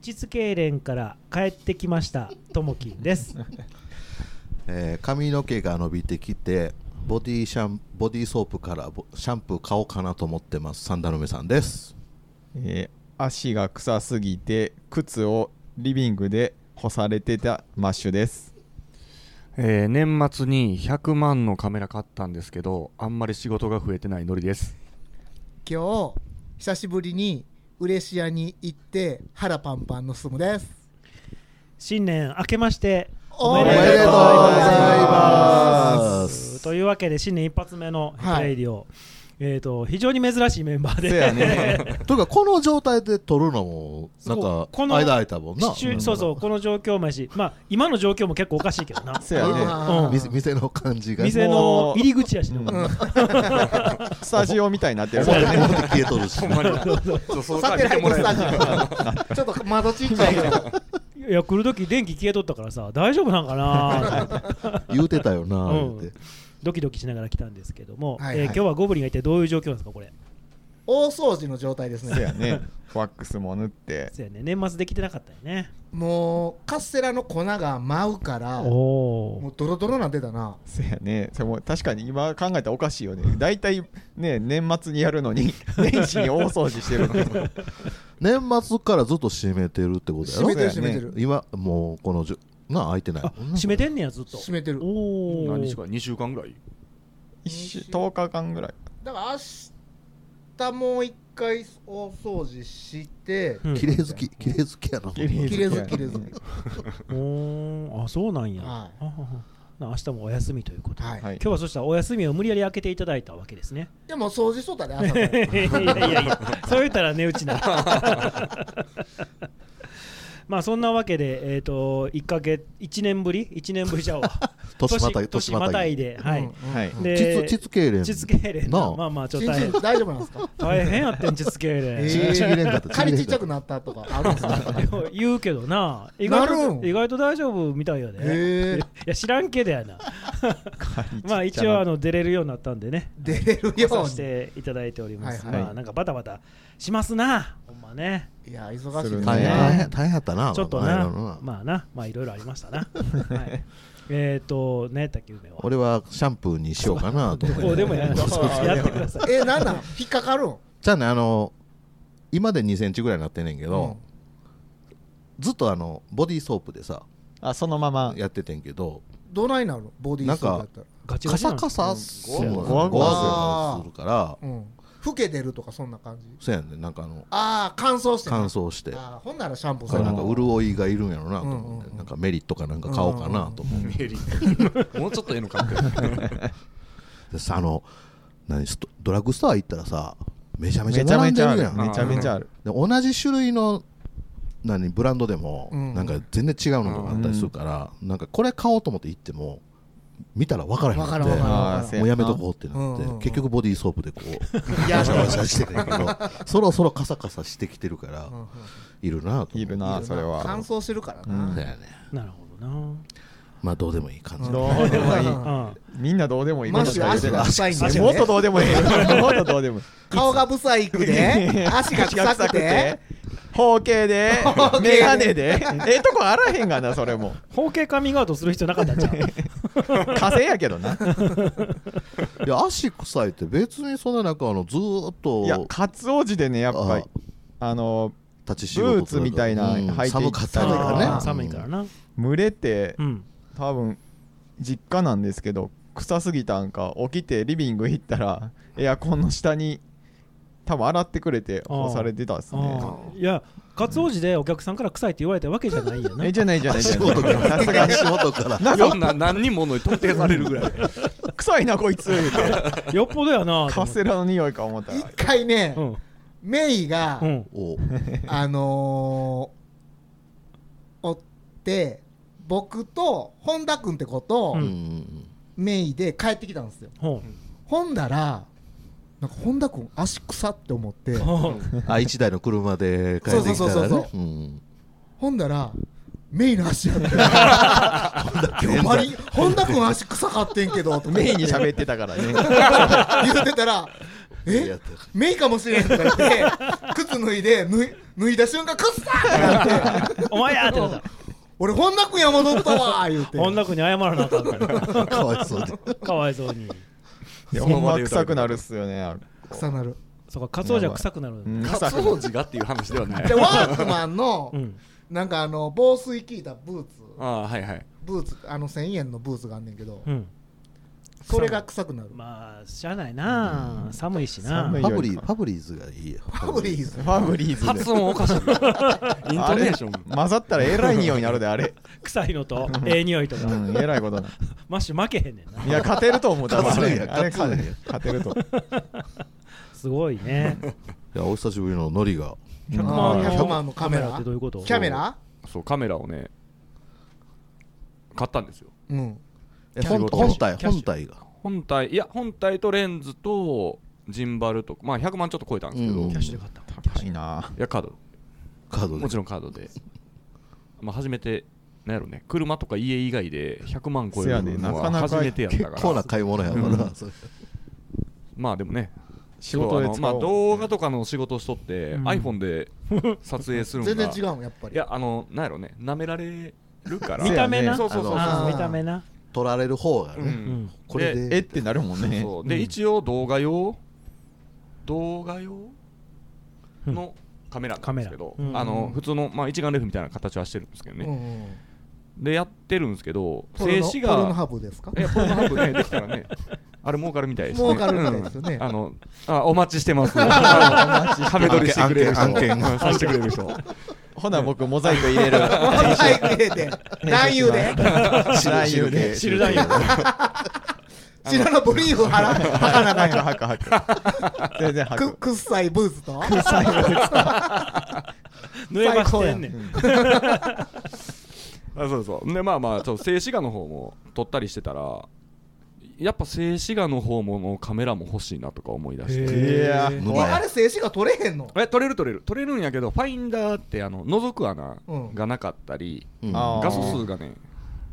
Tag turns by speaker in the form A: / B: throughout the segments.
A: チスけいれんから帰ってきましたともきんです
B: えー髪の毛が伸びてきてボディシャンボディーソープからボシャンプー買おうかなと思ってます三田の目さんです
C: えー足が臭すぎて靴をリビングで干されてたマッシュです
D: えー年末に100万のカメラ買ったんですけどあんまり仕事が増えてないノリです
E: 今日久しぶりに嬉し屋に行って腹パンパンのすむです
A: 新年明けましてお
B: お
A: め
B: め
A: で
B: で
A: と
B: と
A: う
B: う
A: ご
B: ご
A: ざ
B: ざ
A: い
B: い
A: ま
B: ますす
A: というわけで新年一発目の「ヘタレイディオ」えー、と非常に珍しいメンバーで
C: せやね
B: というかこの状態で撮るのも なん
A: そう
B: か
A: この
B: 間空いたもんな
A: シチュそうそうこの状況もやしまあ今の状況も結構おかしいけどな
C: せやね
A: うん
B: 店店の感じが
A: 店の入り口やしね、
C: スタジオみたいになってる
B: 表表消えとるしな
E: サテライトスタジオちょっと窓ちっちゃいけど
A: いや来る時電気消えとったからさ大丈夫なんかなと思って
B: 言うてたよな
A: う
B: 言
A: ん
B: うて
A: ドキドキしながら来たんですけども、
E: はいは
A: えー
E: い
A: 今日はゴブリンが一体どういう状況なんですかこれ
E: 大掃除の状態です
C: せ
E: ね
C: や ねワックスも塗って
A: そうやね年末できてなかったよね
E: もうカステラの粉が舞うからも
A: おー
E: うドロドロなんてたな
C: せやねそれも確かに今考えたらおかしいよね大体ね年末にやるの に年始に大掃除してるのに
B: 年末からずっと閉めてるってことや
E: 閉
B: ろ
E: めてる
C: そ
E: 閉
C: うや
E: め
C: ね
E: てる
B: 今もうこのじゅな空いてない
A: あ
B: もんな
A: 閉めてんねやずっと
E: 閉めてる
A: おお
D: 何日か2週間ぐらい
C: 一週10日間ぐらい
E: だから明日もう一回大掃除して
A: うん
B: 綺麗好き綺麗好きやな
E: 綺麗
C: 綺
E: 好き綺
C: 麗
E: 麗
C: 好
E: 好
C: き
E: き
A: おーあそうなんや、
E: は
A: あははな明日もお休みということで、
E: はい
C: はい
A: 今日はそしたらお休みを無理やり開けていただいたわけですね
E: でも掃除しとったで
A: い
E: 朝か
A: や
E: ら
A: いやいやそう言ったら値打ちなまあそんなわけでえっ、と1か月1年ぶり1年ぶりじゃうわ
B: 年またぎ
A: 年またい
B: で
A: で、はい、
E: うんうん
C: はい
A: で
B: 膣膣痙攣
A: 膣痙攣
B: なあ
A: まあまあちょっ
E: ち
A: と
E: ん
A: 大
E: ちん
A: 変
E: 大丈夫なんですか
A: 大変やってん膣痙攣
B: ちんちぎれんかった
E: 仮ちっちゃくなったとかあるんですか
A: 言うけどな意外
E: なるん
A: と意外と大丈夫みたいよね、
E: へえ
A: いや知らんけどやなまあ一応あの出れるようになったんでね
E: 出れるよ
A: させ
E: う
A: ていただいております、
E: はいはい
A: まあなんかバタバタしますなほんまね
E: にいや忙しい
C: するね
E: です
B: 大変
E: ね
B: 大変大変やったな
A: ちょっと
B: あ
A: な
B: のな
A: まあなまあいろいろありましたな、はい、えっと何やったっけ梅は
B: 俺はシャンプーにしようかな
A: ど
B: と思って
A: こでもやる
C: そうそう
A: やってください
E: えなんなん引っかかるん
B: じゃあねあの今で2センチぐらいになってんねんけ
E: うん
B: ど、ずっとあのボディーソープでさ
C: あそのまま
B: やっててんけど
E: どないなるボディーソープだったら
A: ガチガ
B: カ
A: チな
B: サ
A: の
B: カサするの
C: ゴワゴワ
B: するから
E: うん老けてるとかそんな感じ
B: そうやねんなんかあの
E: ああ乾燥してな
B: 乾燥して
E: あーほんならシャンプー
B: こ
E: さ
B: れ
E: れ
B: なん
E: る
B: か潤いがいるんやろなと思って、
E: うんうんうん
B: なんかメリットかなんか買おうかなと思って、
D: メリーもうちょっとええのかって
B: でさあの何ストドラッグストア行ったらさめちゃめ
C: め
B: ち
C: ち
B: ゃ
C: ゃ
B: 並
C: め
B: ん
C: ち
B: で
C: ゃあ
B: る
C: る
B: やん
C: めちゃめちゃある
B: で同じ種類の何ブランドでも、
E: うん
B: なんか全然違うのとかあったりするから、なんかこれ買おうと思って行っても見たら分からへん
E: わ
B: く
E: か
B: な
E: ら
B: っ
E: んわ
B: て
E: からんわ
C: あー
E: か
C: せ
E: ら
B: もうやめとこうってなって、
E: うんうんうん
B: 結局ボディーソープでこう
E: んや
B: カサカ
E: だ
B: サしてたけど そろそろカサカサしてきてるから、
E: うんうん
B: いるなと思って
C: いるなそれは
E: 乾燥してるから
C: うん
E: な
B: そうやね
A: なるほどな
B: まあどうでもいい感じ、
C: どうでもいい
A: うん
C: みんなどうでもいい
E: マ
C: こ
E: ッ
C: とし
E: シ
C: か
E: ュ
C: 言うて
E: 足
C: ない
E: が臭いん
A: マッ
E: で
A: シュ
E: す
C: も
E: よ
C: っと
E: ね
C: どうでもいいもっとどうでもいい
E: 顔がブサイクで 足が臭くて
C: 包茎で
E: 包茎で
C: メガネでええとこあらへんがなそれも
A: 包茎カミングアウトする必要なかったんじゃん
C: 火星やけどない
B: や足臭いって別にそんななんかあのずーっと
C: いやカツオジでねやっぱり
B: あ
C: あの
B: 立ち仕事
C: ブーツみたいな
B: うん
C: 履いてい
B: 寒かった
C: 寒いからね
A: あー寒いからな
C: 群れて
A: うん
C: 多分実家なんですけど臭すぎたんか起きてリビング行ったらエアコンの下に多分洗ってくれて
A: あー
C: 干されてたですね
A: あーいやカツオジでお客さんから臭いって言われたわけじゃないよな
C: えじゃないじゃないじゃ
B: 足
C: ない
B: 元から
C: さすがに
B: 足元から
D: そんな何人ものに特定される ぐらい
C: 臭いなこいつ言うて
A: よっぽどやなと思
C: カ
A: っ
C: ス
A: て
C: テラの匂いか思ったら
E: 一回ね
A: うん
E: メイが
A: うん
B: お
E: あのー、おって僕と本田君って子と
A: う
B: うんん
E: メイで帰ってきたんですよ、
A: ほ
E: ほんだらなんか本田君足臭って思って
A: うほう
B: あ一台の車で帰ってきた
E: そうそ
B: ら
E: うそう
B: ね
E: そ
B: うん
E: ほんだらメイの足 やって今日マリ本田君足臭かってんけどとか
C: メイ
E: 言
C: ンに喋ってたからね
E: ってたら
B: や
E: え
B: ったか
E: メイかもしれんとか言って靴脱いで脱い脱いだ瞬間くっさーってなって
A: お前やってなった
E: 俺本田君山取ったわー言うて
A: 音楽に謝らなあかんから
B: らかわいそうで
A: かわいそうに
C: いや
D: そ
C: ほ
D: の場
C: んま
D: で言うと
C: 臭くなるっすよねあれ
E: 草なる
A: そうかカツオじゃ臭くなる
C: うん
D: カ
C: 臭
D: ツ
C: く
D: オジがっていう話ではない
E: でワークマ ンの
A: うん
E: なんかあの防水効いたブーツ
D: ああはいはい
E: ブーツあの1000円のブーツがあんねんけど
A: うん
E: それが臭くなる
A: まあしゃあないなあ寒いしな
C: 寒い
B: パブリファブリーズがいいよ
E: ファブリーズ
C: ファブリーズで
D: 発音お かしいイントネーション
C: 混ざったらえらい匂いになるであれ
A: 臭いのとええ匂いと
C: う
A: か
C: んえらいことな
A: マッシュ負けへんねんない
C: や勝てると思うたぶんあ
B: 勝つん
C: れ
B: や
C: あれ
B: 勝つんや
C: 勝てると
A: すごいね
B: いやお久しぶりのノリが
A: 100
E: あ
A: 万
E: ー
A: の
E: 100万のカメラ
A: ってどういうこと
E: キャメラ
D: そうカメラをね買ったんですよ
E: うん
B: え
D: キ
B: 本
D: ャッシュ
B: 本体
A: キャッシュ
B: 本体が
D: 本体いや本体とレンズとジンバルとまあ100万ちょっと超えたんですけど、
B: うん
D: い
A: キャッシュで買った
C: 高いな
D: やカード
B: カードで
D: もちろんカードでまあ初めてなんやろね車とか家以外で100万超え
C: せやね
D: るの
C: なか
D: は
C: なか
D: 初めてやった
B: 結
D: から
B: 構な買い物やからなそれ
D: まあでもね
C: 仕事で
D: そうあの
C: 使
D: まあ
C: おう
D: 動画とかの仕事をしとって、
A: うん
D: iPhone で撮影するの
E: 全
D: が
E: 然違うんやっぱり
D: いやあのなんやろねなめられるか ら
A: 見た目な
D: そうそうそうそう
B: あ
A: あ
E: の
A: ー見た目な
B: 取られる方が
D: う
B: ね
A: うん
D: ん
B: これで
C: えってなるもんね
D: そうで、
A: うん
D: 一応動画用動画用のカメラなんですけど、
A: カメラうん
D: あの普通の、まあ、一眼レフみたいな形はしてるんですけど
E: うん
D: ね、
E: うん
D: でやってるんですけど
E: ポル
D: 静止
E: ノポルノ
D: 画
E: ハブですか
D: いやポルノハブねで きたらねあれ儲かるみたいですね
E: 儲かるみたいですよね
D: うんあのあお待ち してますあ のハメ撮りしてくれる人
B: 案件案
D: うんさせてくれる人
C: ほな僕モザイク入れる
E: モザイク入れて男優で
C: 男優で
A: 知るだよ
E: 白のブリーフはらはかなかんや
C: はくはくはく全然は
E: く
C: く
E: くっさいブーツと
A: 濡ればしてんねん
D: あそうそうでまあまあちょっと静止画の方も撮ったりしてたらやっぱ静止画の方ものカメラも欲しいなとか思い出して
C: いや
B: 布
E: えあ
B: や
E: れ静止画撮れへんの
D: え撮れる撮れる撮れるんやけどファインダーってあの覗く穴
E: うん
D: がなかったり、
B: うん
C: あー
D: 画素数がね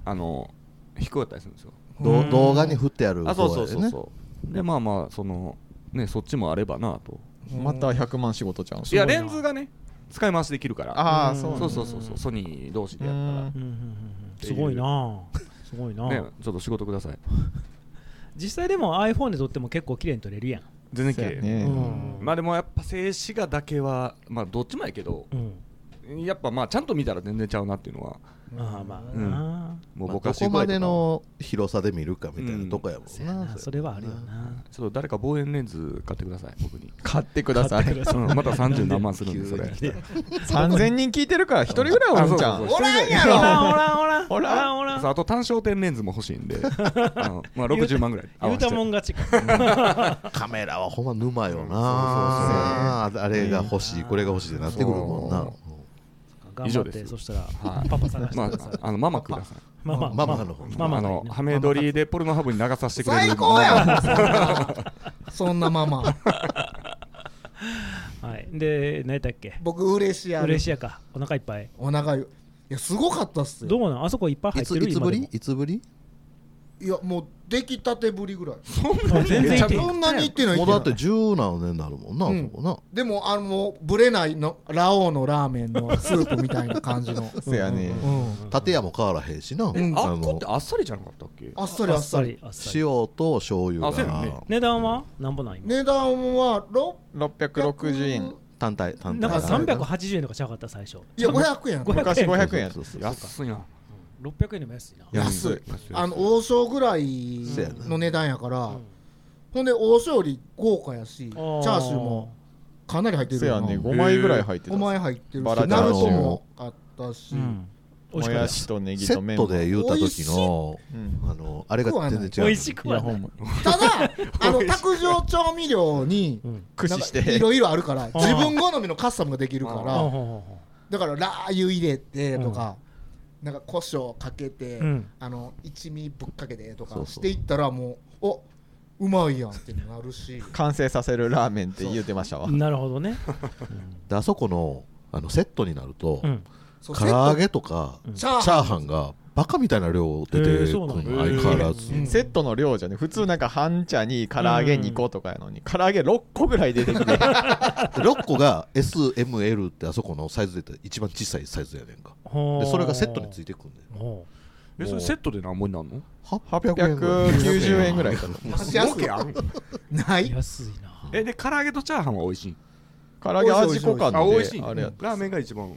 D: あの低かったりするんですよ
B: ど
A: うん
B: う動画に振ってある
D: あそうそう
B: 方や
D: そ
B: ね
D: うそうでまあまあそのねそっちもあればなと
C: また100万仕事ちゃうん
D: いや
A: すごい
D: レ
A: な
D: ンズがね使い回しできるから
C: あ
A: う
C: あ
A: ん
C: そうなん
D: そ
C: だ
D: うそうそうそうソニー同士でやっ
C: う
A: うんうんうんうん
D: ていう
A: すごいなすごい
D: た
A: な
D: らねちょっと仕事ください
A: 実際でも iPhone で撮っても結構綺麗に撮れるやん
D: 全然綺麗、
C: そうやね
A: うん
D: まあでもやっぱ静止画だけはまあどっちもやけど
A: うん
D: やっぱまあちゃんと見たら全然ちゃうなっていうのは
A: まあまあ
D: うん
A: な
D: もう
B: ま
D: 僕
B: あ
D: は
B: ど
D: 仕
B: こ
D: 事
B: までの広さで見るかみたいなとこやも
A: そ
B: ん
A: や
B: な、
A: なそれはあるよな
D: ちょっと誰か望遠レンズ買ってください僕に、
C: 買ってください
D: うん、また30何万するんでそれ
B: 急
C: 3000人聞いてるから一人ぐらいおるんじゃ
D: あそ
C: ん
D: う
E: おらんや
A: おら
E: ろ
A: んおらんおらん
C: おら
A: んおらん
D: そうあと単焦点レンズも欲しいんであのまあ60万ぐらい合
A: 言う
D: わせ
A: た
D: て
A: もん勝ちか
B: カメラはほんま沼よ
D: う
B: な、
D: ん
B: ああれが欲しいこれが欲しいってなってくるもんな、
A: 頑
D: 以
A: 張
D: 上
A: っ
D: です
A: てそしたら
D: はい
A: パパ探して
D: ま
A: ください
D: あ、あのママください
A: ママ
B: ママの方
A: ママ
D: あ
A: の
D: のハメ撮りでポルノハブに流させてくれる
E: 最高やんそんな そんなまま
A: はいで何やったっけ
E: 僕嬉しいや
A: 嬉しいやかお腹いっぱい
E: お腹いいやすごかったっすよ
A: どうなんあそこいっぱい入
B: い
A: って
B: つ
A: る
B: いつぶ
A: 今で
B: り
A: も
B: いつぶり
E: いやもうできたてぶりぐらい
A: あ全然いってい
E: そんなに言ってない
B: も
E: 言
B: うだ
E: っ
B: ってて
E: ない
B: 十何年になるもんな、
E: うん
B: そこな
E: でもあのぶれないのラオウのラーメンのスープみたいな感 じの
C: そうやね
E: うん
B: 建屋も変わらへんしな、
E: ん
D: あっこってあっさりじゃなかったっけ
E: あっさりあっさり
A: あっさり
B: 塩と醤油
D: あそうや
B: が
D: ね
A: 値段はなんぼなん今
E: 値段は600
C: 660円
B: 単体単体
A: なんか
E: 三百
A: 380円とかちゃうかった最初
E: いや500円や
A: 500
E: ろ
C: 昔500円やっ
B: そうそうそう
D: 安いな
A: 600円でも安いな
E: 安い
D: 安い
E: あの王将ぐらい
B: そうやな
E: の値段やから
A: ん
E: ほんで王将より豪華やしチ
A: チ
E: ャーシューもかなり入って
C: せ
E: る
C: や
E: よな
C: ね5枚ぐらい入ってた
E: 5枚入ってる
C: バラ
E: し
C: チャ
E: ナル
C: ーシュー
E: トもあったし
A: 美味
C: も
A: しか
C: や
A: っ
C: しとネギ
B: セ
C: とメ
B: ッ
C: ン
B: ト
C: マ
B: で言うた時の
C: うん
B: あのあれが全
A: た
B: 然違う
A: 美味しく
C: い
A: は
C: や
A: な
C: ほ
A: い
C: んま
E: ただあの卓上調味料に
A: うん
C: 駆使し
E: い
C: て
E: ろいろあるから
A: あ
E: 自分好みのカスタムができるか
A: ほん
E: ら
A: ほんほんほん
E: だからラー油入れてとかなんか胡椒かけて
A: うん
E: あの一味ぶっかけてと
B: そ
E: か
B: うそう
E: していったらもうおうまいやんってなるし
C: 完成させるラーメ ンって言うてましたわ
A: なるほどね。
B: であそこのあのセットになると、
A: うん
E: そう
B: 唐揚げとか
A: うん
E: セット
B: チ
E: チ
B: ャー
E: ャー
B: ハ
E: ハ
B: ン
E: ン
B: がバカみたいな量出て
A: へ
B: く
A: ー
B: る
A: そうなん
B: の
A: だ
B: 相変わらず
A: へー
C: セットの量じゃね普通なんか半茶に唐揚げ2個とかやのに、唐揚げ6個ぐらい出てきて
B: 6個が SML ってあそこのサイズで言ったら一番小さいサイズやねんかでそれがセットにつ
A: て
B: いてくんねん
D: えそれセットで何本になるの
C: 890円ぐらいか
E: 箸安いない
A: 安いな
D: えで唐揚げとチャーハンは美味しい
C: 唐揚げ味濃かった
D: あ
C: んで
D: 美味しい
C: あれやった
D: ラーメンが一番
B: い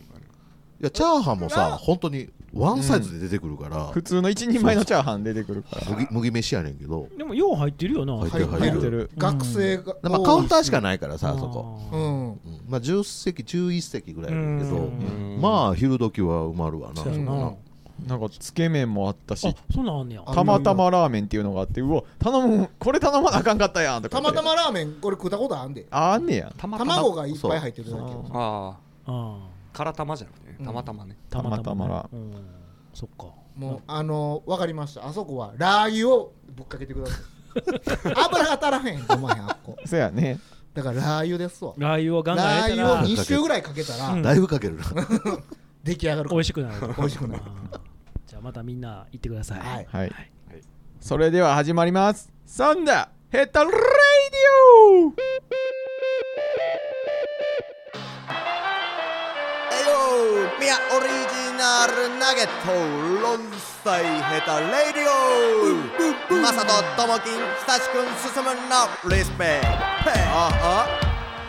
B: やチャーハンも
E: ラ
B: さ本当にワンサイズで出てくるから、
C: 普通の一人前のチャーハン出てくるから
B: 麦麦飯やねんけど
A: でもよう入ってるよな
B: 入
E: ってる
C: 入ってる
E: 学生が
B: でまあカウンターしか
E: な
B: な
E: い
B: いからさあそこ、
E: う
B: う
E: ん
B: んまあ、10席11席ぐらいやねんけど
A: うん
B: まあ昼時は埋まるわな
A: そうやな
B: な
A: あ
C: なんかつけ麺もあったし
A: そんなんあんねや
E: あ
C: たまたまラーメンっていうのがあってうわ頼むこれ頼まなあかんかったやんとか
E: た
C: って
E: またまラーメンこれ食ったことあんで
C: ああんねや
D: たまたま
E: 卵がいっぱい入ってるだけ
C: そう
D: ああ
A: あ
D: からたまじゃなくてねたまたまね
A: ーたまたま
C: たま
A: なうんそっか
E: もうあのわかりましたあそこはラー油をぶっかけてくださ い油が足らへんごまへんあっこ
C: そやね
E: だからラー油ですわ
A: ラー油をガン
E: ラ
A: ガン入れ
E: ー
A: た
E: 油を
A: ら
E: 2周ぐらいかけた
A: う
E: ら
A: ん
B: だいぶかけるな
E: 出来上がる
A: 美
E: から
A: 味しくなる
E: 美味しくなる
A: あー じゃあまたみんな行ってください
E: はい
C: はい
A: はい
C: それでは始まりますサンダーヘッドレイディオ
F: えよミヤオリジナルナゲット論裁ヘタレディオマサトともきん久しくん進むのリスペクトああ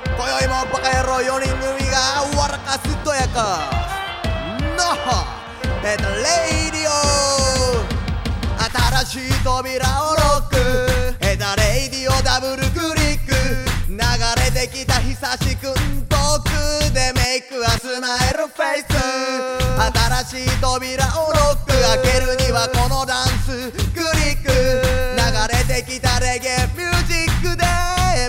F: 今宵もバカ野郎4人組が笑かすとやかノッヘタレディオ新しい扉をロックヘタレイディオダブルクリック流れてきた久しくんトークでメイクはスマイルフェイス新しい扉をロック開けるにはこのダンスクリック流れてきたレゲエミュージックで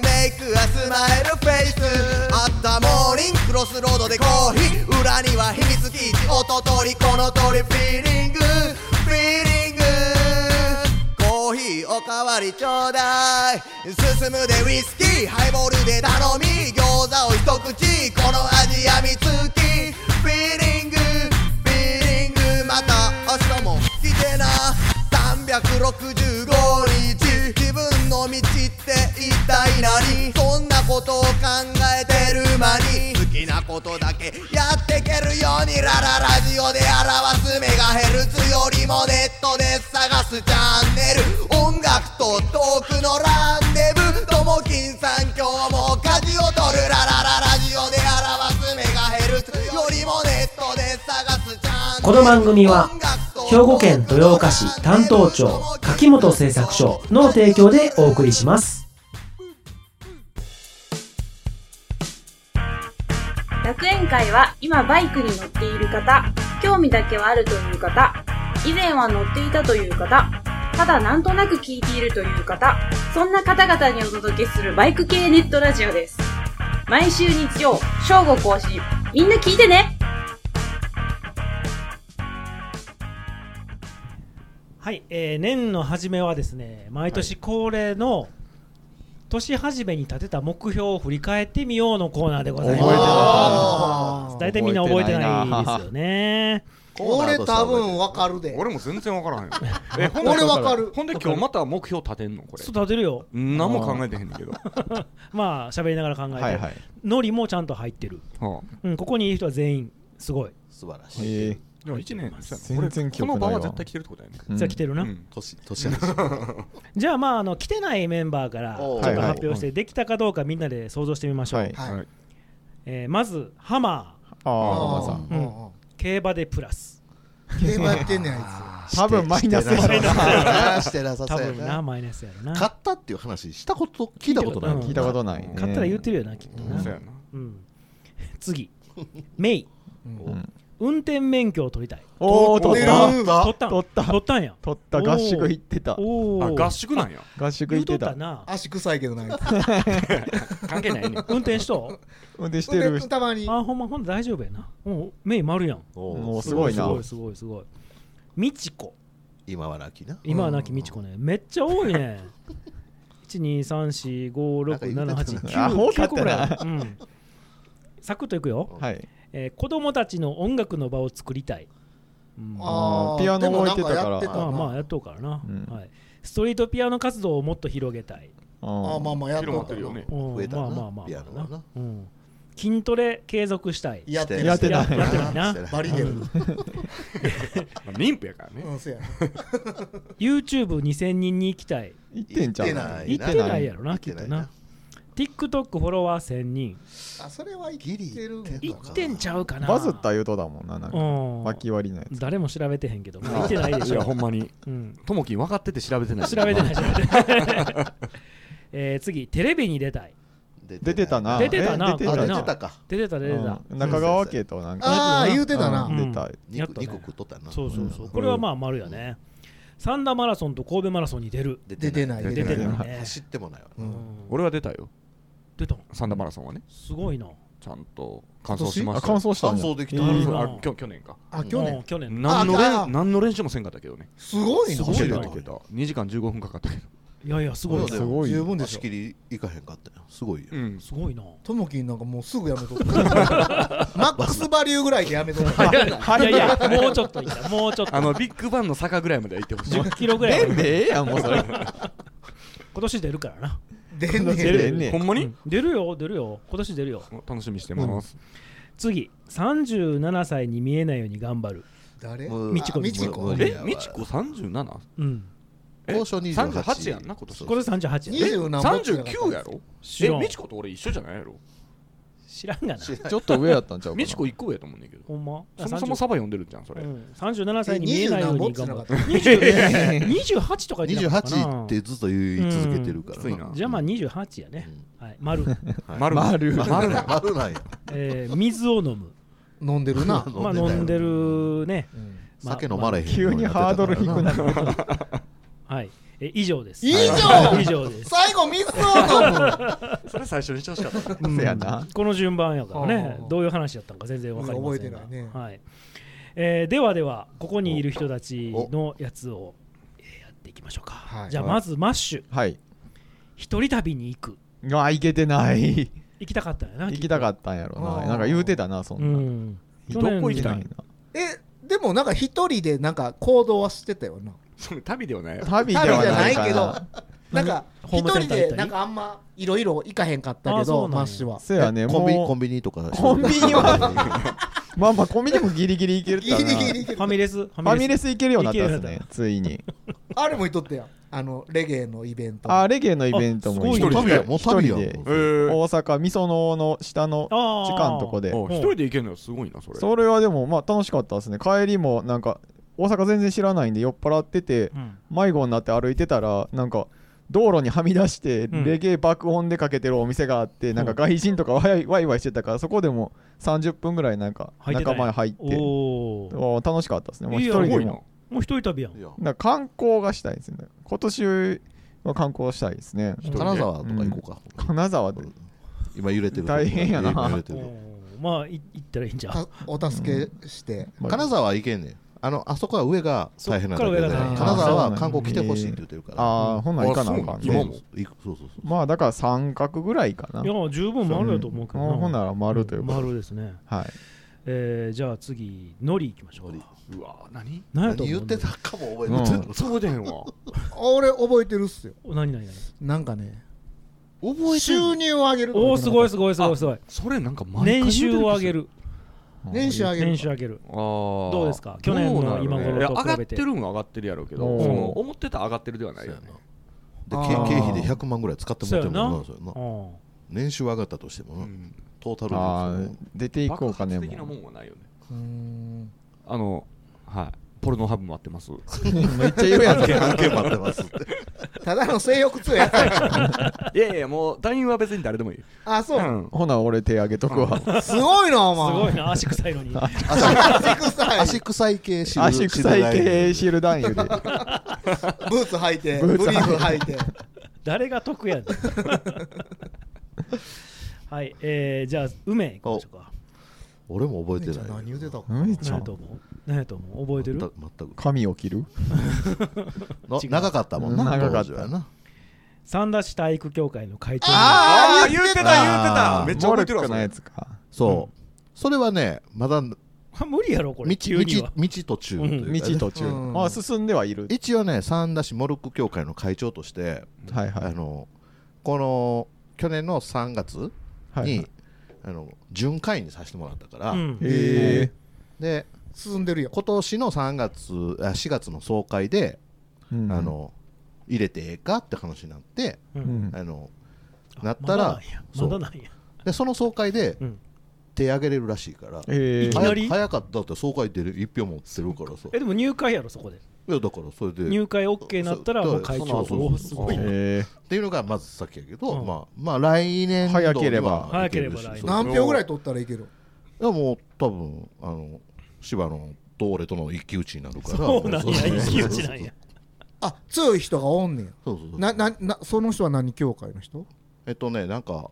F: メイクはスマイルフェイスあったモーニングクロスロードでコーヒー裏には秘密基地おととりこの通りフィーリングフィーリングコーヒーおかわりちょうだい進むでウイスキーハイボールで頼み餃子を一口この味やみつきフィーリングフィーリングまた明日も来てな365日自分の道って一体何そんなことを考えてる間に好きなことだけやってけるようにラララジオで表すメガヘルツよりもネットで探すチャンネル音楽とトークのランデブともきんさん今日も舵を取るララララジオで表すメガヘルツよりもネットで探すチャンネル
G: この番組は兵庫県豊岡市担当庁柿本製作所の提供でお送りします
H: 楽園会は今バイクに乗っている方、興味だけはあるという方、以前は乗っていたという方、ただなんとなく聞いているという方、そんな方々にお届けするバイク系ネットラジオです。毎週日曜、正午更新。みんな聞いてね
A: はい、えー年の初めはですね毎年恒例の年初めに立てた目標を振り返ってみようのコーナーでござい
C: 覚えて
A: ます
E: た
A: 大体みんな覚えてないですよね
E: 俺多分わかるで
D: 俺も全然わからへんえほんで
E: 俺わかる
D: ほんで今日また目標立てんのこれ
A: そう立てるよ
D: 何も考えてへんねんけどは
A: まあ喋りながら考えて、
C: はいはい
A: ノリもちゃんと入ってる、
D: あ
A: うん、ここにいる人は全員すごい、
B: 素晴らしい、
C: え
D: でも1年
C: 全然
D: これ
C: 記憶
D: この場
C: ない
D: は
C: わ
D: 絶対来てるってことやね
C: ーうん
A: じゃあ来てるな、
D: うん
B: 年年やし
A: じゃあまああの来てないメンバーからちょ
B: お
A: っ
B: ー
A: と発
C: はい
A: 表
C: は
A: し
C: い
A: てできたかどうかみんなで想像してみましょう、
C: はい
E: はい
A: えーまずハマ
C: あ
E: あ
C: あ
E: あ
C: まさ
E: うんうんうん
A: ー競馬でプラス
E: 競馬やってんねんあ
C: 多分マイナスやろな
B: なしてなさ
A: 多
B: そうや
A: 分な
B: な
A: マイナスやろな
B: 買ったっていう話したこと聞いたことないもん
A: うん
C: 聞いたことないね
A: 買ったら言ってるよなきっとな、
D: そうやな
A: うん、次メイ
E: いつ、
C: う
E: うん
C: ん
A: 運転免許を取りたい
C: おお取った
A: 取っ
E: 取
A: たん
C: 取った
A: 取ったんや
C: 取った合宿行ってた
A: おお
D: あ合宿なんや
C: 合宿
A: 言
C: 行っ
A: うとってた
C: た
A: な
E: 足臭いけどない
D: 関係ないね
A: 運転しと
C: 運転してる
E: でたまに
A: あほんまほんま大丈夫やなうんメイ丸やん
B: おう
C: もうすごいな
A: すご いすごいすごいみちこ
B: 今はなきな
A: 今はなきみちこねめっちゃ多いね
B: なんか言うてたな
A: 123456789
C: アホか
A: 9
C: ったな
A: 個ぐらい、うん、サクッといくよ、
C: はい
A: えー子供たちの音楽の場を作りたい、うん
C: あー
E: ー
C: ピアノ
E: でもなん
C: 置いてたから
E: やってた
A: ま
E: な
A: あまあやっとうからな、
C: うん
A: はい、ストリートピアノ活動をもっと広げたい、
E: あーまあまあやっ
D: 広
E: と
D: ま
E: っ
D: ったてるよね
A: うん
B: 増えた
A: ま
B: な
A: あまあまあ
B: ピアノはな
A: うん、筋トレ継続したい
E: やって
B: や
C: ってない
A: ややってないな
B: してない
E: バリでる
D: まあ妊婦やからね
E: うんせや
A: YouTube2000 人に行きたい
C: 行ってんじゃ
B: 行
C: ん
B: ない
A: 行
B: な
A: ってないやろ
B: 行
A: な
B: っ
A: き
B: て
A: っと
B: ない
A: な TikTok フォロワー1000人
E: あそれはい
B: ギリ
E: ってるん
B: 行って
A: 行ってんちゃうかな
C: バズった言うとだもんななん
A: う
C: か
A: ん
C: 脇割りのやつ
A: 誰も調べてへんけど、まあ、見てないでし
D: いや
A: ょ、
D: ほんまに
A: うん、
D: ともきん分かってて調べてない
A: 調べてない調べてない えー次テレビに出たい
C: 出てたな
A: 出てたな
C: え出
B: あ
C: て
A: これ
B: 出
A: な
B: てたか
A: 出てた出てた、
C: うん中川家となんか
E: ああ
A: うん
E: 言うてたな、
C: うん出たい
A: やっ
B: 肉
A: とね
B: 肉食っとったな
A: そうそうそう、
B: ん
A: これはまあ丸やね三田マラソンと神戸マラソンに出る
E: 出てない
B: 出
A: 出
B: て
A: てる
B: ない
A: ね
B: 走ってもないわ
E: う
A: うんん
D: 俺は出たよ
A: 出たの
D: サンダマラソンはね
A: すごいな
D: ちゃんと完走しま
C: あ
D: したよ
C: 乾燥した
B: 乾
C: んや
B: 燥できた
C: えー
D: あきょ去年か
E: あ去
A: うん
E: 年
A: 去年
D: 何の
E: あああ
D: 練何の練習もせんかったけどね
E: すごい
A: す
E: な
A: ごいな
D: 2時間15分かかったけど
A: いやいやすごいな
B: す
C: ごい
E: 十分でし
B: 足
E: ょ
B: 切りいかへんかったよすごいよ
D: ん
A: すごいな
E: ともきんなんかもうすぐやめとったマックスバリューぐらいでやめ とった
A: いやいやもうちょっといったもうちょっと
D: あのビッグバンの坂ぐらいまでは行ってほしい
A: 10キロぐらい
C: 出
A: 今
C: んでええやんもう それ
A: 年出るからな
E: 出んねん
C: 出んね
D: ほ
C: ん
D: んま
A: う
D: に
A: ん出るよ出るよ今年出るよ
D: 楽しみにしてます
A: 次37歳に見えないように頑張る
E: 誰
B: もう
A: みちこ
E: あみち
B: も
E: こ
B: う
D: えみちこ
A: うん
D: え
B: 当初28
D: 37?38 やんな今年
A: これ38やね
E: 20何本違
D: 39や
E: ろ
D: ろ
A: 知
D: え
A: らん
D: みちこと俺一緒じゃないやろ
A: 知らんがな
C: ちょっと上やったんちゃうかな
D: みちこ1個上やと思うねんだけど
A: ほんま
D: そもそもサバ読んでるじゃんそれ
A: うん37歳に見え
E: 20
A: ないよう
E: 何本
A: に
E: って
A: 頑
E: な
A: 張
E: かっ
A: る
E: た
A: 20 28とか言ってなかったかな
B: 28ってずっと言い続けてるから
D: きついな
A: じゃあまあ28やね
B: うん
A: はい丸
D: 丸丸
B: 丸なんや丸なんや
A: えー水を飲む
E: 飲んでるな
A: まあ飲んでるね
E: うん
A: まあ
B: 酒飲まれへん
C: 急にハードル低くなる
A: はいえ以上です
E: 以上
A: はい以上です
E: 最後水を飲む
D: それ最初にしてほしかった
A: うん
C: せやな
A: この順番やからね
E: ああ
A: どういう話だったのか全然わかりませんが
E: うん覚えてないね
A: はいえーではではここにいる人たちのやつをえーやっていきましょうか
E: はい
A: じゃあまずマッシュ
C: はい
A: 一人旅に行く
C: うわ行けてない
A: 行きたかったよな
C: 行きたか
A: っ
C: ったんやろ
E: あ
C: な
E: ー
C: なんか言うてたなそ
A: たうん
C: なんどこ行きたい
E: えでもなんか一人でなんか行動はしてたよな
D: それ旅ではないやろ
C: 旅ではないか
E: 旅じゃ
C: な
E: ないなんか
A: ホ
E: 一
A: ームセン
E: 人
A: ター行った
E: で
A: り
E: なんかあんまいろいろ行かへんかった
A: あ
E: け
A: そうな
E: ど
A: んや
E: マッシュは
C: せやね
B: コンビニコ
C: も
B: ンビニとか
C: うコンビニはまあまあコンビニもギリギリ行ける
E: ギ
C: か
E: リ
C: ら
E: ギ
C: な
E: リ行 け
A: フ
E: る
A: ァミレスフ
C: ファミレ
A: ス
C: ス行けるようになったんです
A: 行けるように
C: ねついに
E: あれも行っとったやんあのレゲエのイベント
C: あーレゲエのイベントも
A: あすごい
B: 旅やもう
C: 一
B: 旅
C: 人
B: やん
C: で
D: えー
C: 大阪みそのの下の
A: ああ
C: 地下のとこで
D: あ一人で行けるのはすごいなそれ
C: それはでもまあ楽しかったですね帰りもなんか大阪全然知らないんで酔っ払ってて
A: うん
C: 迷子になって歩いてたらなんか道路にはみ出して
A: うん
C: レゲエ爆音でかけてるお店があってなんか外人とかワイワイワイしてたからそこでも30分ぐらいなんか
A: 入ってた
C: 仲
A: んや
C: 間に入って
A: おお
C: おー楽しかったですねもう
A: いい
C: 一
A: や
D: す
C: 人
D: ご
C: で
D: いな
C: も
A: もう一人旅やん
B: い
C: だ
B: や
C: から観光がしたいですね今年は観光したいですね
A: 一人で
B: 金沢とか行こうか
C: 金沢で
B: 今揺れてる
C: 大変やな
B: 今揺れて
A: お
B: る
A: ーまあい行ったらいいんじゃん
E: たお助けして
B: 金沢は行けんねんあのあそこは上が大変なんだけど
A: そっ
B: 金
A: から上が大変。
B: 沢は観光来てほしいって言ってるから
C: ああほんなら行かなあかん
D: あ
C: ね
D: そうなん今も
B: 行くそうそうそう
C: まあだから三角ぐらいかない
A: や十分丸やと思うけど
C: うんほん
A: な
C: なら丸というか。
A: 丸ですね
C: はい。
A: えーじゃあ次ノリ行きましょう
B: ノ
A: か
D: うわ何
A: 何やと思
B: 何言
A: う
B: ってたかも覚えて
C: う
B: なんい
D: そうでんわ
E: 俺覚えてるっすよ
A: 何何何
E: なんかね
D: 覚
E: 収入を上げる
A: おおすごいすごいすごいすごい
D: それなんか毎回
A: 年収を上げ
D: る
A: る
E: 年収上げる
A: 年収上げる
D: あー
A: どうですか去年の今頃と比べて
D: どうなるねいや上がってるんは上がってるやろうけど
C: うん
D: その思ってた上がってるではないよね
B: で
E: あ
B: 経
E: ー
B: 経費で100万ぐらい使ってもらってもな
A: そ
B: そうやな
A: うん
B: 年収上がったとしてもな
D: うん
B: トータルで
C: ああ、出ていこ
D: 爆
C: うかね
D: 発的な
C: も
D: も
C: う。
D: んはないよね
E: うーん
D: あのはいポルノハブもあってます
C: めっちゃ言う やつ。
B: そうやな案件待ってま すって
E: ただの性欲強いやつや
D: いやいやもう団員は別に誰でもいいよ
E: あそううん
C: ほな俺手上げとくわ。
E: すごいなお
A: すごい
E: 前
A: な足臭いのに
E: 足臭い
B: 足臭い系知る
C: 足臭い系
B: る
C: シール男優で。
E: ブーツ履いて
C: ブ
E: ブ
C: ーツ履
E: リ
C: いて
E: ーフ履いて
A: 誰が得やねんはいえーじゃあ梅行きましょうか
B: 俺も覚えてない
E: 何言うてたか
C: めっち
A: 何
C: ゃ
A: やと思う 何やと思う覚えて
B: 全
A: る
B: く全く
C: 髪を切る
B: な
A: 違う
B: 長かったもんな
C: 長かった
B: 当時はな
A: 三田市体育協会の会長
E: あ
D: ー
E: ー
D: 言うて
C: あー
D: めっちゃ覚えてるわ
C: モルック
D: そ
C: の
D: れ
C: やつか。
B: そうそれはねまだ道
A: あ無理やろこれ
B: 道
A: 急には
B: 道途中というかね、
C: 道途中、
E: うん
C: まあ進んではいる
B: 一応ね三田市モルック協会の会長として、
C: はいはい
B: あのこの去年の3月に、
C: はいはい
B: あの巡回にさせてもらったから、
A: うん
C: へえ、
B: で
E: 進んでるよ
B: 今年の3月あ4月の総会で、
C: うん
B: あ、の入れてええかって話になって、
A: う
C: うんん、
B: あの
A: あ
B: なったらそ
A: ま
B: う
A: だなんやまだなんや
B: でその総会で、
A: うん
B: 手挙げれるらしいから、
C: え
A: いき
C: ー、
A: な
B: 早
A: り
B: 早かったって総会出る一票持ってるからさ
A: えでも入会やろそこで
B: いやだからそれで
A: 入会 OK になったら
B: そう
A: もう会長
B: そうそう
A: おーすごいな
C: え
B: っていうのがまず先やけど、
A: うん
B: まあ、まあ来年度には
C: 早ければ
B: いるし
A: 早ければ来年
B: そう
E: 何票ぐらい取ったらいける
B: いやもう多分あの芝野と俺との一騎打ちになるから
A: そうなん
B: そう
A: や
B: そう
A: 一騎打ちなんや
E: あ強い人がおんねや
B: そうそうそう
E: なななその人は何協会の人
B: えっとねなんか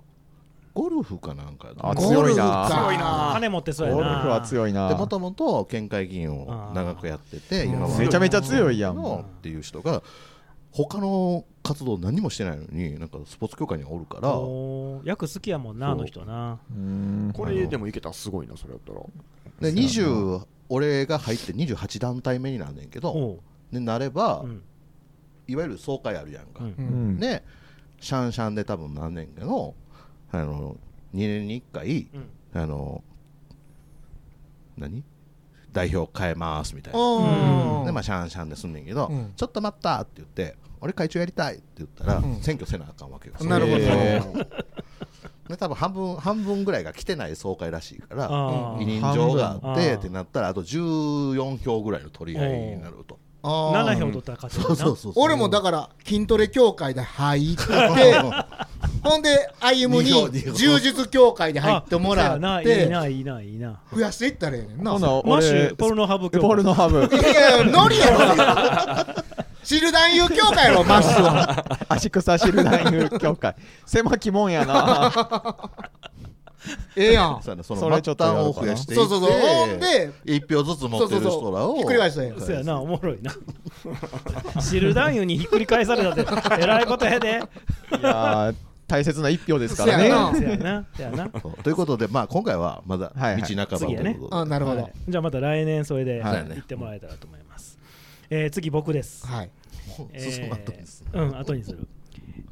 B: ゴルフかなんかやな
C: あ
B: で
C: 強いな
E: ゴルフか
C: 強
E: いな
A: 金持ってそ
C: ー、
A: うや
C: ゴ
A: な
C: ルフは強いな
B: もともと県会議員を長くやってて
E: あー
B: 今は
C: めちゃめちゃ強いやん
B: のっていう人が他の活動何もしてないのになんかスポーツ協会にはおるから
A: おー役好きやもんなあの人な
C: うん
D: これでもいけたらすごいなそれやったら
B: で
C: そうや
B: 20俺が入って28団体目になんねんけど
A: おう
B: でなれば、
A: うん
B: いわゆる総会あるやんか、
A: うん
E: う
C: うんん、
B: でシャンシャンで多分なんねんけどあの2年に1回
A: うん
B: あの何代表変えますみたいな
E: あ
B: で、まあ、
E: ー
B: シャンシャンですんねんけど、
E: うん
B: ちょっと待ったって言って俺会長やりたいって言ったら、
E: うん
B: 選挙せなあかんわけよ
E: なるほど
C: え
B: で多分半分半分ぐらいが来てない総会らしいから
A: あー
B: 委任状があっ
A: 半分
B: てってなったらあと14票ぐらいの取り合いになると
E: あー
A: 7票取ったら勝ち
B: そうそうそう
E: 俺もだ
B: か
E: から筋トレ協会で 入って
B: ら
E: ほんで歩
B: 二票
E: に
B: 二票
E: 柔術協会で
A: ら
E: 入ってもらっ
A: いい
E: て
A: ないいないいな
E: 増やしていったらええねんな
C: ほな
A: もし
C: 俺
A: ポルノハブ協
C: ポルノハブ
E: いやいやノリやろ知る男優協会やろマッシュは
C: 足草知る男優協会狭きもんやな
E: ええや ん
B: そうやなそ
C: そ
B: の
C: れ
B: 末
C: ちょっとや
B: 端
C: ろ
B: を
C: うか
B: 増
C: な
B: やしてい
E: そうそうそうほんで
B: 一票ずつ持ってる人らを
E: ひっくり返したんや
A: そうやなおもろ いな知る男優にひっくり返されたってえらいことやで
C: いやー大切な一票ですから
E: せやな
C: ね
A: そうやなそうやな
B: そうということで、まあ、今回はまだ道
C: はいはい
B: 半ばと
A: 次
B: い
A: や
B: う
A: ね
B: ことで、
E: あなるほど
A: はいじゃあまた来年それで
B: はい
A: 行ってもらえたらと思いますえー次僕です
E: はい
B: もう
A: えー
B: 進まんとです
A: うん後にする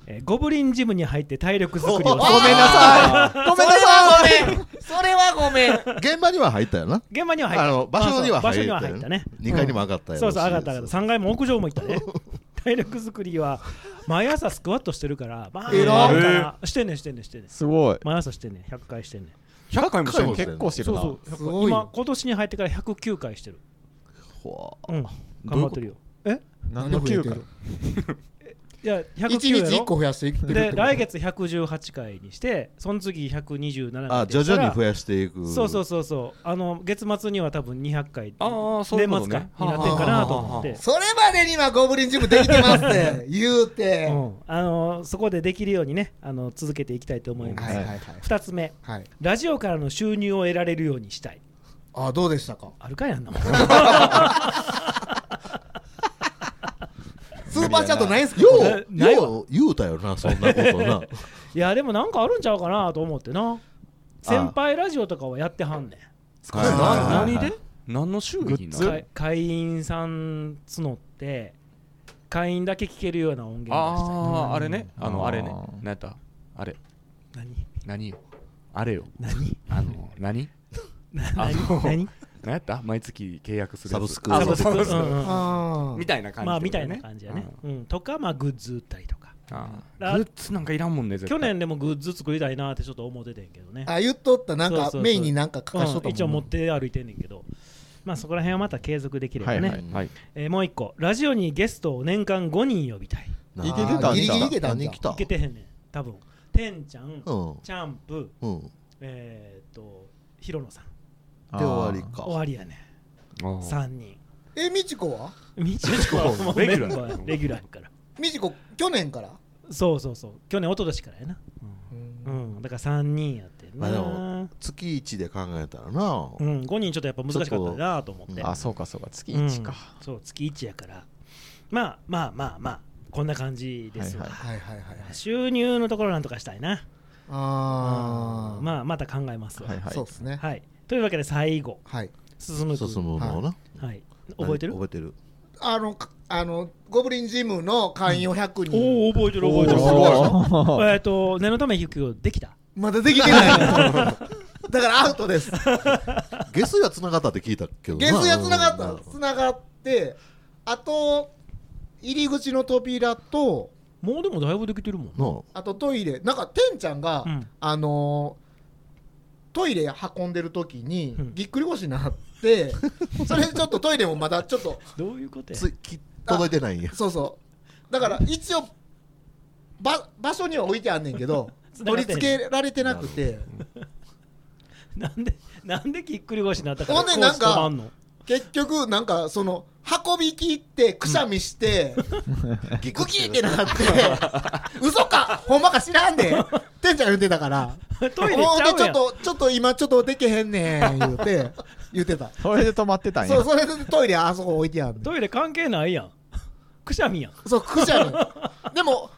A: えーゴブリンジムに入って体力作りを
B: おおごめんな
C: さ
E: いごめんなさいそれはごめんそれはごめん
B: 現場には入ったよな、
A: 現場には入った
B: あの場所には
A: あそう場所
B: 入
A: には
B: っ
A: 入ったた
B: よね
A: ね、
B: 2階にも上がったや
A: そ
B: ろ
A: う
B: し
A: そう上がった上がった3階も屋上も行ったね 体力作りは毎朝スクワットしてるからバーン
E: 偉
D: い
A: からしてんねんしてんねんしてんねん
C: すごい
A: 毎朝してんねん100回してんねん
D: 100回もしてんの
B: 100回も
C: 結構してるな
A: そう
E: すごい
A: 今今年に入ってから109回してる
B: ほわ
A: うん頑張ってるよ
C: 何の球
E: 何
C: か
E: の
A: いや
E: 1
A: 109や
E: 日1
A: ろ
E: 個増やしていってるって
A: で
E: こと
A: 来月118回にしてその次127回
B: あ徐々に増やしていく
A: そうそうそうそうあの月末には多分200回
D: ああそういうこと
A: 年末
D: ね
A: かになってんかなと思っ
D: は
A: て
E: それまでにはゴブリンジムできてま すって言うて
A: うんあのそこでできるようにねあの続けていきたいと思いま
E: はい
A: す
E: はいはい
A: 2つ目
E: はい
A: ラジオからの収入を得られるようにしたい
E: あどうでしたか
A: あるかいあんな もん
E: スーパーチャットないんすか
B: よう
A: ないわ
B: よう言うたよなそんなこ とな
A: いやでもなんかあるんちゃうかなと思ってな先輩ラジオとかはやってはんねん
B: はい
D: な
B: はい
D: 何で何の収益
C: グ
D: な
C: ッズ
A: か会員さん募って会員だけ聞けるような音源出したい
D: あああれねあの
C: あー
D: あれね何やったあれ
A: 何
D: 何よあれよ
A: 何
D: あの何あの
A: 何何
D: 何やった毎月契約するやつ
B: サブスク
A: あ
B: あ
A: サブスク
B: サ
A: うんう
B: ブスク
A: ん
E: あー
D: みたいな感じ
A: まあ
D: って
A: み
D: こ
A: た
D: とね
A: いな感じやねうんとかまあグッズ売ったりとか
D: あ
A: あ
D: ーグッズなんかいらんもんね絶
A: 去
D: 対
A: 年でもグッズ作りたいなってちょっと思っててんけどね
E: あ言っとったなん
A: そうそ
E: か
A: うそう
E: メインになんか書かしとっ
A: う
E: た
A: ん
E: もん
A: 一応持って歩いてんねんけどまあそこら辺はまた継続できればね、
C: はいはい
D: はい
A: えーもう一個ラジオにゲストを年間5人呼びたい
B: な
C: 生きてたんだ
B: あー
E: 生きてたんだ
B: 何来た
A: いけてへんねん多分てんちゃん、
B: うん
A: チャンプ
B: うんで
A: えー、っとひろのさん
C: あー
B: 終わり
A: 終
B: か
A: わりやね
D: あー
A: 3人
E: えみちこは
A: みちこはもう
D: レ
A: レ
D: ギ
A: ギ
D: ュ
A: ュ
D: ラ
A: ラ
D: ー
A: ーレギュラーやから
E: みちこ去年から
A: そうそうそう去年一昨年からやなうんだから3人やってんな、
B: まあでも月一で考えたらな
A: うん、5人ちょっとやっぱ難しかったなと思って
B: ちょっと
C: あそうかそうか月1か、
A: うんそう月1やからまあまあまあまあこんな感じですわ、
C: はい
E: はいはいはいはい
A: 収入のところなんとかしたいな、
E: あー
A: まあまた考えますわ
C: はいはい
E: そうですね
A: はいというわけで最後
E: はい
A: 進む君
B: 進むものな
A: はい、覚えてる
B: 覚えてる
E: あのかあのゴブリンジムの会員を100人、
A: おお覚えてる覚えてる
C: おー
A: えっと念のため引くよできた
E: まだできてな いだからアウトです
B: 下水はつながったって聞いたけど
E: 下水はつながった
B: うん
E: つながってあと入り口の扉と
A: もうでもだいぶできてるもん
B: の
E: あとトイレなんかてんちゃんが、
A: うん
E: あのートイレ運んでる時に、
A: うん
E: ぎっくり腰になって それでちょっとトイレもまだちょっと
A: どういうことや
B: つき届いてないんや
E: そうそうだから一応ば場所には置いてあんねんけど
A: 繋が
E: 取
A: っ
E: り
A: てん
E: 付
A: ねん
E: けられてなくて
A: なんでなんで ぎっくり腰になったから
E: ほんでなんか
A: コース止まんの
E: 結局なんかその運び切ってくしゃみして、
B: ギ
E: グキーってなって 嘘かほんまか知らんでてんちゃん言ってたから
A: トイレち
E: もう
A: ゃう
E: ちょ
A: や
E: っ
A: ん
E: とちょっと今ちょっとできへんねん言うて言ってた
C: それで止まってたんや
E: そうそれでトイレあそこ置いてある
A: トイレ関係ないやんくしゃみやん
E: そうくし ゃみでも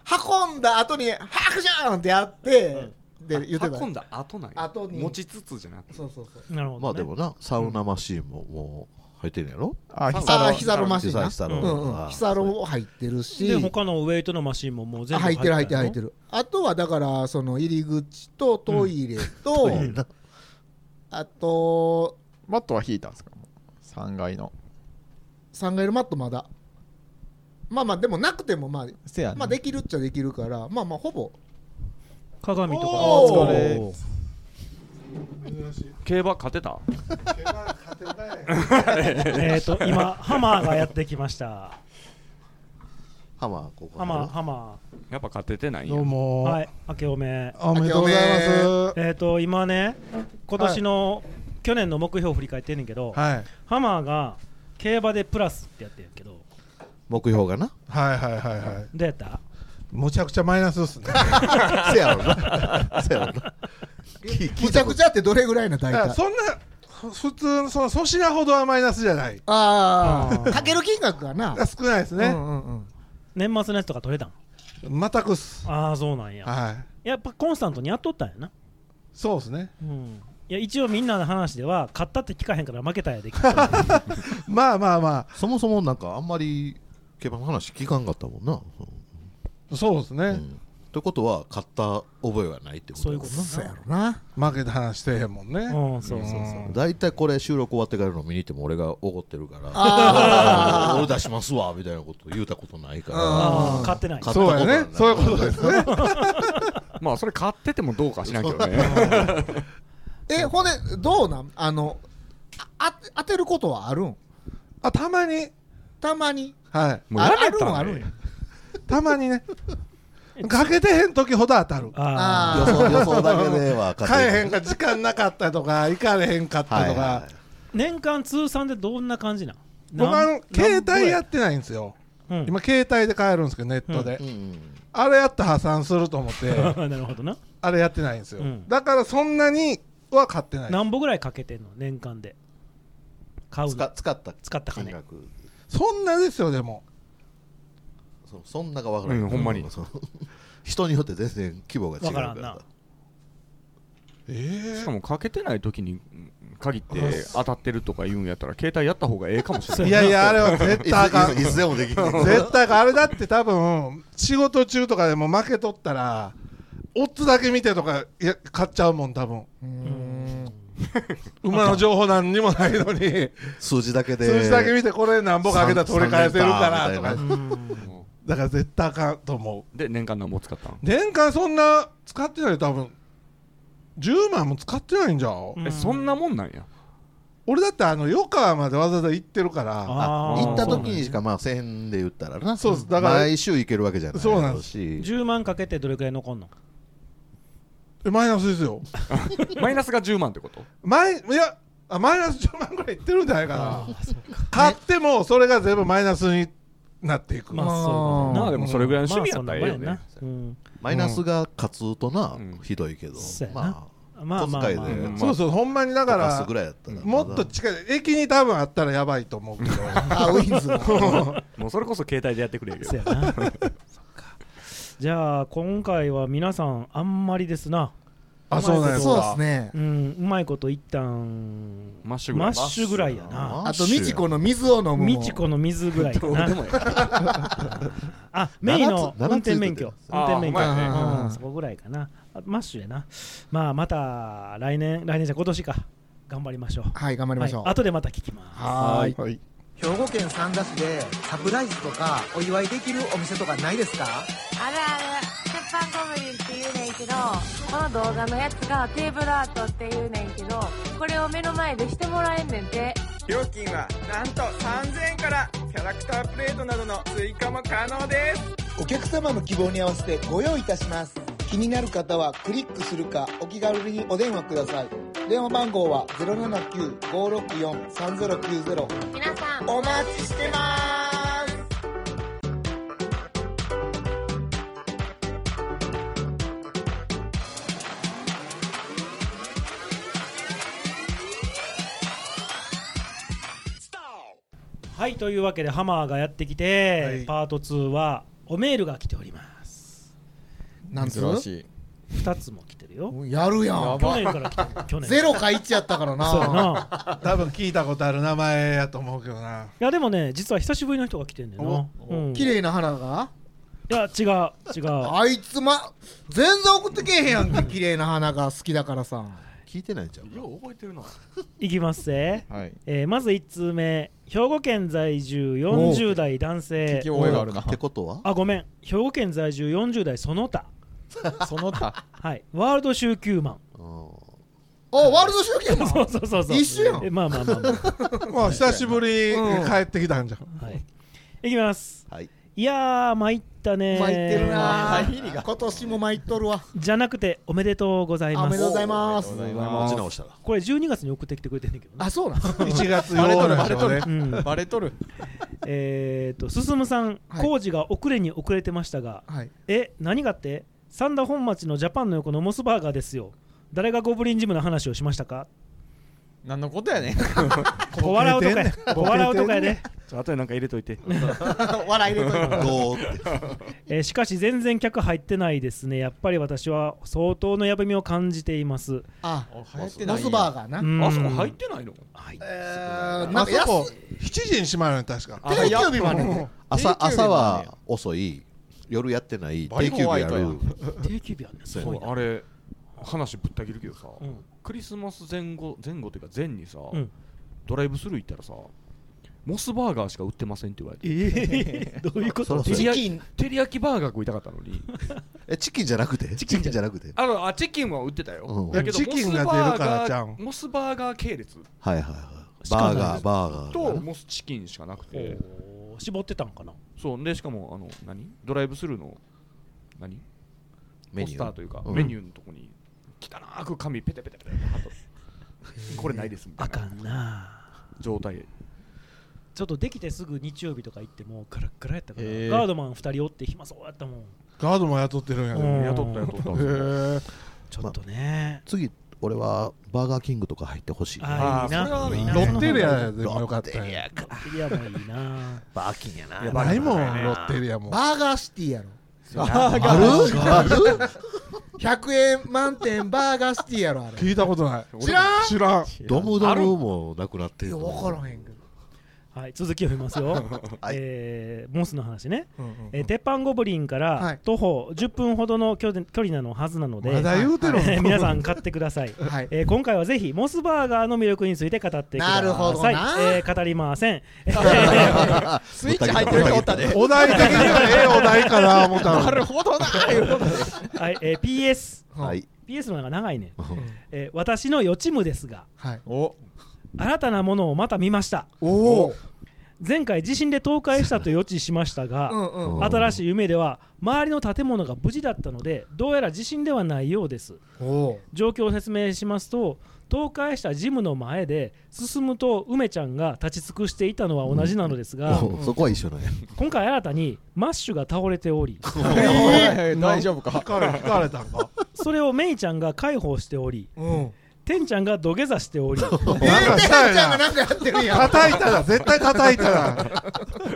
E: 運んだ後に「はあくしゃん!」ってやって、で言ってた
D: 運んだ後なんや
E: 後に
D: 持ちつつじゃなくて
E: そうそうそう
A: なるほど、ね、
B: まあでもなサウナマシーンももう入ってるやろ
C: あひ
E: あ
C: さ
E: ーヒサロマシンな
B: ヒサ
E: う
B: ロ
E: んうんヒサロも入ってるし
A: で他のウェイトのマシンももう全
E: あ
A: 部
E: 入ってる入ってる
A: た
E: 入ってるあとはだからその入り口とトイレと、
B: トイレな
E: あと
C: マットは引いたんですか3階の
E: 3階のマットまだまあまあでもなくてもまあ
C: せやね
E: まあできるっちゃできるからまあまあほぼ
A: 鏡とか
E: お
C: ーお疲れ
A: おー
D: 競馬勝てた
A: えっと今ハマーがやってきました
B: ハマーここ
A: ハマーハマ
D: やっぱ勝ててないんや
I: どうも、
A: ーはい明けおめ
I: おめでとうございま
A: えっ、と今ね今年の、去年の目標を振り返ってんねんけど、
I: す、はい、はい
A: ハマーが競馬でプラスってやってるけど
B: 目標がな
I: はいはいはい
A: どうやった
I: むちゃくちゃマイナスですね
B: せやろな せやろなき聞い
E: むちゃ
B: たこ
E: く
B: と
E: ちゃってどれぐらいの大
I: い
E: 体
I: やそんなふ普通のその粗品ほどはマイナスじゃない
E: あ
A: あ
E: あかける金額がな
I: 少ないです
E: う
I: ね
E: ん、うんうん
A: 年末のやつとか取れたん
I: 全くっす
A: ああそうなんや
I: はい
A: やっぱコンスタントにやっとったんやな
I: そうですね
A: うんいや一応みんなの話では勝ったって聞かへんから負けたやできっと
I: まあまあま
B: そもそもなんかあんまり競馬の話聞かんかったもんな
I: あそうですね、
B: うんということは買った覚えはないってこと
A: そういうこと
E: そうや
A: な
E: ろな
I: 負けた話してへんもんね、
A: うんそうそうそう
B: 大体これ収録終わってからの見に行っても俺が怒ってるから
E: あー
B: 俺出しますわみたいなこと言うたことないから
A: ああ
E: うん
A: 勝ってない
B: 勝ったこ
I: そ
B: とは
I: うや
B: ない
I: ねそういうことですね
D: まあそれ勝っててもどうかしなきゃね
E: えほんでどうなんあのああ当てることはあるん
I: あたまに
E: たまに
I: はい
D: もうやめ
E: ある
D: た
E: んはあ
D: ん
E: るん
D: で
E: や
I: たまにねかけてへん時ほど当たる
A: あ
B: 予想予想だけでは
I: 買えへん
B: ん
I: か時間なかったとか行かれへんかった
B: はい
I: とか、
B: は
A: ー年間通算でどんな感じなん
I: 僕あの携帯
A: っ
I: やってないんですよ
A: うん
I: 今携帯で買えるんですけどネットで、
B: いうん
I: あれやったら破産すると思っ て
A: なるほどな
I: あれやってないんですよ、
A: うん
I: だからそんなには買ってない
A: 何歩ぐらいかけてんの年間で買う
B: 使
A: の
B: 使った
A: 使った
B: 金
A: 金
B: 額
I: そんなですよでも
B: そそんながわからない、
D: うんほんまに
B: そう人によって全然規模が違うから
A: わからんな
I: ええ
D: しかもかけてない時にうん限って当たってるとか言うんやったら携帯やった方がええかもしれ
A: そう
I: い
D: ない
I: やいやあれは絶対あかん
B: いついついつでもできる
I: 絶対あかんあれだって多分仕事中とかでも負けとったらオッズだけ見てとかいや買っちゃうもん多分
E: うーん
I: 馬の情報なんにもないのに
B: 数字だけで
I: 数字だけ見てこれなんぼかけたら取り返せるからと
B: 三連単みたい
I: か
B: な
D: も
I: だから絶対あかんと思う
D: うで年間何も使ったん
I: 年間そんな使ってない多分10万も使ってないんじゃん、
A: うん
D: えそんなもんなんや
I: 俺だってあの余川までわざわざ行ってるから
A: あー
B: 行った時にしかまあ1000で言ったらな
I: そうですだから
B: 毎週行けるわけじゃない
I: そうなんです
B: し
A: 10万かけてどれくらい残んの
I: えマイナスですよ
D: マイナスが10万ってこと
I: マイいやあマイナス10万ぐらいいってるんじゃないかな買ってもそれが全部マイナスになっていく、
A: まあそういうこと
D: まあ
A: や
D: でもそれぐらいの
A: なまあ
D: 趣味や
A: そ
D: っ
A: ん
D: た
A: な
D: ら
A: も
D: え
A: ん
D: え
A: やな
D: よね
A: うん
B: マイナスが勝つとな、
D: うん
B: ひどいけど、
A: そうやな
B: ま
A: まあまあ
B: 小遣いで
A: まあ
I: そうそうほんまにだ
B: あ
I: か
B: 溶す
I: ら
B: ぐらいやったら
I: もっと近い駅に多分あったらやばいと思うけど
E: あウィンズの
D: もうそれこそ携帯でやってくれるよ
A: そうやなじゃあ今回は皆さんあんまりですな
I: あそうなんや
E: そうですね
A: うん、うまいこと一旦
D: マッシュぐら
A: マ
D: い
A: ッシュぐらいやな
E: あと美智子の水を飲むも
A: みちこの水ぐらいか
D: どうで
A: な
D: もいい あ
A: あメイの
B: 七つ
A: 運転免許運
D: あ
A: 転
D: ほん
A: 免
D: ま
A: 許
D: やね
E: あ
A: うんそこぐらいかなあマッシュやなまあまた来年来年じゃ今年か頑張りましょう
E: はい頑張りましょう
A: はい、後でまた聞きます
E: はーい
C: はい
J: 兵庫県三田市でサプライズとかお祝いできるお店とかないですか
H: あるある鉄板コメディって言うねんけどこの動画のやつがテーブルアートって言うねんけどこれを目の前でしてもらえんねんて
J: 料金はなんと3000円からキャラクタープレートなどの追加も可能ですお客様の希望に合わせてご用意いたします気になる方はクリックするかお気軽にお電話ください電話番号は079-564-3090
H: 皆さん
J: お待ちしてます
A: はいというわけでハマーがやってきて、
I: はい
A: パート2はおメールが来ております
E: なんつ
C: 珍しい
A: 2つも来てるよ
E: やるや
C: やば
E: ん
A: 去年から来てる去年
E: ゼロか1やったからな
A: そうやな
I: 多分聞いたことある名前やと思うけどない
A: やでもね実は久しぶりの人が来てんだよな、うん、
E: 綺麗な花が
A: いや違う違う
E: あいつま全然送ってけえへんやんけ綺麗な花が好きだからさ
B: 聞いてないんちゃう
D: よう覚えてるない
A: きますぜ、
C: はい
A: えーまず1通目兵庫県在住40代男
C: 聞
A: 性
C: き覚えがあるな
B: ってことは
A: あごめん兵庫県在住40代その他
C: その他
A: はいワールド週9万
E: あワールドシューケンマン
A: そうそうそうそう
E: 一緒やん
A: えまあまあまあまあ、
I: まあ久しぶりに帰ってきたんじゃん
A: はい、いきます
B: はい
A: いやー参ったねー
E: 巻いてるな
C: 入りが
E: ー今年も巻いとるわ
A: じゃなくておめでとうござい
E: あお
A: ま
E: めでとうご
A: す
E: ざいます
C: おめでとうござい
B: 持
C: ま
B: ち
C: す
B: 直したら
A: これ12月に送ってきてくれてんねんけどな
E: あそうなん
I: 1月8日なんでしょうね
A: うん
C: バレとる
A: えーと進さん
E: はい
A: 工事が遅れに遅れてましたが、
E: はい
A: え何がって三田本町のジャパンの横のモスバーガーですよ誰がゴブリンジムの話をしましたか
C: 何のことやねん
A: ここ笑うとか
I: ボケてんね
A: や
I: ん
A: ここ笑うとかやで、
D: あとでなんか入れといて
E: 笑い入れといた
B: どうって
A: えーしかし全然客入ってないですねやっぱり私は相当のやぶみを感じています
E: あ
C: 流行ってない
E: モスバーガーな
A: うん
D: あそこ入ってないの
A: 入って
I: え
E: なん
I: ーな
E: ん
I: か
E: か
I: や
E: 安
I: こ7時に閉まるの確か
C: あ
E: 定 休日までね
B: 朝
C: 定休日
B: 朝
C: なんや
B: は遅い夜やってない
C: バイ
B: 定
C: ク
B: 休日
C: ホワイ
B: や
C: トや
B: る
A: 定休日あんねんす
D: そ
A: ごいうな
D: あれ話ぶった切るけどさ、
A: うん
D: クリスマス前後前後っていうか前にさ、
A: うん
D: ドライブスルー行ったらさモスバーガーしか売ってませんって言われて
A: えーどういうこ
B: そろ
A: と
B: そろ
D: チ
E: チキン
D: 照り焼きバーガー食いたかったのに
B: えチキンじゃなくてチキンじゃなくて
D: あのあチキンは売ってたよ、
B: うん
D: だけど
I: チキンが出るからちゃう
D: モスバーガ
I: ん
D: ーモスバーガー系列
B: はいはいはい
A: しか
B: バ
A: も
B: ーガーバーガー
D: とモスチキンしかなくて、
A: おー絞ってたんかな
D: そうでしかもあの何ドライブスルーの何
B: メ
D: ポ
B: ニ
D: ス
B: ュ
D: タ
B: ー
D: ーというか、
B: うん
D: メニューのとこに汚く紙ペタペタペタペタ貼っとってこれないですみた
A: あ
D: い
A: か
D: なん
A: な
D: 状態
A: ちょっとできてすぐ日曜日とか行ってもうガラッガラやったから
C: へー
A: ガードマン2人おって暇そうやったもん
I: ガードも雇ってるんや
A: う
I: ね
A: ん
D: 雇った雇った
A: ちょっとね
B: 次俺はバーガーキングとか入ってほしい
A: あーいいな
D: あーそれはいい
A: な
I: ロッテリアでもよかったんや
A: ロッテリアもいいな
B: バーキンやない
I: やないもんロッテリアも
E: バーガーシティやろ
B: あるある
E: 100円満点バーガーシティやろあれ
I: 聞いたことない
E: 知らん
I: 知らん
B: ドムドムもなくなって
E: い
B: る
E: や分からへんけど
A: はい続きを読みますよ、
B: はい
A: えーモスの話ね、
I: うんうん
A: えー鉄板ゴブリンか
E: は
A: ら
E: い
A: 徒歩10分ほどの距離距離なのはずなので、
I: まだ言うて る
A: 皆さん買ってくださ い、
E: はい
A: えー今回はぜひモスバーガーの魅力について語ってください
E: なるほどな
A: えー語りませ ん
C: スイッチ入ってる人おったで
I: お題的にはええお題かな思ったの
C: なるほどないうことで
A: はい、えー PS
B: はい
A: PS の方が長いね、えー私の予知夢ですが
E: はい
C: お
A: 新たなものをまた見ました
E: おお
A: 前回地震で倒壊したと予知しましたが、
E: うんうん
B: うん
A: 新しい夢では周りの建物が無事だったのでどうやら地震ではないようです
E: おお
A: 状況を説明しますと倒壊したジムの前で進むと梅ちゃんが立ち尽くしていたのは同じなのですが、
B: おそこは一緒なんや
A: 今回新たにマッシュが倒れており
C: えー大丈夫か
I: 聞かれ聞かれたんか
A: それをメイちゃんが介抱しており
E: うん
A: てんちゃんが土下座しており
I: なんかしたやんてんちゃんがなんかやってるやん叩いたら絶対叩いたら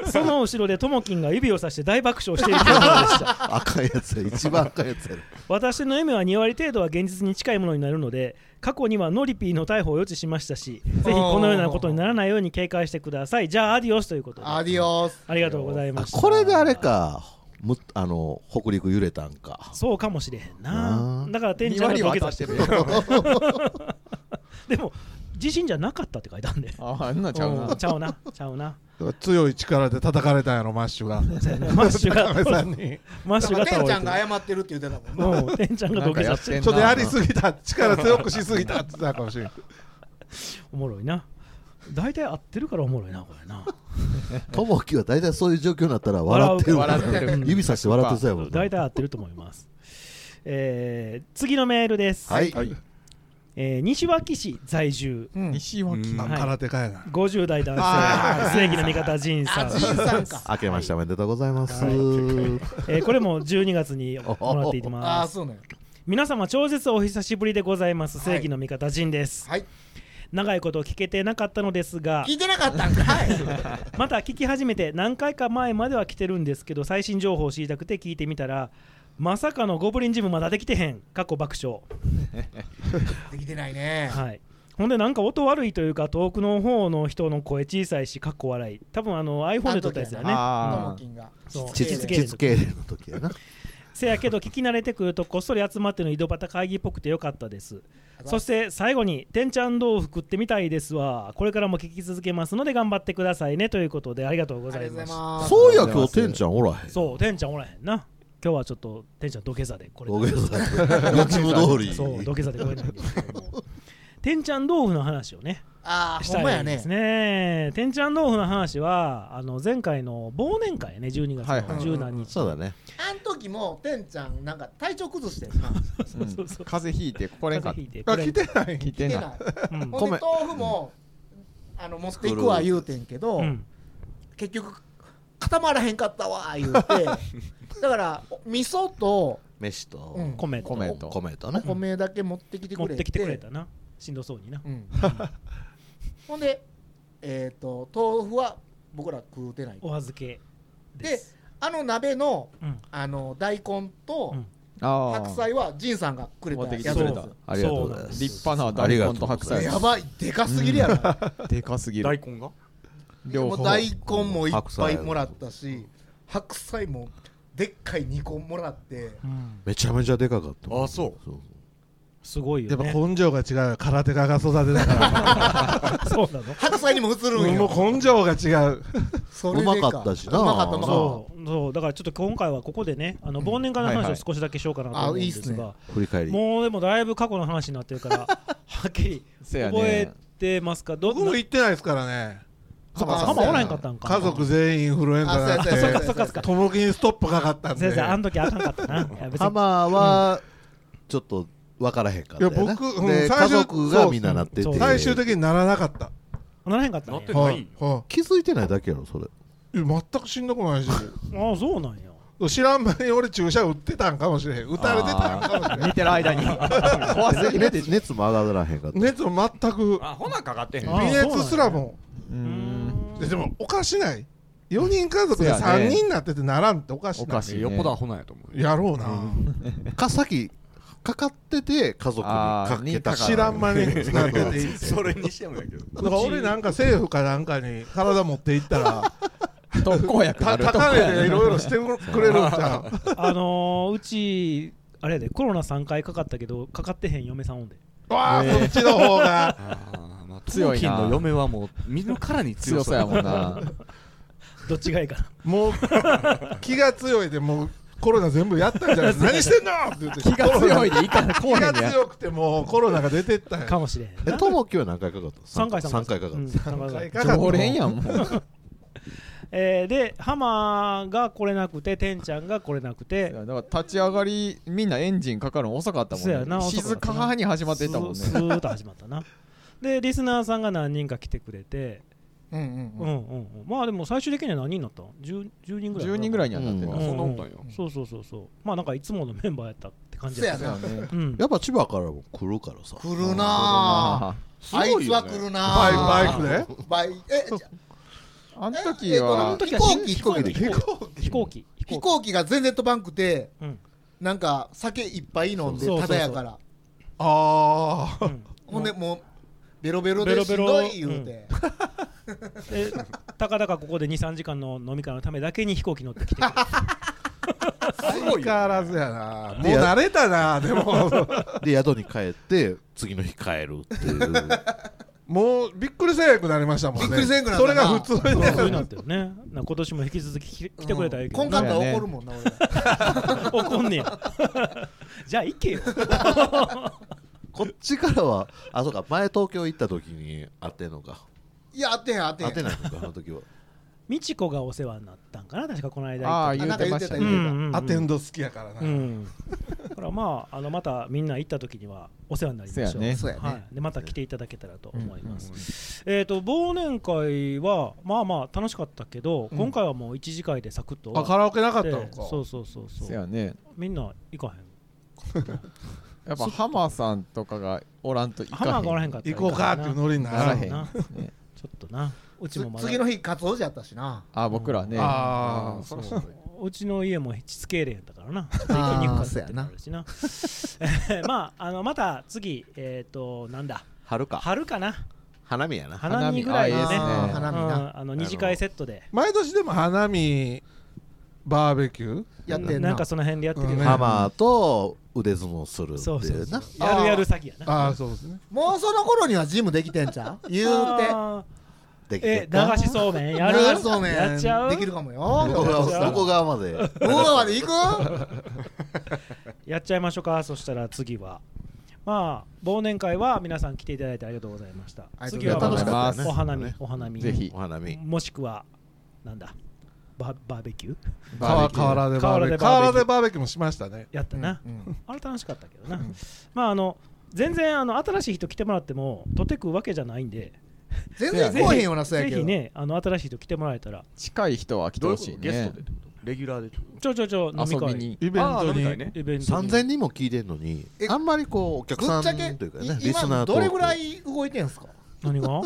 A: その後ろでともきんが指をさして大爆笑しているところでした
B: 赤いやつや一番赤いやつやろ
A: 私の夢は2割程度は現実に近いものになるので過去にはノリピーの逮捕を予知しましたしぜひこのようなことにならないように警戒してくださいじゃあアディオスということで
E: アディオス
A: ありがとうございました
B: これであれかむあの北陸揺れたんか
A: そうかもしれへん
B: あ
A: な
B: ー
A: だから天ちゃんが土下座してるやん
B: 二割は
A: でも地震じゃなかったって書いてあるんで
C: ああんな
I: ちゃうな
A: うんちゃうなちゃうな
I: 強い力で叩かれたんやろマッシュが
A: そうやな マッシュが
I: 高部さんに
A: マッシュが
E: て
A: 倒
E: んち
A: れ
E: ゃ
A: て
E: ん
A: る
E: が謝ってるって言ってたもんな
A: うんてんちゃんが土下座してる
I: ちょっとやりすぎた力強くしすぎたって言ってたかもしれん
A: おもろいな大体合ってるからおもろいなこれな
B: ともきは大体そういう状況になったら笑ってる
A: 笑う笑ってる
B: 指さして笑ってそうやもんな
A: 大体合ってると思います、えー次のメールです、
B: はい
A: えー西脇市在住、
C: 西脇
I: あ
A: はい
I: 空手家やな
A: 50代男
I: あ
A: 性正義の味方仁さん
B: 明けましておめでとうございます、
A: えーこれも12月にもらっています
E: ああそうなんや
A: 皆様超絶お久しぶりでございます正義の味方仁です、
E: はい
A: 長いこと聞けてなかったのですが
E: 聞いてなかったんかい
A: また聞き始めて何回か前までは来てるんですけど最新情報を知りたくて聞いてみたらまさかのゴブリンジムまだできてへん過去爆笑
E: できてないね
A: はい、ほんでなんか音悪いというか遠くの方の人の声小さいしかっこ笑い多分あの iPhone で撮ったやつだね
E: と
C: あ
E: もきんが
A: そう
B: ちつちつけれの時やな
A: せやけど聞き慣れてくるとこっそり集まっての井戸端会議っぽくてよかったですそして最後に「てんちゃん豆腐食ってみたいですわこれからも聞き続けますので頑張ってくださいね」ということでありがとうご
E: あ
A: ざ
E: り
A: い
E: がとうござ
A: ます
E: います
B: そういや今日てんちゃんおらへん
A: そうてんちゃんおらへんな今日はちょっとてんちゃん土下座でこれ
B: 土下座で予知も通り
A: そう土下座でこれなんですけどもてんちゃん豆腐の話をね
E: ああ
A: し
E: ほん
A: た
E: ま
A: らい
E: や
A: いで
E: ね
A: すね。てんちゃん豆腐の話はあの前回の忘年会ね12月
C: はい
A: の
C: はい
A: 十何日、
B: そうだね
E: あん時もてんちゃんなんか体調崩してるな
C: あうん
A: そうそう
C: 風邪ひいてこれんか
A: 風
C: っ
A: 邪ひいて
I: あ来てな
C: 聞
I: い
C: いて
E: 来て
C: ない
E: ない
A: うん
E: ほん
B: 米
E: で豆腐もあの持っていくわ言うてんけど
A: うん
E: 結局固まらへんかった わ言うてだからお味噌と
B: 飯と、
E: うん
A: 米と
C: 米と
B: 米と
E: お
B: ね
E: 米だけ持ってきて
A: 持っ
E: くれ
A: てきてくれたなしんどそうにな
E: うんほんでえっと豆腐は僕ら食うてない
A: お預けです
E: あの鍋の
A: うん
E: あの大根と
A: うん
C: あ
E: 白菜は仁さんがくれた
C: 持ってきて
E: やつ
C: くれ
E: で
C: た
E: す
B: ありがとうございます
C: 立派な大根と白
E: え
C: 菜
E: やばいでかすぎるや ろ
C: でかすぎる
D: 大根が
C: 両
E: も
C: 方
E: う大根もいっぱいもらったし白菜もでっかい2個もらって
A: うん
B: めちゃめちゃでかかった
D: あそう
B: そう
A: すごい
I: や
A: よ
I: っぱ
A: ね
I: 根性が違うよ空手家が育てたか
A: そうなの
E: 白菜にも映るん
I: らも
E: よ
I: う根性が違う
E: それで
B: うまかったしな
E: うまかったうまかっ
A: そうそうだからちょっと今回はここでねあの忘年会の
C: はい
A: 話
C: は
A: を
C: い
A: 少しだけしようかなと思うんですが、
E: あいいっすね
B: 振り返り
A: もうでもだいぶ過去の話になってるからはっきり
C: せやね
A: 覚えてますかど
I: 僕も行ってないですからね
A: そうか
E: あ
A: 浜おらへんかったんか
I: 家族全員インフルエンザに
E: あそうやそうや
I: な
E: そうやそ
I: っ
E: う
A: や
I: てともきにストップかかったんで
A: 先生あの
I: い
A: 時あかんかったないや別に
B: 浜はちょっと分からへんかった
I: や
B: よね
I: 僕うん
B: で
I: 最
B: 家
I: 初
B: 族がみんななって
A: そう
B: て
I: 最終的にならなかった
A: ならへんかったんや
D: なってない
I: はいは
B: 気づいてないだけやろそれ
I: いえ全くしんどくないし
A: ああそうなんや
I: 知らん間に俺注射打ってたんかもしれへん打たれてたんかもしれへん
C: 見てる間に怖すぎるで
B: 熱熱も上がらへんかった
I: 熱も全く
D: あほなかかってへん
A: あ
I: 微熱すらも
C: うー
A: うー
C: ん
A: ん
I: ででもおかしない4人家族で
C: そうやね
I: 3人になっててならんっておかし
C: お
I: な
C: か
I: い
C: しいね
D: よっぽどアホなんやと思う
I: やろうな
B: かさっきかかってて家族にかけた
C: あー
B: から
I: 知らん間になってて
D: それにしてもやけど
I: だから俺なんか政府かなんかに体持っていったら
C: 特効薬
I: た
C: ある特
I: 高
C: 効
I: 値でい
C: 薬
I: ろいろしてくれるんちゃう
A: あのー、うちあれやでコロナ3回かかったけどかかってへん嫁さんおんで
I: わあこっちの方が
D: あーまあ
C: 強いな
D: トモキンの嫁はもう見るからに強
C: 強
D: そ
C: そううやもんな
A: どっちがいいかな
I: もう気が強いでもうコロナ全部やったんじゃない 何してんのって言って
C: 気が強いでいいからこうへ
I: 気
C: んね
I: が
C: や
I: 強くてもうコロナが出てったんや
A: かもしれへん
B: え
A: な
B: ともきは何回かかった
A: 3回
B: 三回かか
A: う
B: っ
A: ん
B: た
A: 三
I: 三
A: 回
I: 回
A: かかっ
I: かかった
C: 常連やんもう
A: たえーでハマが来れなくててんちゃんが来れなく
C: い
A: て
C: やだから立ち上がりみんなエンジンかかるの遅かったもん
A: そうやな
C: ね
A: 遅か
C: 静
A: ったな
C: かに始まっていったもんね
A: スースーッと始まったなでリスナーさんが何人か来てくれて
E: うんう
A: う
E: ん
A: んうんまあでも最終的には何人になった 10, 10人ぐらい
C: 10人ぐらいにはなってる
A: る
C: なそんなおったんや
A: そうそうそうそうまあなんかいつものメンバーやったって感じった
E: そうやな
A: うん
B: やっぱ千葉からも来るからさ
E: 来るなあ
B: すご
E: あ
B: いよ
E: い
B: ね
E: つは来るな
B: バイバイ
E: ね
B: ク
E: バイえじゃ
C: あの
E: 時
C: は
E: 飛行機飛
A: 飛行
E: 行機
A: 機飛行機
E: 飛行機が全然飛ばんくて
A: うん
E: なんか酒いっぱい飲んで
A: そうそう
E: ただやから
I: あ
E: あほんでもうベロベロ
A: ベ
E: で
A: ロ
E: し
A: ベ
E: ん
A: ロ
E: どい 言うて
A: でたかだかここで23時間の飲み会のためだけに飛行機乗ってきてくる
I: 相変わらずやなもう慣れたなでも
B: で宿に帰って次の日帰るっていう
I: もうびっくりせえくなりましたもんね
A: びっくりせえ
E: くなったな
I: それが普通
A: そう
I: に
A: そうなってるねな今年も引き続きき来てくれたらいいけど
E: こんかったら怒るもんな
A: 俺 怒んね やじゃあ行けよ
B: こっちからはあそうか前東京行った時に会ってんのか
E: いやあってへんあってへん
B: 会ってないのかあの時は
A: 美智子がお世話になったんかな確かこの間
I: ああ
A: 行った時
I: 言うてましたね
A: うんうんうん
I: アテンド好きやからな
A: うんだからまああのまたみんな行った時にはお世話になりましょう
C: そうやねそうやね
A: はい、でまた来ていただけたらと思います、えっ、と忘年会はまあまあ楽しかったけど、
C: うん
A: 今回はもう一次会でサクッと終わ
C: あカラオケなかったのか
A: でそうそうそうそう
C: せ やね
A: みんな行かへん
C: やっぱハマさんとかがおらんと行かへん
A: 浜がおらへんかったら
C: らへん
A: ちょっ
C: ですね
A: となうちもまだ
E: 次の日活動時やったしな
C: あ僕らね
A: あ
C: うん
A: あそううちの家も質経連やったからなちょっと行きにく
E: あ
A: か
E: あ
A: った
E: そう
A: っ
E: や
A: てのも
E: な
A: あるしなえー まああのまた次えっ、となんだ
B: 春か
A: 春かな
B: 花見やな
A: 花見ぐらいでね
I: あいいですね
A: うん
I: 花見な
A: あの二次会セットで
I: 毎年でも花見バーベキュー
A: やってんななんかその辺でやってるよね
B: ハマーと腕相撲するっていうな
A: そうそうそうやるやる詐欺やな
I: ああそうですね
E: もうその頃にはジムできてんちゃう言うて
A: あ
B: でき
A: え
B: て
A: 流しそうめんやる
E: 流しそうめん
A: やっちゃう
E: できるかもよ
B: どこ側どこ側まで
E: どこ側まで行く
A: やっちゃいましょうかそしたら次はまあ忘年会は皆さん来ていただいてありがとうございました
B: あり
A: 次
B: が
A: は
B: とうございます
A: またお花見
B: 楽し
A: お
B: かった
A: 花
B: ですね
A: 見
B: ぜひお花見
A: もしくはなんだババーベキュー
I: 川河原でバーベキュー河原でバーベキューもしましたね
A: やったな、あれ楽しかったけどな、 まああの全然あの新しい人来てもらっても取ってくわけじゃないんで
E: 全然来おへんようなそうやけ ど
A: ぜひねあの新しい人来てもらえた ら
C: 近い人は来てほしいね
A: どういうことゲストで
B: レギュラーで
A: ちょちょちょ飲み会イベントに
B: 3000人も聞いてんのにあんまりこうお客さんというかね
E: い
B: リスナ
E: 今
B: ーと
E: どれぐらい動いてんすか
A: 何が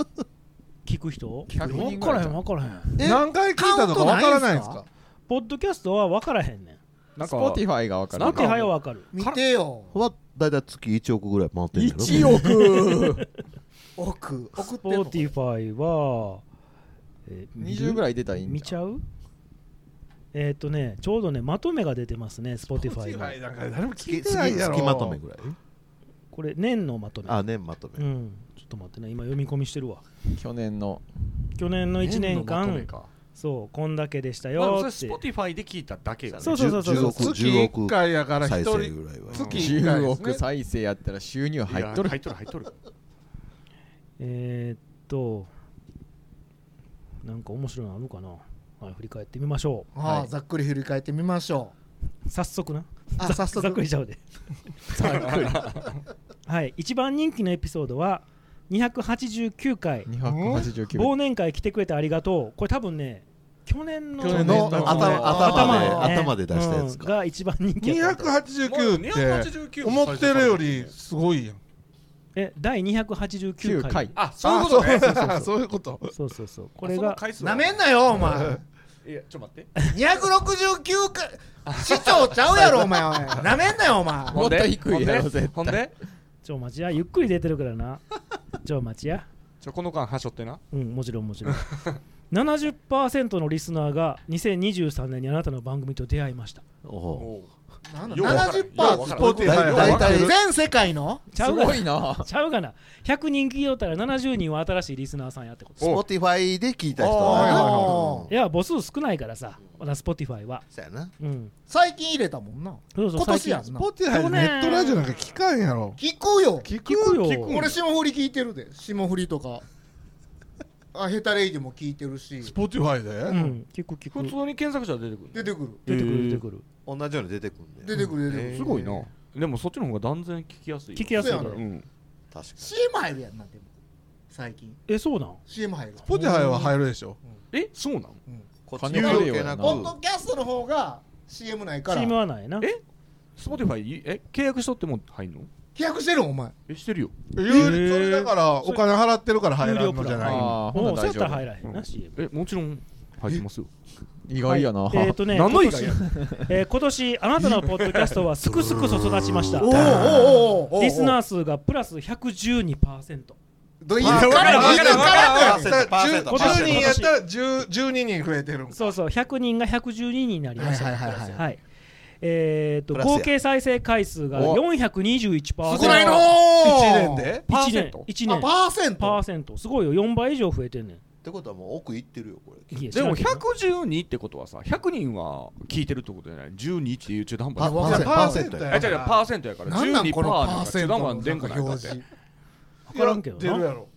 A: 聞く人
E: 100人
A: 分
E: ぐ
A: かららへ
E: いじ
A: ん
E: ゃん
A: 分からへん
E: え何回聞いたのか分からないんすかカウントないんすか
A: ポッドキャストは分からへんねん
C: なんか Spotify が分かる
A: Spotify は分かる
E: 見てよ
B: はだいたい月1億ぐらい回ってる
A: 1億
E: 億送ってんの
A: Spotify は、えー
C: 20ぐらい出たらいいん
A: 見ちゃうえーっ、とねちょうどねまとめが出てますね Spotify の
I: Spotify なんか誰も聞いてないやろ
B: 月月まとめぐらい
A: これ年のまとめ
B: あ年まとめ
A: うん、ちょっと待ってね今読み込みしてるわ
C: 去年の
A: 去年の1年
C: 年のまと
A: 間
C: めか
A: そうこんだけでした
K: ま
A: よ
K: あ
A: っ
K: そ
A: て
K: れ Spotify で聞いただけがね
A: そうそうそうそう
C: 10億
I: 月
C: 10億
I: 1回やから1
C: 再
I: 人
C: 生ぐらいは
I: 月1回
C: 10
I: ですね
C: 億再生やったら収入入っとる
A: いや入っとる入っとるえーっとなんか面白いのあるのかな、はい、振り返ってみましょう
E: ああざっくり振り返ってみましょ
A: う早速な
E: あ
A: ざ
E: 早速
A: ざっくりちゃうで
E: ざっくり
A: はい一番人気のエピソードは289回
C: 289
A: 忘年会来てくれてありがとうこれ多分ね去年の
B: 去年の頭頭で
A: ね
B: 頭で出したやつか
A: うんが一番人気やった
I: 289って思ってるよりすごいやん
A: え第289回
I: あそういうことね
A: あ
I: そういうこと
A: そうそうそうこれが
E: なめんなよお前
K: いやちょっと待って
E: う269回市長ちゃうやろお前なめんなよお前
A: もっと低いやろ
K: ほんで
A: 絶対
K: ほんで
A: ちょ待ちやゆっくり出てるからなちょ待ちや
K: ちょこの間はしょってな
A: うんもちろんもちろん 70%のリスナーが2023年にあなたの番組と出会いました
B: お
E: なんだ
A: ようわからんようわからん
E: 70%って大体全世界の
A: ちゃうが
E: すごいな
A: ちゃうがな100人聞いとったら70人は新しいリスナーさんやってこと
B: スポティファイで聞いた人
A: おい
B: だ
A: や母数少ないからさまだ Spotify は
B: そうやな
A: うん
E: 最近入れたもんな
A: そうそう
E: 今年やんな
A: 最近 Spotify でネットラジオなんか聞
I: かんやろ
E: 聞くよ
I: 聞
A: くよ聞くよ
E: 俺霜降り聞いてるで霜降りとかあヘタレイジも聞いてるし
I: Spotify で
A: うん聞く聞
K: 普通に検索したら出てくる
E: 出てくる
B: 出てくる出て
A: くる
B: 同じように出てくるんだよ
E: 出てくる出てくる
K: すごいなでもそっちの方が断然聞きやすい
E: 聞きやすいだろ
K: うん
B: 確かに
E: CM 入るやんなでも最近
A: えそうなん
E: CM 入るわ
I: ポテハイは入るでしょ
D: えそうなん
B: こ
I: っちの関係なく
E: ポッドキャストの方が CM ないから
D: CM
A: はないな
D: えスポティファイえ契約しとっても入んの
E: 契約してるんお前
D: えしてるよ
I: 有料それだからお金払ってるから入らんのじゃない
D: あー
A: もう
D: ほな
A: そうやっ
D: 大丈夫
A: たら入らへんな CM
D: えもちろん入ってますよ
C: 意
A: はいえっ、とね、
D: 何の意
A: 今
D: 外
A: 年
D: や
A: えー今年あなたのポッドキャストはすくすくと育ちました。
D: おーおーおーお ー
A: リスナー数がプラス112%。
I: どういやわからんわからんわからんだから10 10人やったら10 12人増えてる
A: そうそう100人が112人になりました
I: はいはいはいはい
A: はいえー、と
I: プラスや
A: 合計再生回数が
I: お
A: 421%
I: 少ないのー
B: 一年でパー
A: 1
B: セ
A: 年
B: ント
A: 一年
B: あパーセント
A: パーセントすごいよ4倍以上増えてんねん
B: てことはもう奥行ってるよこれ
A: いや
D: でも
A: 知らん
D: 112ってことはさ100人は聞いてるってことじゃない12っていう中途半端
B: パ
D: な
B: パーセントや
D: あ違う違うパーセントやから
B: なんなん
D: 12
B: この
D: パー
B: パーセ
D: 中
B: ント
D: 途
B: の
D: 半端に出んくないだって
B: なんか
A: 分からんけどな
D: 出るやろ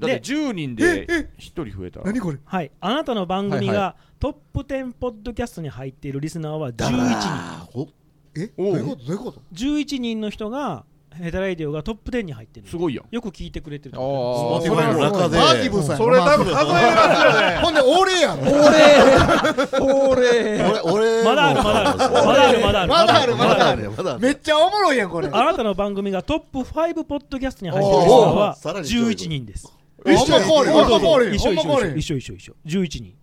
D: だって10人で1人増えたら
A: れはいあなたの番組
D: はい
A: が
D: は
A: トップ10ポッドキャストに入っているリスナーは11人
E: え
A: どういう
E: こと
A: どういうこと11人の人がヘタレイディオがトップ10に入ってるすご
D: いよ
A: よく聞いてくれてるって
E: あ
A: こ
E: ー
A: と
E: Spotify の中でアーティブさんやなそれ多分数えますよねほんで俺やろ俺俺俺
A: まだあるまだあるまだあるまだある
E: まだあるまだある
A: まだある
E: めっちゃおもろいやんこれ
A: あなたの番組がトップ5ポッドキャストに入っている人は11人です。
E: おーさらに上位ほんま変われへん
A: 一緒
E: ほんま変われへん
A: 一緒一緒一緒一緒11人。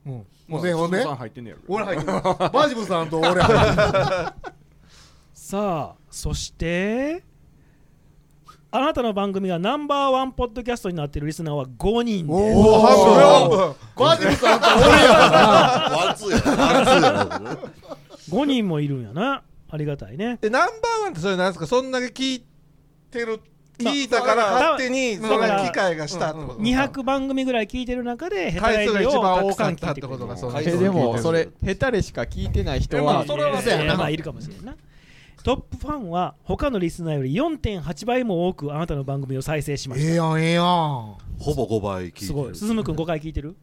E: ほんでほん
A: 鈴
E: で
A: 木さん入ってんねやろ
E: 俺入ってるバジブさんと俺入ってる
A: さあそしてあなたの番組がナンバーワンポッドキャストになっているリスナーは5人です。
E: おー半分半分バジルさんと俺や
B: ワンツーやワンツーや
A: 5人もいるんやな。ありがたいね。
I: えナンバーワンってそれなんですかそんだけ聞いてる聞いたから
A: まあ
I: 勝手に
A: だ
I: そ
A: か
I: れ
A: ら
I: 機会がしたってこと
A: 200番組ぐらい聞いてる中でヘタ
I: 回
A: レイ
I: 数が
A: ディ
I: 一
A: オ
I: 番
A: を
I: 多
A: たくさ
I: か
A: ん
I: っ
A: 聞
I: た
A: い
I: って
A: く
I: てこ
A: れて
I: と
A: る
I: が
C: えでもそれヘタレしか聞いてない人は
A: えーまあいるかもしれんなトップファンは他のリスナーより4.8倍も多くあなたの番組を再生しました
E: ええやんええやん
B: ほぼ5倍聞いてる
A: すごい進君5回聞いてる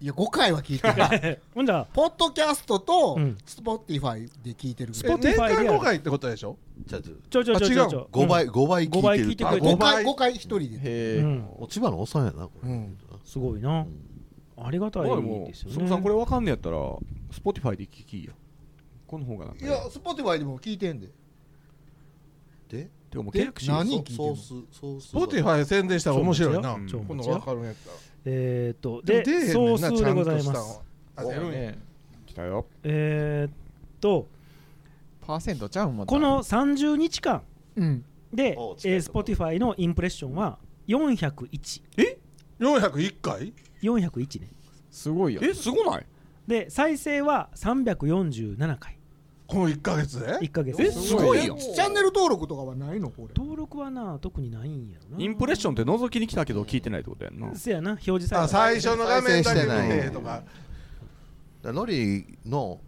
E: いや5回は聞いてる
A: ほんじゃ
E: ポッドキャストと
A: うん
E: スポティファイで聞いてる
I: え年間5回ってことでしょ
B: ちょちょ
A: ちょちょちょちょちょ
B: 5倍
A: うん
B: 5倍
A: 五倍
B: 聞
A: 聞
B: い
A: い
B: て
A: て
B: る
A: くれて
E: 5
A: る
E: 回5回1人で
C: へ
A: うん
B: 千葉のおっさんやなこれ
A: すごいなありがたい
D: まあでも
A: ですよ
D: 鈴木さん
A: ね
D: これわかんねやったら Spotify で聞きやこの方がなんか
E: いやスポティファイでも聞いてんで
B: で
D: てかもう
E: で
D: 契約してる
E: 何聞いてんの
I: スポティファイ宣伝したら面白いな
A: そう
I: 今
A: なんです
I: 度
A: よ
I: 分かるんやったら
A: えーっと
I: でも出
A: で
I: えへんねん
A: 総
I: な
A: 数でございます
I: ちゃんとしたのあ出るんや
D: 来たよ
A: えーっと
C: パーセントちゃうもん
A: この30日間
C: うん
A: でえー Spotify のインプレッションは401え
I: 401回
A: ?401 ね
C: すごい
A: よ
D: えすごない
A: で再生は347回
I: この1か月で
A: 1ヶ月
E: チャンネル登録とかはないのこれ
A: 登録はな特にないんやろ
D: インプレッションって覗きに来たけど聞いてないってことやんな
A: せやな表示され
I: あ
A: た
I: 最初の画面だけ見てとか
B: だノリの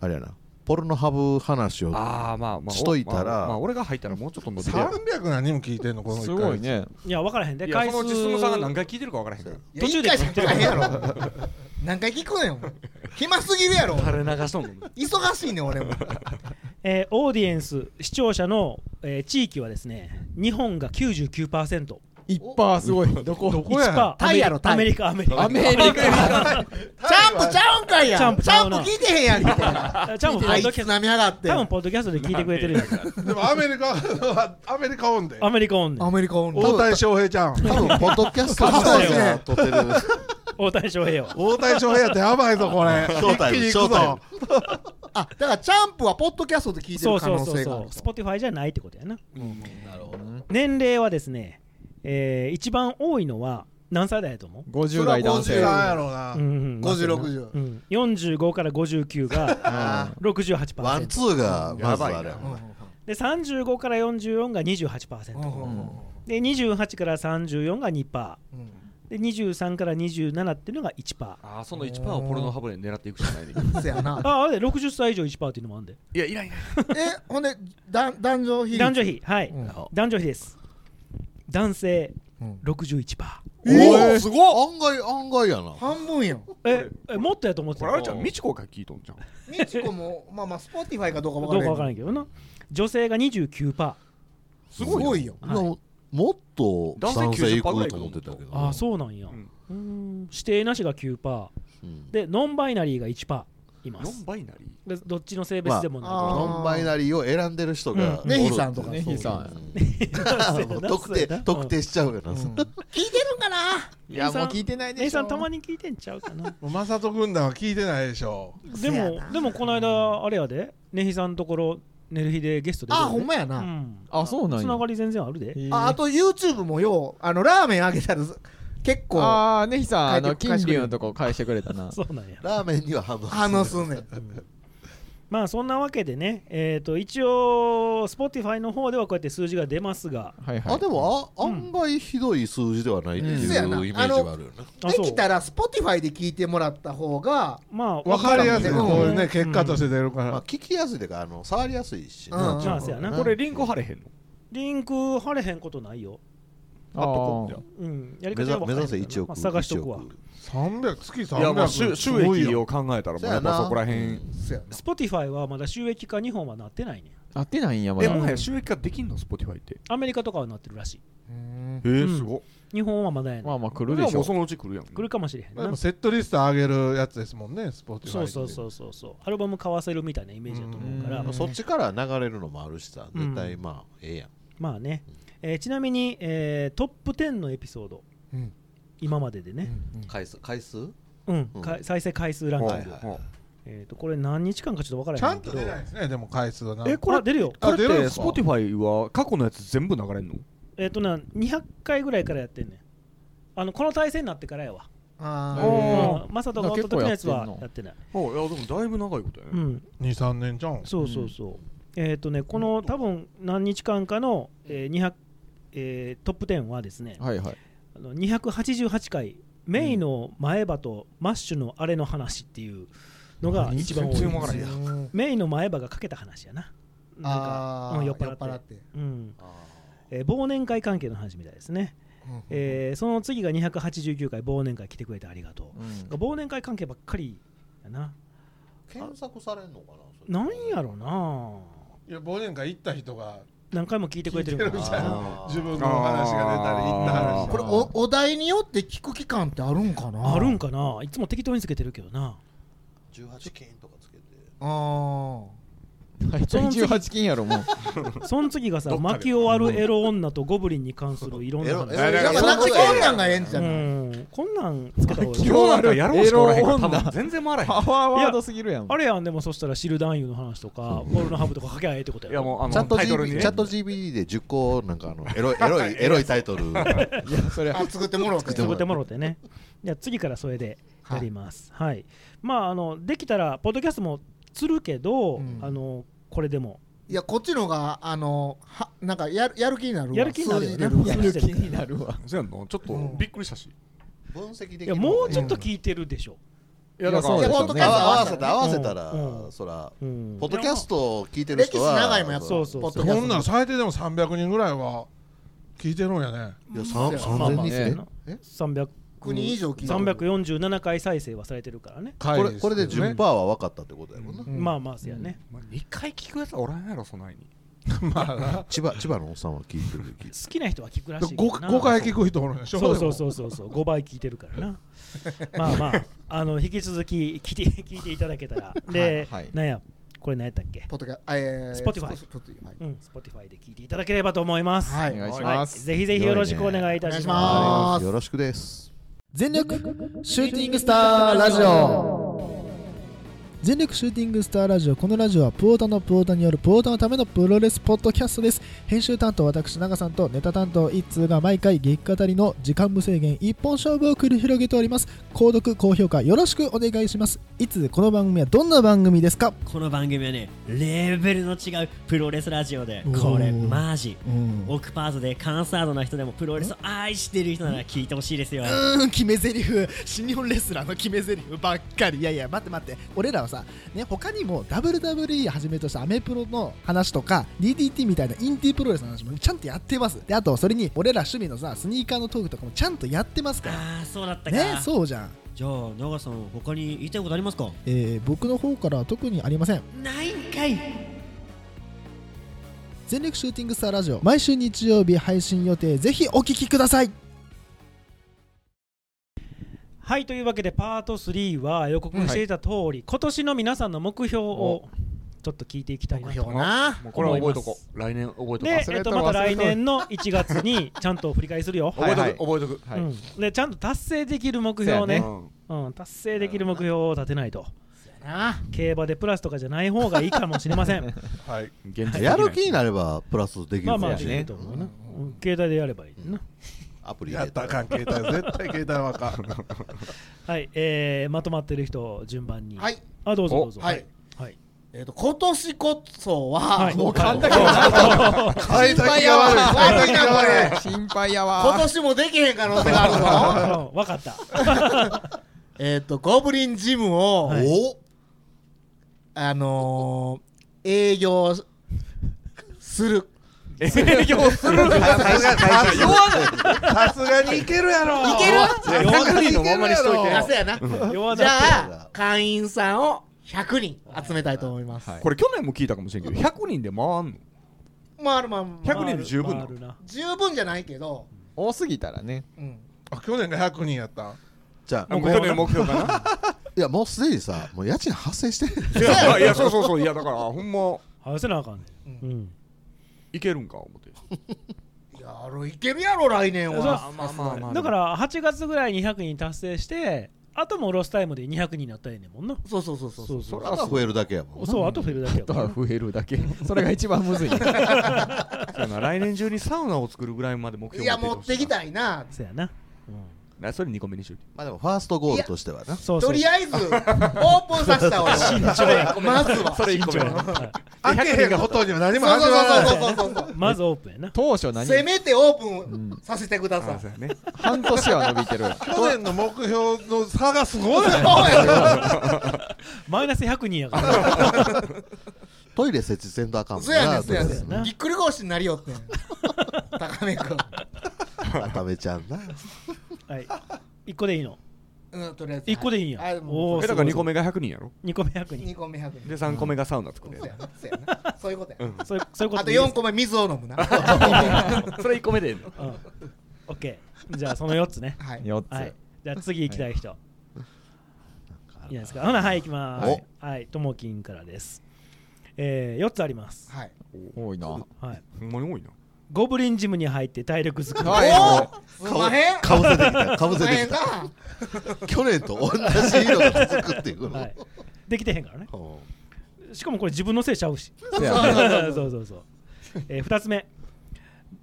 B: あれやなポルノハブ話を
D: あーまあまあ
B: しといたら、
D: まあまあ俺が入ったらもうちょっと乗ってるやん
I: 300何も聞いてんのこの1回
D: すごいね
A: いや分からへんで
D: いや
A: 回
D: そのう
A: 数
D: ち進むさんが何回聞いてるか分からへんから
A: 途中で
E: 1回しか聞かへんやろ 何回聞くねんお前暇すぎるやろ
D: 垂れ流しとんの
E: 忙しいねん俺も
A: えーオーディエンス視聴者の、えー地域はですね日本が99%
C: 一パーすごいどこ
A: ど
C: こや
A: タ
C: タ
A: イ
C: イ
A: や
C: や
A: ろ
C: ろ
A: ア
C: タイ
A: メリカアメリカ
C: アメ リカ
E: チャンプちゃうんかいや
A: チャンプちゃうな
E: チャンプ聞いてへんやんみたい
A: あ
E: な
A: ちゃんもポ
E: あ
A: ッ
E: い
A: ド
E: つ
A: キャス
E: 舐めやがっ
A: ト
E: て
A: 多分ポッドキャストで聞いてくれてるやん
I: でもアメリカはアメリカオンで
A: アメリカオンね
E: アメリカオン
I: 大谷翔平ちゃん
B: 多分ポッドキャストが撮ってる
A: 大谷翔平よ
I: 大谷翔平ってやばいぞこれ
B: ショータイム
I: 一気に行くぞ
E: あだからチャンプはポッドキャストで聞いて
A: そ
E: る
A: う
E: 可
A: そう
E: 能
A: そう
E: 性が
A: そ
E: あ
A: う
E: る
A: Spotify じゃないってことやな
B: なるほど
A: 年齢はですね、えー一番多いのは何歳代やと思う
C: 50代男性それは50やろうな50
A: 6060
C: 60
A: うん、45から59が 68%
B: ワンツーがまずあれ
A: やばいなで35から44が28%、で28から34が2%、ーで23から27っていうのが1%パ
D: あーその1%をポルノハブで狙っていくしかないね
E: せやな
A: ああれ60歳以上1%っていうのもあんで
D: いやいらんいらん
E: えほんでだ男女比率
A: 男女比はい、
E: うん
A: 男女比です男性61%、
B: おおすごい案外案外やな
E: 半分やん
A: ええもっとやと思って
D: これあれちゃん美智子が聞いとんじゃん
E: みちこもまあまあスポティファイかどうか
A: どう
E: わか
A: からわ
E: へん
A: からんけどな女性が29%
E: すごいよ
A: はい
B: もうもっと
A: 男性
B: 男性い
A: 90%ぐら
B: く
A: い
B: と思ってたけど
A: ああそうなんや、うん指定なしが9%、でノンバイナリーが1%います
K: ノンバイナリ
A: ーどっちの性
B: ま
A: 別
B: あ
A: でもない、
B: ノンバイナリーを選んでる人が
A: うんネヒさん
B: おる
A: とかね
B: そう
A: ネヒさん
B: うんもう特定特定しちゃうからさ
E: 聞いてるんかない
I: やもう聞いてないでしょ
A: 姉さんたまに聞いてんちゃうか な
I: もうマサト軍団は聞いてないでしょ
A: でもでもこの間あれやでねひさんのところねるひでゲストで
E: あほんまやな
C: あそう
A: つながり全然あるで
E: ああと YouTube もようあのラーメンあげたら結構
C: ああねひさんあの
E: 帰って
C: 金
E: 帰ってくれ
C: 龍
E: る
C: のとこ返してくれたな
A: そうなんや
B: ラーメンには反応
E: 反応すんねん
A: まあそんなわけでね、えー、と一応 Spotify の方ではこうやって数字が出ますが、
B: あでもあ案外ひどい数字ではないっていうイメ
E: そうやな
B: ージはあるよね
E: できたら Spotify で聞いてもらった方が
A: ま
I: わかりやすいこういうね結果として
B: 出
I: るから
B: 聞きやすいというかあの触りやすいし
A: うんまあそうやなこれリンク貼れへ
B: んの
A: リンク貼れへんことないよ
B: あーあ
A: うんやり方は分からへんけどな
B: 目指せ一億
A: まあ探しとくわ
I: 300月300
A: いやまあ
I: すご
A: 収収
I: い
A: 益
I: よ
A: を考えたらもうやっぱそこら辺うん Spotify はまだ収益化日本はなってないね
C: 合ってないんやま
A: え
C: だ
A: もはや
K: 収益化できんの Spotify って
A: アメリカとかはなってるらしい
C: え
A: うん日本はまだやね
C: まあまあ来
I: るでしょでもそ
K: のうち来るやん
A: 来るかもしれへんな
I: まあでもセットリスト上げるやつですもんねスポーティフ
A: そ
I: ァ
A: う
I: イ
A: そうそうそうそうアルバム買わせるみたいなイメージだと思うから
B: まあそっちから流れるのもあるしさ絶対まあええやん
A: まあね、えーちなみに、えートップ10のエピソード、
B: うん
A: 今まででね、
B: 回数回数
A: うんか再生回数ランキング、
B: はいはいはい
A: えー、とこれ何日間かちょっと分からへん
I: ちゃん
A: け
I: と
A: ど
I: 出ないですねでも回数はな
A: えこれ出るよ
I: あ
K: これ
I: 出
K: っ
I: るん
K: て
I: ですか
K: Spotify は過去のやつ全部流れんの
A: えっ、とな200回ぐらいからやってんねんあのこの体制になってからやわ
E: あ
A: うんマサトがおった時のやつはやってない
K: あいやでもだいぶ長いことやね
A: うん
I: 23年じゃん
A: そうそうそう、えっ、とねこの多分何日間かの、えー200えートップ10はですね、
C: はいはい
A: あの288回メイの前歯とマッシュのあれの話っていうのが一番多い
K: 全然わからへん
A: メイの前歯がかけた話やななん
E: あ
A: か
E: ー
A: うん酔っ払って
E: 酔っ払って
A: うんえー忘年会関係の話みたいですね
E: うん
A: えーその次が289回忘年会来てくれてありがとう、忘年会関係ばっかりやな
B: 検索されんのかな
A: なんやろない
I: や忘年会行った人が
A: 何回も聞いてくれてる
I: 聞いてるんじゃない自分
A: の話が出たり行った話
E: これおお題によって聞く期間ってあるんかな
A: あるんかないつも適当につけてるけどな
B: 18件とかつけて
E: あ
C: あ
A: その次
C: 18金やろもう
A: その次がさ
C: どっかで
A: 巻き終わるエロ女とゴブリンに関するいろんな話
C: エロエロやっぱなんかそんなんがええんじゃない
A: うんこんなんつけた方がいい
C: 巻き終わるやろうしかおらへんから多分
K: 全然回らへん
C: パワーワードすぎるやん
A: いあれやんでもそしたらシル男優の話とかポルノハブとか書けばええってことやろ
B: チャット GB チャット GBD で10個なんかあの エロいエロいエロいタイトル
E: あ作ってもろうて
A: 作ってもろうてねじゃあ次からそれでやりますはい、まああのできたらポッドキャストもするけど、あのこれでも
E: いやこっちのがあのはなんかやるやる気になるわ
A: やる気になるよね
E: 数字出
A: や
E: わ
A: る気にな
C: るわ
K: そうやんなちょっとびっくりしたし
B: 分析
A: いやもうちょっと聞いてるでしょ、
K: いやだからいやそうですよね
B: 合わせた合わせたら
A: うんうん
B: そらポ
A: ん
B: ッドキャストを聞いてる人は
A: そうそうそう
I: こんなん最低でも300人ぐらいは聞いてるんやね
B: いや
A: まあまあ
I: え
A: 300
I: 国以上聞いてる
A: 347回再生はされてるからね
B: これこれで10%は分かったってことやもんな
A: うんまあまあそうやね
K: まあ二回聞くやつはおらんやろそないに
B: 千葉千葉のおっさんは聞いてる聞いて
A: 好きな人は聞くらしい
I: ごご回聞く人おるんでしょ
A: そうそうそうそうそう5倍聞いてるからなまあまああの引き続き聞いて聞いていただけたらで、
E: はいはい
A: なんやこれ何やったっけ
E: ポッドキャえー
A: Spotify
E: スポスポはい
A: うん Spotify で聞いていただければと思います
E: はい
B: お願いします
A: はぜひぜひよろしくお願いいたします
B: よろしくです
L: 全力シューティングスターラジオ全力シューティングスターラジオこのラジオはプオータのプオータによるプオータのためのプロレスポッドキャストです編集担当私長さんとネタ担当一通が毎回激語りの時間無制限一本勝負を繰り広げております購読高評価よろしくお願いしますいつこの番組はどんな番組ですか
M: この番組はねレベルの違うプロレスラジオで
L: おー
M: これマジ
L: うん
M: オクパートでカンサードな人でもプロレスを愛してる人なら聞いてほしいですよ
L: うーん決め台詞新日本レスラーの決め台詞ばっかりいやいや待って待って俺らはさね他にも WWE はじめとしたアメプロの話とか DDT みたいなインディープロレスの話もちゃんとやってますであとそれに俺ら趣味のさスニーカーのトークとかもちゃんとやってますから
M: ああそうだったか
L: ねそうじゃん
M: じゃあ長さん他に言いたいことありますか
L: えー僕の方からは特にありません
M: ないんかい
L: 全力シューティングスターラジオ毎週日曜日配信予定ぜひお聞きください
A: はいというわけでパート3は予告していた通り、今年の皆さんの目標をちょっと聞いていきたいなと思います
K: もうこれは覚えとこう来年覚えとこう
A: で、えっと、また来年の1月にちゃんと振り返りするよ
K: 覚えとくはいはい覚えとくはい
A: うんでちゃんと達成できる目標をね
K: そうやね
A: うん、達成できる目標を立てないと競馬でプラスとかじゃない方がいいかもしれ ません
K: はい
A: 現実
B: やる気になればプラスできる
A: まあ
B: か
A: まあ
B: も
A: で
B: し
A: き
B: れな
A: る
B: い
A: と思うな、うん携帯でやればいいな、
B: アプリ
I: やったらあかん携帯絶対携帯はあかん
A: はい、えー、まとまってる人順番に。
E: はい。
A: あ、どうぞどうぞ。
E: はい。
A: はい。
E: えっと今年こそは
A: はい
E: もう
A: は
E: 噛
A: い
E: んだけどなんか
A: はい
E: 心配やわ悪いなこれ
C: 心配やわ
E: 今年もできへん可能性があるぞ
A: わかった
E: えっとゴブリンジムを
A: はい
E: おあのー営業する
K: 営業する
E: さすが
K: さすが
E: さすがにいけるやろいける
K: 弱いのままにしといて
E: あそうやな
K: 弱
E: じ
K: だ
E: ゃ
K: って
E: あ会員さんを100人集めたいと思います
K: これ去年も聞いたかもしれんけど100人で回んの
E: まああるまあ
K: 100人で十分なの
E: 十分じゃないけど
C: 多すぎたらね、
I: あ去年が100人やった
B: じゃあ
I: もう去年目標かな
B: いやもうすでにさもう家賃発生してる
K: いやいやそうそうそういやだからほんま
A: 話せなあかんねうん
K: いけるんか思って
E: いやあれいけるやろ来年は
K: まあまあまあまあ
A: だから8月ぐらいに100人達成して、あともうロスタイムで200人になったらええねんもんな。
E: そうそうそうそう
A: そう
B: それは増えるだけやもんな
A: そう、あと増えるだけやもんな。
C: あとは増える だけそれが一番むずい
K: そうやな来年中にサウナを作るぐらいまで目標
E: いや持ってきたいな
A: そうやな
K: なそれ2個目にしよう
B: まあでもファーストゴールとしてはな
E: とりあえずオープンさせた俺
K: 慎重や
E: まずは
K: それ一個目やな
I: 開けへんことには何も始まらない
E: そうそうそうそうそう
A: まずオープンやな
C: 当初何
E: せめてオープンさせてください、
C: 半年は伸びてる
I: 去年の目標の差がすごい
A: マイナス100人やから
B: トイレ設置せんとあかんもん
E: そうやねん
B: な
E: そうやね
B: とり
E: ん
B: あえ
E: ぎ
B: ず
E: っくり腰になりよってん高め君
B: な渡辺ちゃんな
A: はい。1個でいいの
E: うんとりあえず
A: 1個でいいんや。
E: あでも
A: おー
K: えだから
A: す
K: 2個
A: ごい
K: 目が100人やろ
A: 2個目100人
E: 2個目100人
K: で3個目がサウナ作る
E: そうやなそうやなそういうことや
K: うん
E: な
K: そういうそういうこと
E: あと
K: でいいです
E: 4個目水を飲むな
K: それ一個目でええの
A: うんオッケー。じゃあその4つね。
E: はい
C: 四つ
A: はいじゃあ次行きたい人。いいじゃないですか。ほな、はい、行きます。
C: はい
A: はい、ともきんからです。えー、4つあります。。
E: はい。
C: 多いなはい
K: ほんまに多いな。
A: ゴブリンジムに入って体力作り。
K: はい
E: おーすんまへん
B: かぶせてきたかぶせて
E: すんまへ
B: きた去年と同じ色が続くっていうこと
A: はいできてへんからねしかもこれ自分のせいちゃうし
B: そ
A: そうう
B: やね
A: そうそうそう、えー、2つ目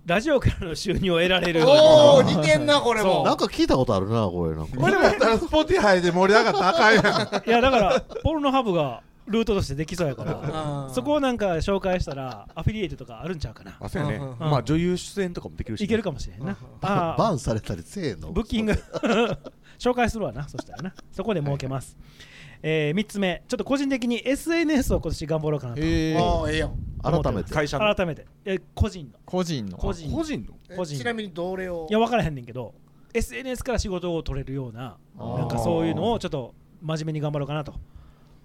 A: ラジオからの収入を得られる
E: おー似てんなこれも
A: そう
B: なんか聞いたことあるなこれなんか
I: これもスポティハイで盛り上がったらあかんや
A: いやだからポルノハブがルートとしてできそうやからそこをなんか紹介したらアフィリエイトとかあるんちゃうかな
K: あそうやね
A: ん
K: まあ女優出演とかもできるし
A: いけるかもしれんなあ
B: バン
A: ー
B: バンされたりせえの
A: ブッキング 紹介するわなそしたらなそこで儲けます、えー、3つ目ちょっと個人的に SNS を今年頑張ろうかなと
C: へーあーええやん
A: 思ってます
C: 改めて会社の
A: 改めてえ個人の
C: 個人の
A: 個人の
E: え
A: 個人の
E: ちなみにどれを
A: いや分からへんねんけど SNS から仕事を取れるような
E: あー
A: なんかそういうのをちょっと真面目に頑張ろうかなと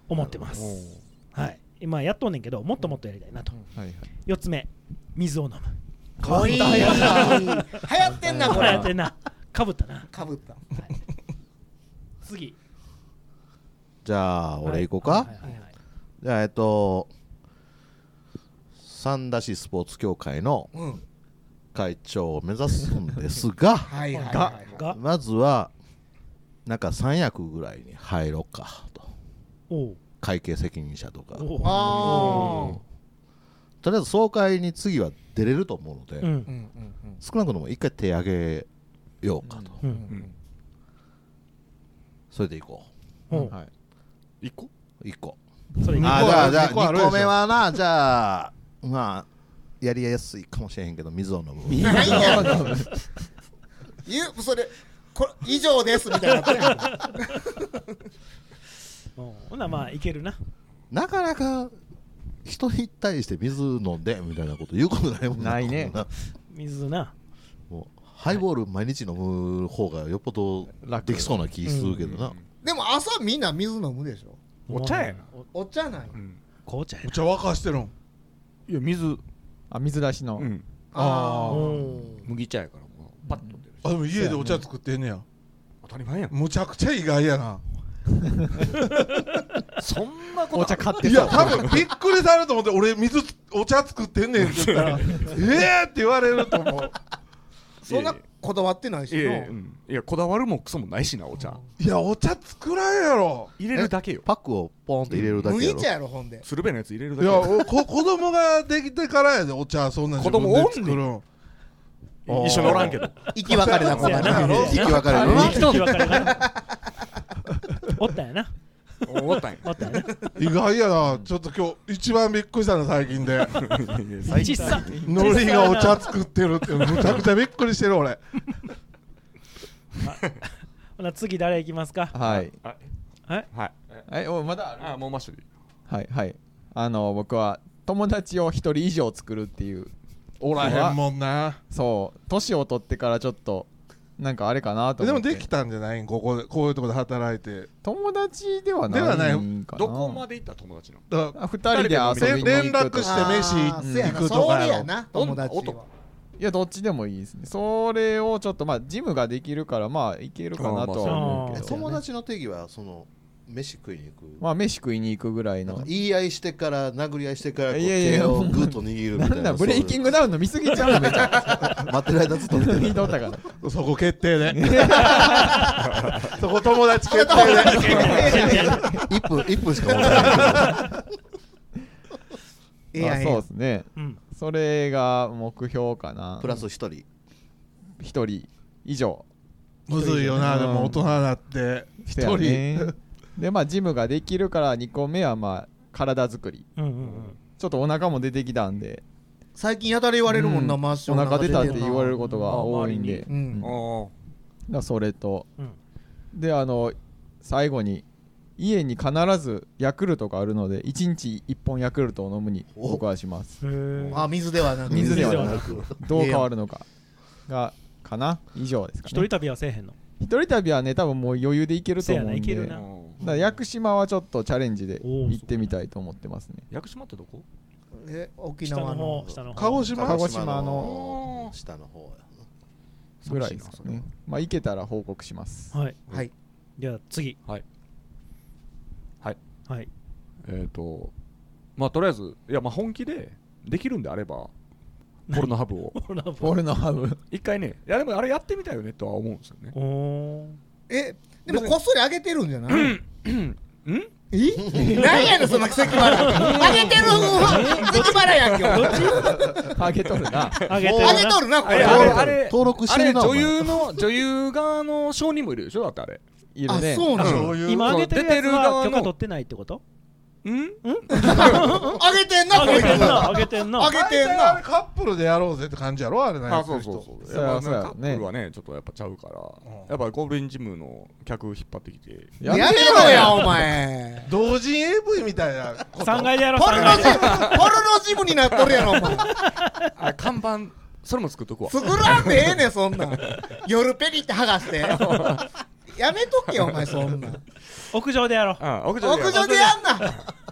A: 思ってますはい今やっとんねんけどもっともっとやりたいなと、
C: はいはい
A: 4つ目水を飲む
E: かわいい
A: かぶった
E: 流行ってんなこれ
A: 流行ってんなかぶったな
E: かぶった
A: 次
B: じゃあ俺行こうかじゃあえっと三田市スポーツ協会の
E: うん
B: 会長を目指すんですが
E: はいはいはい
A: が
B: まずはなんか三役ぐらいに入ろうかと
A: おう
B: 会計責任者とか
A: おうあ
B: とりあえず総会に次は出れると思うので、
A: うんうんうん
B: 少なくとも一回手上げようかと、
A: うん
B: それでいこう、
A: うん
B: はい、1個一個
A: それ一個
B: あじゃあじゃあ
A: 二個あるでし
B: 2
A: ょ
B: 個目はなじゃあまあやりやすいかもしれへんけど水を飲む
E: 水を飲む言うそれこれ以上ですみたいになってるやん
A: うんほなまあいけるな
B: なかなか人に対して水飲んでみたいなこと言うことないもんないね
A: 水な
B: もうハイボール毎日飲む方がよっぽどできそうな気するけどな、
E: でも朝みんな水飲むでしょ
B: お茶やな
E: おお茶ない
A: 紅茶やな
I: お茶沸かしてるん
K: いや水
C: あ水出しの、
I: あー
D: 麦茶やからもうパッと出る
I: あでも家でお茶作ってんねや
D: 当たり前やん
I: むちゃくちゃ意外やな
D: そんな
C: お茶買って
I: いや多分びっくりされると思って俺水お茶作ってんねんって言った らええって言われると思う
E: そんなこだわってないし
D: いやいや,、
E: な
D: うん、いやこだわるもクソもないしなお茶
I: いやお茶作らんやろ
D: 入れるだけよ
B: パックをポンと入れるだけやろ
E: ほんで
D: 鶴瓶のやつ入れる
I: い
D: だけ
I: やお こ子供ができてからやでお茶そんな自分で作るん
D: 供おんねん一緒におらんけど
I: 生き別れな子がな生き別れな
A: 生きとんねん生き別れなおったんやな
D: おったんや
A: おったんやな
I: 意外やなちょっと今日一番びっくりしたの最近で
A: 最近ちっさ
I: のりがお茶作ってる ってむちゃくちゃびっくりしてる俺
A: ほな次誰いきますか
C: はい
D: あ
A: はい
D: はい
C: えおまだある
D: あもうマッシュで
C: はいはいあの僕は友達を一人以上作るっていう
I: おらへんもんな
C: そう年を取ってからちょっとなんかあれかなと
I: で
C: 思っ
I: も
C: て
I: できたんじゃないここでこういうとこで働いて
C: 友達ではない
I: ではない
C: かな
D: どこまで行った友達なの
I: だ
C: あ二人で遊びに
I: 連
C: 行く
I: 絡
C: と
I: して
C: か
I: 飯
C: あー
I: 行くとかやろ
C: 友達いやどっちでもいいですねそれをちょっとまあジムができるからまあいけるかなとは思うけど、
B: 友達の定義はその飯食いに行く
C: まあ飯食いに行くぐらいの
B: 言い合いしてから殴り合いしてからこう
C: いやいや
B: 手をグーと握るみたいな
C: なんだブレイキングダウンの見すぎちゃうのめちゃ
B: 待ってる間ずっと見て る
C: 見とったから
I: そこ決定で そこ友達決定で
B: 一分一分しか持 たない
C: ええやんええやんあそうですねそれが目標かな
B: プラス一人
C: 一人以上
I: むずいよな
C: うん
I: でも大人になって一
C: そうや
I: 人
C: ね でまあジムができるから2個目はまあ体作り、
A: うんうんうん
C: ちょっとお腹も出てきたんで
E: 最近やたら言われるもんな、
C: うん
E: マッシュ
C: お腹出たって
E: るな
C: 言われることが多いんで、
E: うん
C: うんだからそれと、であの最後に家に必ずヤクルトがあるので1日1本ヤクルトを飲むに僕はします
E: あ水ではなく
C: 水ではな
E: 水で
C: く
E: はなく
C: どう変わるのかがかな以上ですかね
A: 一人旅はせえへんの
C: 一人旅はね多分もう余裕で行けると思うんで
A: せやないけるな
C: だから屋久島はちょっとチャレンジで行ってみたいと思ってますね
D: 屋久島ってどこ
E: え沖縄の
A: 下の方下の方
E: 鹿児島
C: 鹿児島の
B: 下の方
C: ぐらいですかねまあ行けたら報告します
A: はい
E: はい
A: じゃあ次
D: はいはい
A: はい
D: えっ、とまあとりあえずいやまあ本気でできるんであればポルノハブを
A: ポルノハブ
C: ポルノハブ
D: 一回ねいやでもあれやってみたいよねとは思うんですよね
E: えでもこっそり上げてるんじゃない
D: え
E: 何やねんその関原上げてる関原やんけ
D: どっ
C: 上げとる な
E: 上げてるな上げとるなこれ
D: あれ
E: 上げとる
D: あれ
E: 登録してるな
D: あれ
E: お
D: 女
E: 前
D: 優の女優側の証人もいるでしょだってあれ
C: い
A: るねあそうなの女優今上げてるやつは許可取ってないってこと
D: んん
E: 上げてんなこいつ上げてんな
I: あれカップルでやろうぜって感じやろあれな
D: あそうそうそうやっぱなんかカップルはねちょっとやっぱちゃうからやっぱゴールデンジムの客引っ張ってきて
I: やめろやお前同人 AV みたいなこと
D: 三階でやろう
I: ポルノジム
D: 三階で
I: ポルノジムになっとるやろお前
D: あ看板それも作っとくわ
E: 作らんでええねんそんなん夜ペリって剥がしてやめとけお前そんなん
A: 屋上でやろう
D: 屋上で
E: 屋上でやんな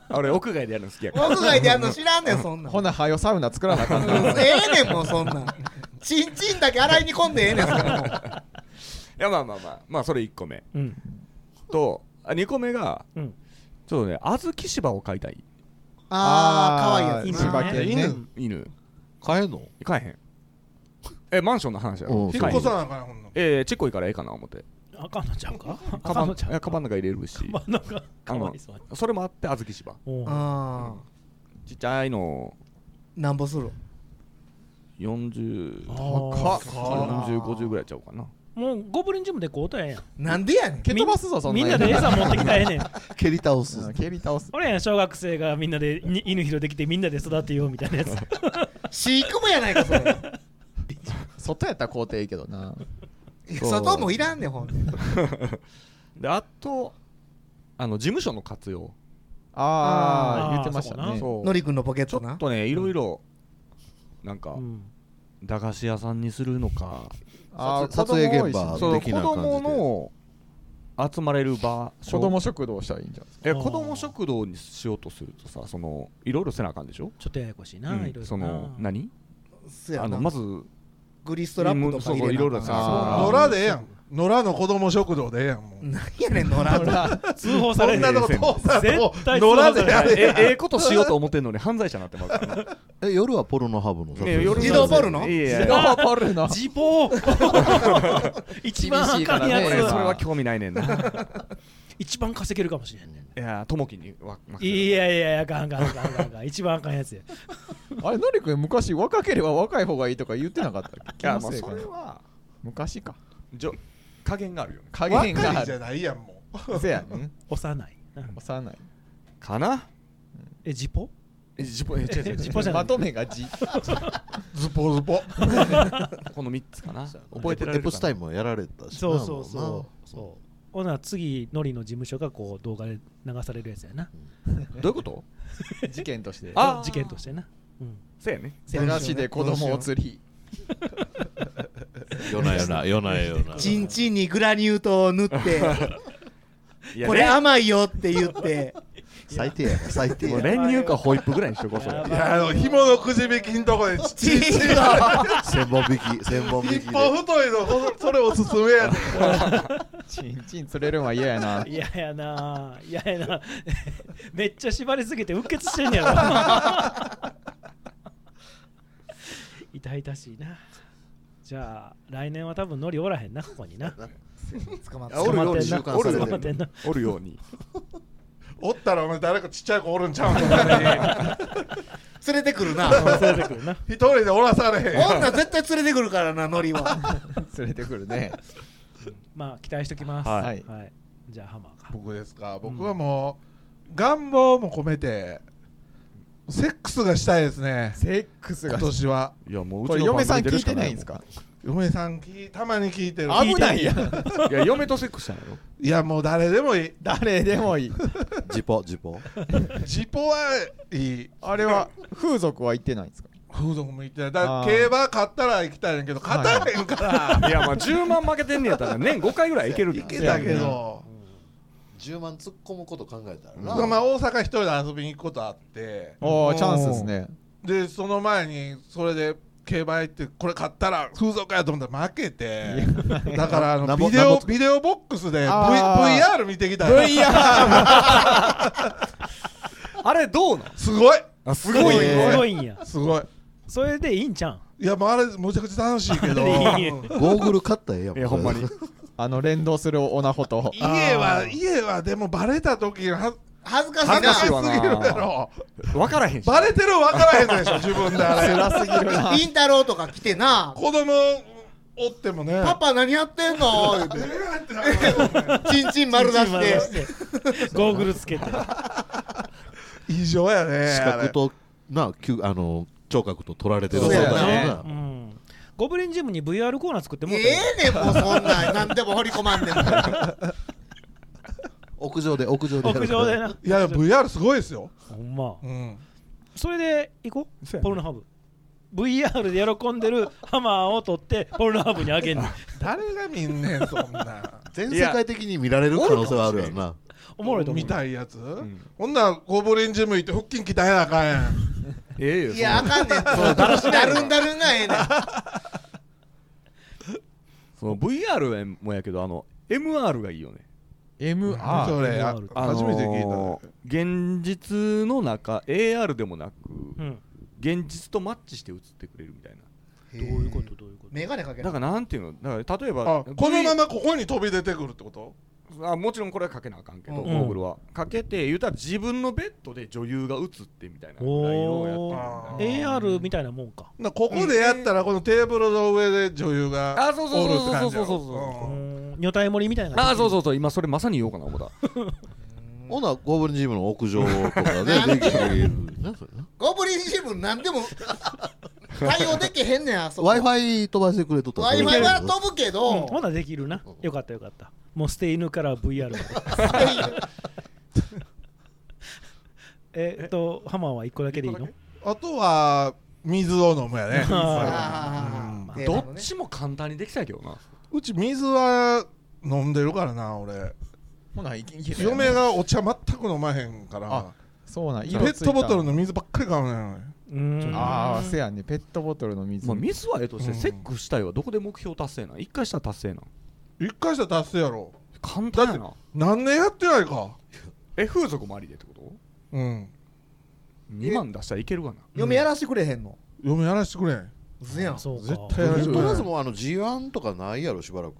D: 俺屋外でやるの好きやから
E: 屋外でやんの知らんねんそんなん
C: ほなはよサウナ作らなあかん
E: え
C: な
E: えねんもうそんなんチンチンだけ洗いに込んでええねんそんなん
D: いやまあまあまあまあそれ1個目、
A: うん
D: とあ2個目が、
A: うん
D: ちょっとね小豆芝を飼いたい
E: あーあー可愛いやつな
D: 芝犬
E: 犬ね
D: 犬飼えんの飼えへんえマンションの話や
I: うん引っ越さなあかんほんの
D: ええちっこいからええかな思って
A: あかんのちゃうか
D: カバンいやカバンの中入れるし
A: カバンの中
D: あ
A: かわ
D: の
A: いそう
D: それもあって小豆芝
A: おう
E: あ
D: ちっちゃいの
E: なんぼする
D: 40
A: あー
D: 4050ぐらいちゃうかな
A: もうゴブリンジムでこうとやんや
E: なんでやねん
A: 蹴飛ばすぞそんなんみんなで餌持ってきたらええ ねん
B: 蹴り倒す
C: 蹴り倒す
A: 俺やん小学生がみんなでに犬拾ってきてみんなで育てようみたいなやつ
E: 飼育もやない かそれ
C: 外やったら買うていいけどな
D: そう
E: 外もいらんねんほんで
D: であとあの事務所の活用
E: あーあー言って
C: ましたね
D: そう
E: のりくんのポケットな
D: ちょっとねいろいろなんか、駄菓子屋さんにするのか
B: あー
D: さつ
B: 撮影
D: 子供多い
B: 現場
D: しそう
B: 的な感じで
D: 子供の集まれる場所
C: 子供食堂したらいいんじゃないですか
D: え子供食堂にしようとするとさそのいろいろせなあかんでしょ
A: ちょっとややこしいな
D: うん
A: いろいろな
D: その何
I: せやな
D: あのまず
I: グリ
D: ストラップとか入れなあかんうんそうそういろいろさ
I: 野良でええやん野良の子供食堂でええやんもう何やねん野良
D: 通報されへん
I: こんなとこ通され
D: 絶対
I: 野良
D: 通報されへん
I: でやれ
D: えええことしようと思ってんのに犯罪者になってますから
B: え夜はポルノハブの撮影
D: え夜は自動ポルノいやいや自動ポルノ
A: 自暴 一番
D: 厳しいか
A: 赤
D: ら
A: い
D: ね
A: やつ
D: 俺それは興味ないねんな
A: 一番稼げるかもしれんね
D: いやともきにわ任せて
A: いやいやいやガンガンガンガンガン一番赤いやつや
C: あれのりくん昔若ければ若い方がいいとか言ってなかったっけ
D: いや
C: 気のせいかな
D: まあそれは
C: 昔か
D: じょ加減があるよね
C: 加減がある
I: 若いじゃないやんもう
C: せやね
A: 幼い
C: 幼い
D: かな
A: えジポ
D: えジポえ違う違う違う
A: ジポじゃない
C: まとめがジ
I: ズポズポ
D: この3つかな
B: 覚えてられるかなエプスタインもやられたしな
A: そうそう
B: まあま
A: そうそうほな次ノリの事務所がこう動画で流されるやつやな
D: どうい うこと
C: 事件として
A: あ事件としてなうん
D: そうやね
C: せなしで子供を釣 り
B: 夜な夜な夜な 夜な
E: チンチンにグラニュー糖を塗って
D: いや
E: これ甘いよって言って
B: 最低やな最低
D: も
B: や
D: う
B: な
D: 練乳かホイップぐらいにしとこうそれ
I: いやあの紐のくじ引きんとこでちちち
B: 千本引き千本引き
I: 一本太いのほそれおすすめやで
C: チンチン釣れるんは嫌やな
A: 嫌ややな嫌ややな めっちゃ縛りすぎてうっ血してんねやろ 痛々しいなじゃあ来年は多分ノリおらへんなここにな
E: 捕まって
I: あおるように収監されてる
A: 捕まってんな
D: おるように
I: おったらお前誰かちっちゃい子おるんちゃうん
E: 連れてくるな
A: 連れてくるな
I: 一人でおらされへん
E: 女絶対連れてくるからなノリは
C: 連れてくるね
A: まあ期待しときます、
I: はい
A: じゃあハマーか
I: 僕ですか僕はもう、願望も込めてセックスがしたいですね
C: セックス
I: 今年はい
D: やもううち
I: これ
D: の
I: 嫁さん
D: 番組出るしか
I: 聞いて
D: な
I: ない
D: も
I: い
D: ん
I: んですか嫁さん聞いたまに聞いてる
D: 危ないやん
I: 聞てる
D: いや嫁とセックスしたんやろ
I: いやもう誰でもいい
C: 誰でもいい
B: ジポジポ
I: ジポはいい
C: あれは風俗は行ってないんですか
I: 風俗も行ってないだから
C: あー
I: 競馬買ったら行きたいねんけど勝たへんから、
D: いやまあ10万負けてんねやったら年5回ぐらいいける
I: いけたけど、
B: 10万突っ込むこと考えたら
I: まあ、大阪一人で遊びに行くことあって
C: おーチャンスですね
I: でその前にそれで競馬行ってこれ買ったら風俗やと思ったら負けてだからあ
B: な
I: の
B: んぼ
I: ビデ
B: なん
I: オ
B: ぼつ
I: ビデオボックスで v
B: あ
I: VR 見てきた
D: あれどうなん
I: すごい
D: あ
A: すごいねすごいんや
I: すごい
A: それでいいんちゃ
I: いやもうあれむちゃくちゃ楽しいけ ど
B: ゴーグル買ったらええやん
C: いやほんまにあの連動するオナホと
I: 家は家はでもバレた時は恥ずかしい
C: 恥ずかしいわ
I: 恥
C: な
I: ずすぎるやろ
D: 分からへんし
I: バレてるの分からへんのでしょ自分であれ
C: 辛すぎるな
E: りんたろうとか来てな
I: 子供おってもね
E: パパ何やってんの 言うてチンチン丸出して
A: ゴーグルつけて
I: 異常やね
B: 視覚となきゅあの聴覚と取られてる
A: そうやね
B: な
A: うんゴブリンジムに VR コーナー作っても
E: え
A: うたよ
E: えねんもうそ んなん何でも掘り込まんねん から
B: 屋上で屋上でやる
A: 屋上でない
I: や VR すごいですよ
A: ほんま、
I: うん、
A: それで行こうポルノハブ VR で喜んでるハマーを取ってポルノハブにあげんねん
I: 誰が見んねんそんな
B: 全世界的に見られる可能性はあるやんな
A: おもろいと思う
I: 見たいやつ、こんなんゴブリンジム行って腹筋鍛えなあかんやん
D: ええよ
E: いやあかんねんだるんだるんがええねん
D: その VR もやけどあの MR がいいよね
C: MR
I: それあ初めて聞いた
D: のー現実の中 AR でもなく、
A: ん
D: 現実とマッチして映ってくれるみたいな
A: どういうことどういうこと
E: メガネかけ
D: だからなんていうのだから例えば
I: あこのま
D: V-
I: まここに飛び出てくるってこと
D: あもちろんこれはかけなあかんけど、
I: うん
D: ゴーグルはかけて言うたら自分のベッドで女優が映ってみたいなぐらいを
A: お
D: やって
A: ー AR みたいなもんか
I: なここでやったらこのテーブルの上で女優が
A: あそうそう
I: おるって感じや
A: そ
I: ろ
A: うそうそうそううん女体盛りみたいな
D: るああそうそうそう今それまさに言おうかな思 った
B: ほなゴブリンジムの屋上とかでできるなそれな
E: ゴブリンジム何でも対応できへんねんあそこ
B: Wi-Fi 飛ばしてくれとったら
E: Wi-Fi は飛ぶけ
A: うん
E: ど
A: まだできるなよかったよかったもう捨て犬から VR まで えっとハマーは1個だけでいいの
I: あとは水を飲むやね
A: あ
I: うん
D: どっちも簡単にできたけどな
I: うち水は飲んでるからな俺
C: ほな、いけいけたやん
I: 嫁がお茶全く飲まへんから
C: あそうなん
I: ペ
C: 色ついた
I: ットボトルの水ばっかり買うのよ
C: ちょっとああせやねペットボトルの水、
D: まあ、水はええとして、セックスしたいはどこで目標達成なん一回したら達成なん
I: 一回したら達成やろ
D: 簡単やな
I: 何年やってないか
D: え風俗もありでってこと
I: うん
D: 2万出したらいけるかな
E: 嫁やらしてくれへんの
I: 嫁やらしてくれへん
E: ずやん
A: そう
I: 絶対やらしてくれへ
B: ず
I: ん
B: もうあの G1 とかないやろしばらく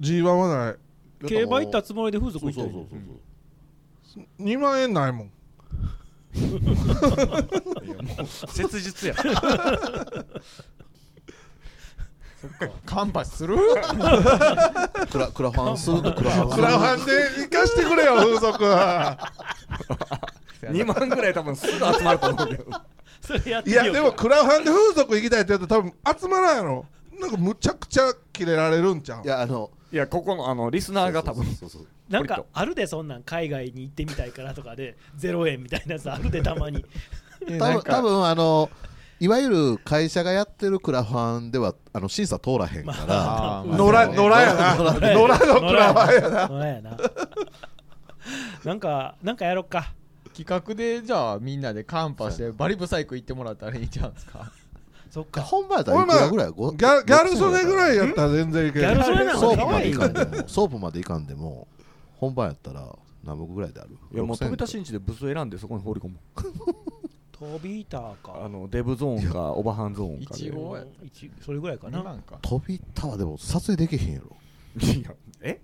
I: G1 はない
A: 競馬行ったつもりで風俗行ったら
B: そう
A: いい
B: そ
A: の
B: うそうそう
I: 2万円ないもん
D: いやもう切実や
C: カンパする
B: クラクラファンするとクラファンす
I: ク
B: る
I: ラファンで行かしてくれよ風俗は
D: 2万ぐらい多分すぐ集まると思うけど
A: それやって
I: い
A: みよう
I: やでもクラファンで風俗行きたいって言ったら多分集まらんやろなんかむちゃくちゃキレられるんちゃうい
B: やあの
D: いやここのあのリスナーが多分
A: なんかあるでそんなん海外に行ってみたいからとかで0円みたいなやつあるでたまに
B: 多分多分あのいわゆる会社がやってるクラファンではあの審査通らへん から、
A: まあまあ
I: 野良野良やな野良のクラファンやな
A: 野良やななんかなんかやろっか
C: 企画でじゃあみんなでカンパしてバリブサイク行ってもらったらいいんちゃうんですか
A: そっか
B: 本場やったら
I: 俺
B: いくら
I: ら
B: ぐらい
I: ギャギャル曽根ぐらいやったら全然いける
B: ソープまでいかんでもソープまでいかんでも本番やったら何本ぐらいである
D: いやもう
B: 6000
D: 飛び出しんちでブス選んでそこに放り込む
A: 飛び板か
D: あのデブゾーンかオバハンゾーンかで
A: 一それぐらいかな
B: 飛び板はでも撮影できへんやろ
D: いやえ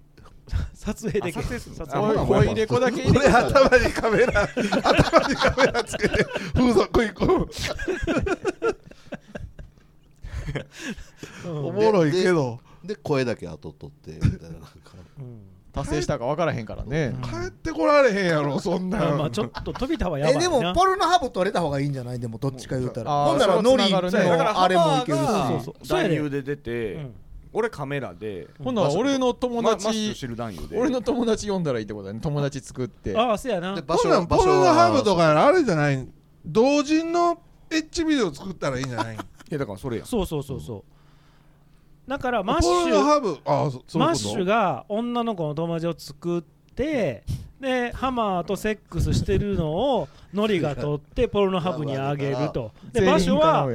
A: 撮影できる
D: あ撮影するの
A: 撮影
D: あほなほな
I: これ頭にカメラ頭にカメラつけて風俗行こうおもろいけど
B: でで声だけ後取ってみたいななん か
C: 達成したか分からへんからね
I: 帰ってこられへんやろそんな
A: まあちょっと飛びたはやばい
E: え
A: な
E: でもポルノハブ取れた方がいいんじゃないでもどっちか言うたら
C: あー
E: ほんなら
C: そ
E: ノ
C: う
E: リ
C: 繋がるねだから
E: のあれもいけるし
D: そうそうそう男優で出て、俺カメラで
C: ほんなら俺の友
D: まマッシュ
C: 達
D: 知る男優で
C: 俺の友達呼んだらいいってことだね友達作って
A: ああせやな
I: こんなんポルノハブとかあれじゃない同人のエッチビデオ作ったらいいんじゃないい
D: やだからそれや
A: そうそうそうそうだからマッシ
I: ポルノハ
A: ュ
I: ブあそそういうこと
A: マッシュが女の子の友達を作ってでハマーとセックスしてるのをノリが取ってポルノハブにあげるとで場所は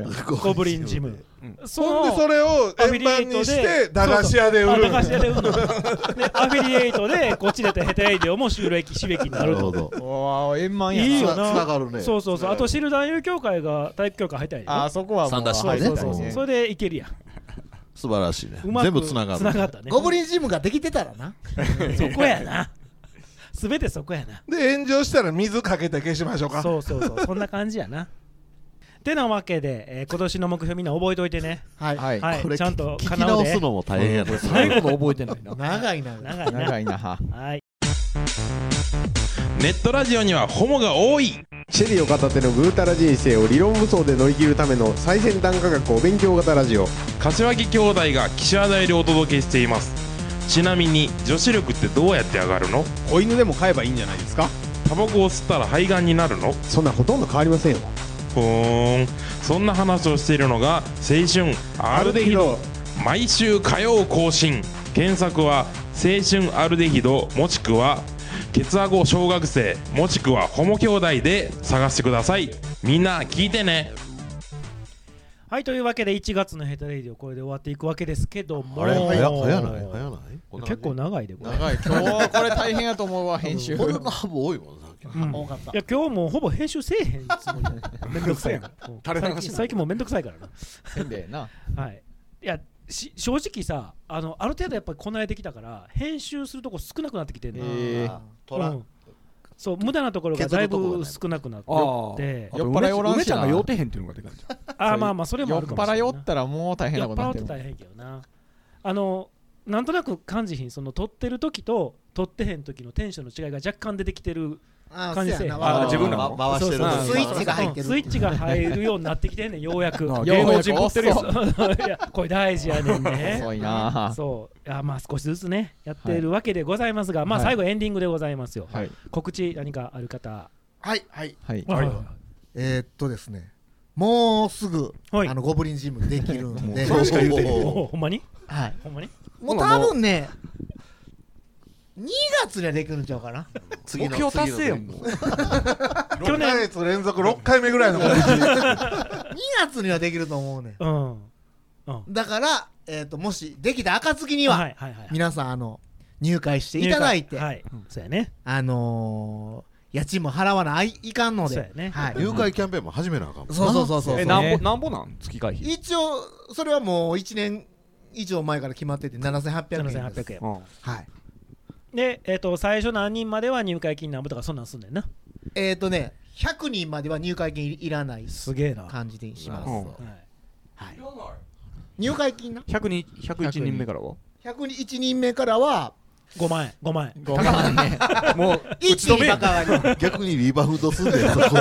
A: ゴブリンジム
I: ほんでそれを円盤にして駄菓子屋で売
A: そうそ
I: る
A: うあ駄菓子屋で売るのでアフィリエイトでこっちでヘテレイデオも収益収益になると
C: おー円満や
A: いいよな
C: つながるね
A: そうそうそ
C: つな
A: う
C: が
A: あ
C: る
A: とシルダン友協会が体育協会入ったり
C: あーそこはもう三田市
A: そ
C: ね
A: うそうそう
C: 入ったりね
A: それでいけるやん
B: 素晴らしいね
A: うまく
B: 全部つながる
A: 繋がったね
E: ゴブリンジムができてたらな
A: そこやな全てそこやな
I: で炎上したら水かけて消しましょうか
A: そうそうそうそんな感じやなてなわけで、えー今年の目標みんな覚えておいてね
E: はい
A: はい、
B: これ
A: ちゃんと
B: 聞き
A: 叶うで
B: 聞き直すのも大変やな
A: 最後の
D: 覚えてないな
E: 長いな
A: 長いな
C: 長いなは
A: はい
N: ネットラジオにはホモが多い
J: シェリーを片手のぐうたら人生を理論武装で乗り切るための最先端科学お勉強型ラジオ
N: 柏木兄弟が岸和田よりお届けしていますちなみに女子力ってどうやって上がるの子犬でも飼えばいいんじゃないですかタバコを吸ったら肺がんになるのそんなほとんど変わりませんよふーんそんな話をしているのが青春アルデヒド毎週火曜更新検索は青春アルデヒドもしくはケツアゴ小学生もしくはホモ兄弟で探してくださいみんな聞いてね
A: はいというわけで1月のヘタレイディをこれで終わっていくわけですけども
B: あれ早早ない早ない
A: 結構長いでこれ
C: 長い今日はこれ大変やと思うわ編集
B: ポルノハブ多いもんな
A: うん
E: 多かった
A: いや今日もうほぼ編集せえへんつもりだ めんどくさいから
C: そうやん
A: もう
C: 垂れ
A: 最
C: 流し
A: 近最近もうめんどくさいからな
C: せんべいな
A: はいいやし正直さあのある程度やっぱりこなれてきたから編集するとこ少なくなってきてんの、
C: へえ
A: うん
C: 取らん
A: うんそう無駄なところが
C: 削
A: だい
C: るとこがない
A: ぶ少なくなって
C: あ
A: で
C: あ酔っ払いおらんしな梅ちゃんが酔うて
D: へんっていうのがでかい
A: あーまあまあそれもあるかもしれんな
C: 酔っ払いおったらもう大変なことになって
A: 酔
C: る
A: っ払うと大変やけどなあのなんとなく感じひんその撮ってる時と撮ってへん時のテンションの違いが若干出てきてる
E: あー
A: 感じせえへん
E: そうやなあー自分らも
A: そうそう
E: 回してる時スイッチが入ってる
A: スイッチが入るようになってきてんねんようやく
C: あ芸能人ぶってるや ん
A: そういやこれ大事やねんね
C: 遅いなあ
A: そういやまあ少しずつねやってるわけでございますが、まあ
C: はい
A: 最後エンディングでございますよ、
C: はい
A: 告知何かある方
E: はいはい
C: はい
A: はい
E: えーっとですねもうすぐ
A: はい
E: あのゴブリンジムできるん
A: も
E: で
A: うそうしか言うてへんもうほんまに
E: はい
A: ほんまに
E: もう多分ね2月にはできるんちゃうかな
I: 次の目標達成や んもう
E: 去
I: 去
E: 年
I: 年月連続6回目ぐらいのこと
E: 2月にはできると思うね、
A: うん
E: だから、えー、ともしできた暁には,、
A: はいはいはい
E: 皆さんあの入会していただいて、
A: 入会はいうんそうやね
E: あのー家賃も払わないいかんので
A: そうやね
E: はい、
A: 入会
B: キャンペーンも始めなあかんもんな
E: そうそうそうそう
B: えなんぼ
D: なんぼなん月会費
E: 一応それはもう1年以上前から決まってて7800円です
A: 7800円
E: はい
A: で、えっと最初何人までは入会金なんぼとかそんなんすんねんな
E: えっ、とね100人までは入会金いらない
A: すげえな
E: 感じでします、
A: うん
E: はい入会金な
D: 100人101人目からは
E: 101人目からは
A: 5万円5万円
E: 5万円ね
D: もう
E: 一気に高上がり
B: 逆にリバウンドすんねんそこ
E: そう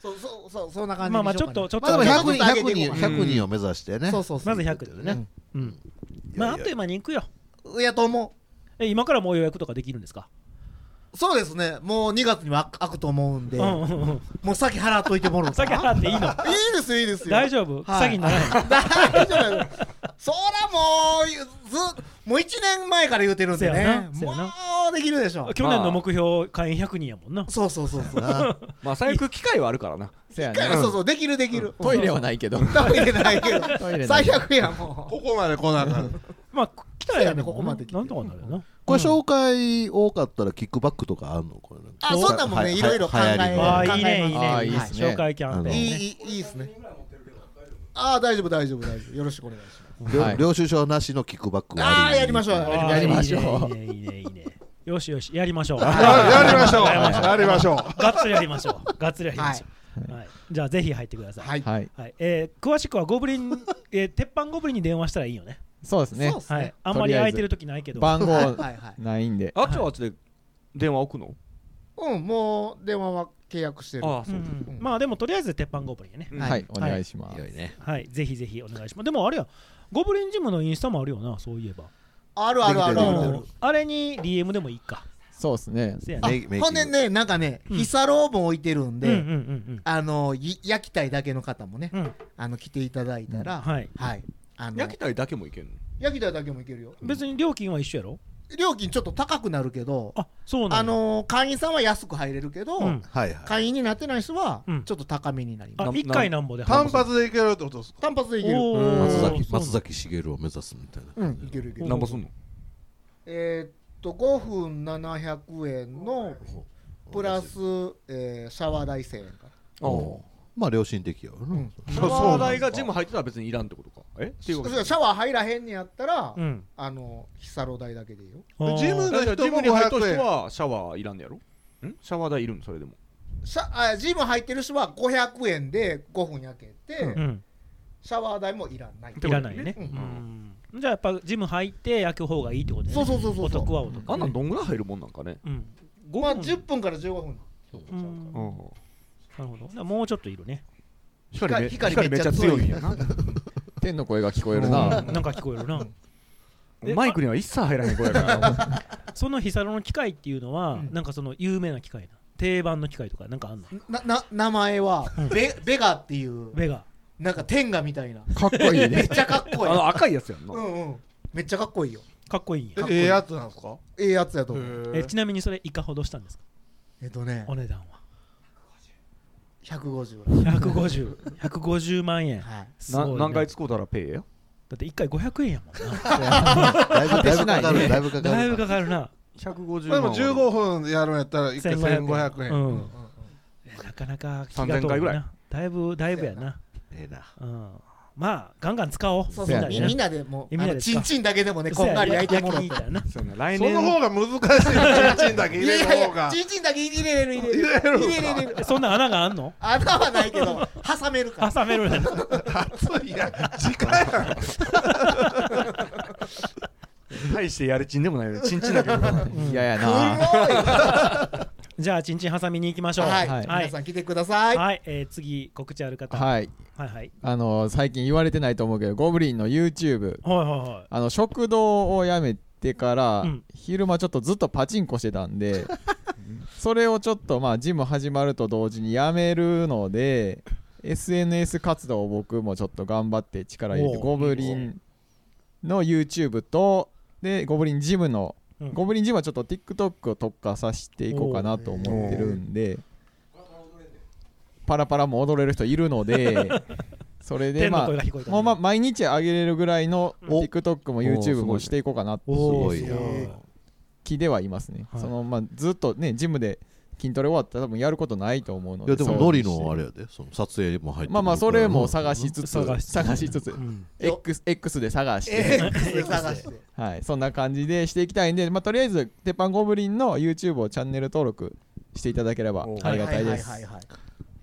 E: そうそうそんな感じ
A: ま
E: にしようかな
A: あまあちょっとちょっと
E: まあでも100
B: 100
E: 人
B: 人
E: 100人
B: 100人を目指してね
E: そうそうそう
A: まず100でねうんまああっという間に行くよ
E: いやと思
A: うえ今からもう予約とかできるんですか
E: そうですねもう2月には開くと思うんで、
A: うんうんうん
E: もう先払っといてもろうかな
A: 先払っていいの
E: いいですよいいですよ
A: 大丈夫
E: は
A: 詐
E: い
A: 欺にならない
E: 大丈夫ですそらもうずもう1年前から言うてるん
A: せ
E: で
A: や
E: ね
A: なせやな
E: もうできるでしょ
A: 去年の目標会員100人やもんな
E: そうそうそうそう
D: まあ最悪機会はあるからな
C: せや
E: 一回そうそうできるできる
C: トイレはないけど
E: トイレないけど
C: トイレない
E: 最悪やもう
I: ここまで来なあかん
A: まあ来た
E: やねここまで
A: なんとかなるよな
B: これ紹介多かったらキックバックとかあるのこれ
E: あそんなんもね
B: はい
E: ろいろ考え
B: 流行り
E: あ
B: の
E: ーいいねいいね
B: あーっすね
E: はい紹介キャンペーン
B: あの
E: ねいいいいですねああ大丈夫大丈夫大丈夫よろしくお願いします
B: 領領収書なしのキックバック
E: あーやりましょうやりましょう
A: いい ねいいねいいねいいねよしよしやりましょ う
I: ややりましょうやりましょう
A: がっつりやりましょうがっつりやりましょうはいじゃあぜひ入ってください
E: はい
C: はい
A: はい、えー詳しくはゴブリン、えー鉄板ゴブリンに電話したらいいよね。
C: そうですね
A: はい、あんまり空いてる時ないけど。
C: とりあえず番号
E: はいはい
C: ないんで
D: あっちはあっちで電話置くの
E: うんもう電話は契約してる
D: ああそう
A: うんまあでもとりあえず鉄板ゴブリンやね。
C: はいはいお願いします
A: はい、はいぜひぜひお願いします。でもあれや、ゴブリンジムのインスタもあるよな、そういえば。
E: あるあるあるあるある
A: うんあれに DM でもいいか。
C: そうですね
A: せや
E: あほんでねなんかねヒサローも置いてるん
A: うんう
E: で
A: んうんうん
E: あのい焼きたいだけの方もねあの来ていただいたら
A: はい
E: はいあの
D: 焼きたいだけもいけんの
E: 焼きたいだけもいけるよ
A: 別に料金は一緒やろ
E: 料金ちょっと高くなるけど
A: あそう
E: あの会員さんは安く入れるけど
A: うん
B: はいはい
E: 会員になってない人はちょっと高めになります
A: 一回なんぼで
I: 単発でいけるってことですか
E: 単発でいけるおー
B: 松崎
E: そう
B: 松崎しげるを目指すみたいな
E: うんいけるいける
D: なんぼすんの
E: えーっと5分700円のプラス、えーシャワー代1000円か
B: おまあ良心的やわな
D: シャワー代がジム入ってたら別にいらんってことかえっていうわけ
E: そうシャワー入らへんにやったら、
D: うん
E: あのヒサロ代だけでいいよ
D: ジムのジムに入った人はシャワーいらんのやろんシャワー代いるのそれでも
E: シャあジム入ってる人は500円で5分焼けて、
A: うん
E: シャワー代もいらない
A: いらないよね。
E: うん
A: うんじゃあやっぱジム入って焼く方がいいってことね。
E: そうそうそうそう
A: お得はお得。
D: あんなんどんぐらい入るもんなんかね
A: うん
E: まあ、10分から15分
A: うんなるほど。だからもうちょっといるね。
D: 光め光光めっちゃ強いんやな
C: 天 の声が聞こえるな
A: なんか聞こえるな。で
D: マイクには一切入らへん声やから
A: そのヒサロの機械っていうのは、なんかその有名な機械な定番の機械とかなんかあんの
E: なな名前はベベガっていう
A: ベガ
E: なんか天下みたいな
A: かっこいいね
E: めっちゃかっこいい
A: あの赤いやつやん
E: う
A: なん
E: うんめっちゃかっこいいよ
A: かっこいいんや
E: かっこいい
I: ええやつなんですか
E: ええやつやと思う
A: えちなみにそれいかほどしたんですか
E: えっとね
A: お値段は
E: 150
A: 150150万円、
E: はい
A: すごい
D: な
A: ね
D: 何回使うたらペイや
A: だって1回500円やもんな
I: だいぶだいぶかかるだいぶかかる
A: だいぶかかるな
D: 150
I: でも15分やるんやったら1回1500円
A: うん
I: うん
A: なかなか気が遠
D: 3000回ぐらい
A: なだいぶだいぶやな
B: ええな
A: うんまあガンガン使おう
E: そうそう
A: でね
E: みんなでもう
A: みんな
E: あの
A: 使お
E: チンチンだけでもねこんがり焼いてもらって
A: そうやな
D: そうやな来
I: そ
D: 年
I: の方が難しいチンチンだけ入れる方
E: いや
I: が
E: いやいやチンチンだけ入れれる入れる
I: 入れるんすか
E: 入れれる
A: そんな穴があん の
E: 穴はないけど挟めるから
A: 挟め るね
E: 熱いや
I: 時間や
D: 大してやるチンでもないよチンチンだけど
C: いやや
A: じゃあチンチン挟みに行きましょう
E: はい皆さん来てください
A: はいえー次告知ある方
C: はい
A: はいはい
C: あの最近言われてないと思うけどゴブリンの YouTube、
A: はいはいはい
C: あの食堂をやめてから、昼間ちょっとずっとパチンコしてたん でそれをちょっとまあジム始まると同時にやめるので SNS 活動を僕もちょっと頑張って力入れて
A: おう
C: ゴブリンの YouTube とでゴブリンジムの、
A: うん
C: ゴブリンジムはちょっと TikTok を特化させていこうかなと思ってるんでパラパラも踊れる人いる のでそれで
A: 天の
C: ま
A: 声が聞こえ
C: あ
A: た
C: もうまあ毎日上げれるぐらいの TikTok も YouTube もしていこうかなって
B: おーすごいねおー
C: いう気ではいますね、そのまあずっとねジムで筋トレ終わったら多分やることないと思うの
B: い
C: で
B: やでもノリのあれやでその撮影も入ってくるから
C: まあまあそれも探しつつ
B: うん
C: 探しつつ、X, X で探して
E: X で探して
C: はいそんな感じでしていきたいんで、まあ、とりあえず鉄板ゴブリンの YouTube をチャンネル登録していただければありがたいです
E: はいはいは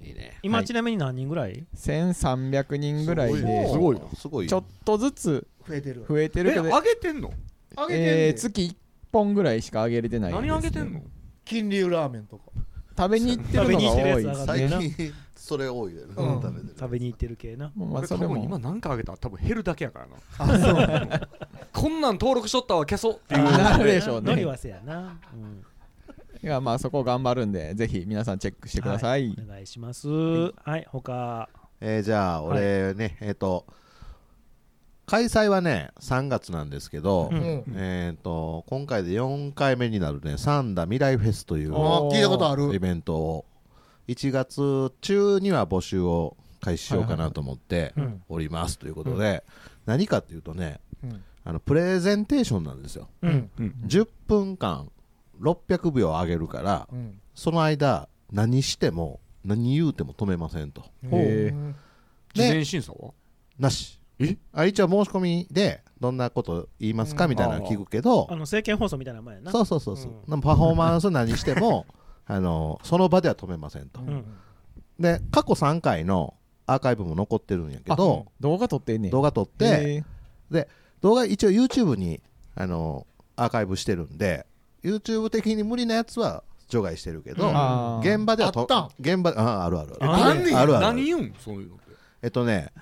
E: い
A: いいね今
C: はい
A: ちなみに何人ぐらい
C: 1300人ぐらいです
A: ごいなすごいなすごいな
C: ちょっとずつ
E: 増えてる
C: 増えてるけど
E: え上げてんの上げてんね
C: えー月1本ぐらいしか上げれてないですね
E: の金龍ラーメンとか
C: 食べに行ってるのが多いですね
B: 最近それ多いよね、
A: うん
B: 食べてる
A: 食べに行ってる系な
C: まあ
D: 俺
C: それ
D: 多
C: も
D: 分今なんかあげたら多分減るだけやからな こんなん登録しとったわ消そうっていう
C: なるでしょうね
A: ノリはせやな、うん
C: いやまあそこを頑張るんでぜひ皆さんチェックしてください、
A: お願いしますはい他
B: えーじゃあ俺ね、えっ、と開催はね3月なんですけど、
E: うん
B: えっ、と今回で4回目になるねサンダ未来フェスという
E: あー聞いたことある
B: イベントを1月中には募集を開始しようかなと思って
E: はいはいうん
B: おりますということで、何かっていうとね、
E: うん
B: あのプレゼンテーションなんですよ、
E: うん
B: 10分間600秒上げるから、
E: うん
B: その間何しても何言うても止めませんと
D: へえ
B: ね
D: 事前審査は
B: なしあ一応申し込みでどんなこと言いますかみたいなの聞くけど
A: あの政見放送みたいな名前やな
B: そうそうそうそうなんかパフォーマンス何してもあのその場では止めませんと
A: うん
B: で過去3回のアーカイブも残ってるんやけど
C: 動画撮ってんね
B: 動画撮ってで動画一応 YouTube にあのアーカイブしてるんで YouTube 的に無理なやつは除外してるけど
D: あー
B: 現場ではと現場ああるあるあるあるある
D: 何言うんそういうのって
B: えっとね、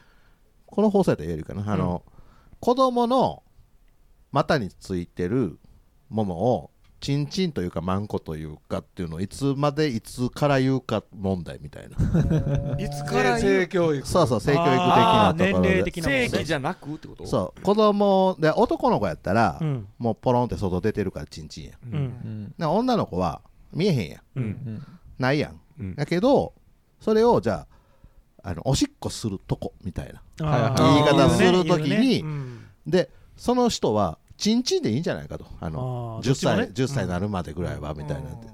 B: この放送やったら言えるかな、あの、子供の股についてるももを、チンチンというか、マンコというかっていうのを、いつまでいつから言うか問題みたいな。
D: いつ
I: から言う性教育
B: そうそう、性教育的
D: あ
B: な
D: ー
B: ところ
D: 年
B: で。
D: 齢的なもんね性器じゃなくってこと
B: そう、子供で、男の子やったら、
D: うん
B: もうポロンって外出てるから、チンチンや。
D: うん
B: な女の子は、見えへんやん。
D: うん
B: ないやん、だけどそれをじゃああのおしっこするとこみたいな言
D: あー
B: い方すると
D: 言うね
B: き
D: 言
B: に、
D: うねうん
B: でその人はチンチンでいいんじゃないかとあの
D: あー
B: 10
D: どっ
B: 歳
D: ちもね
B: 10歳になるまでぐらいはみたいなって、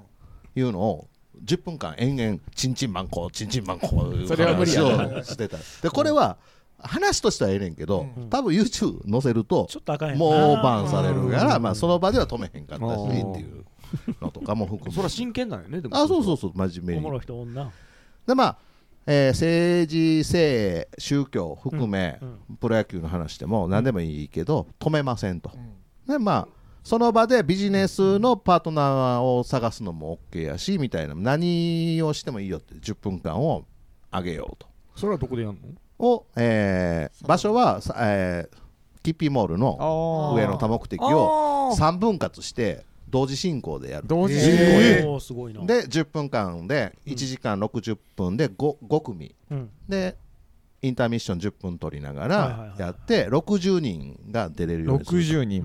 B: いうのを10分間延々チンチンマンコチンチンマンコ
C: それは無理やな
B: 話をしてたでこれは話としてはええねんけど、多分 YouTube 載せるともうバンされるから、まあ、その場では止めへんかったしっていうのとかも含めて
D: そりゃ真剣なんよねでも
B: あそうそうそう真面目
A: お
B: に
A: もろい人女
B: でまあ、えー政治性宗教含め、プロ野球の話でも何でもいいけど、止めませんと、でまあその場でビジネスのパートナーを探すのも OK やしみたいな何をしてもいいよって10分間をあげようと
D: それはどこでやんの
B: を、えー場所は、さえーキッピーモールの
D: あー
B: 上の多目的
D: あ
B: を
D: ー
B: 3分割して同時進行でやる
C: 同
A: 時進行
B: えー
A: おーすごいな
B: で10分間で1時間60分で 5, 5組、
A: うん
B: でインターミッション10分取りなが
A: はいはい
B: らやって60人が出れるようにする
C: 60人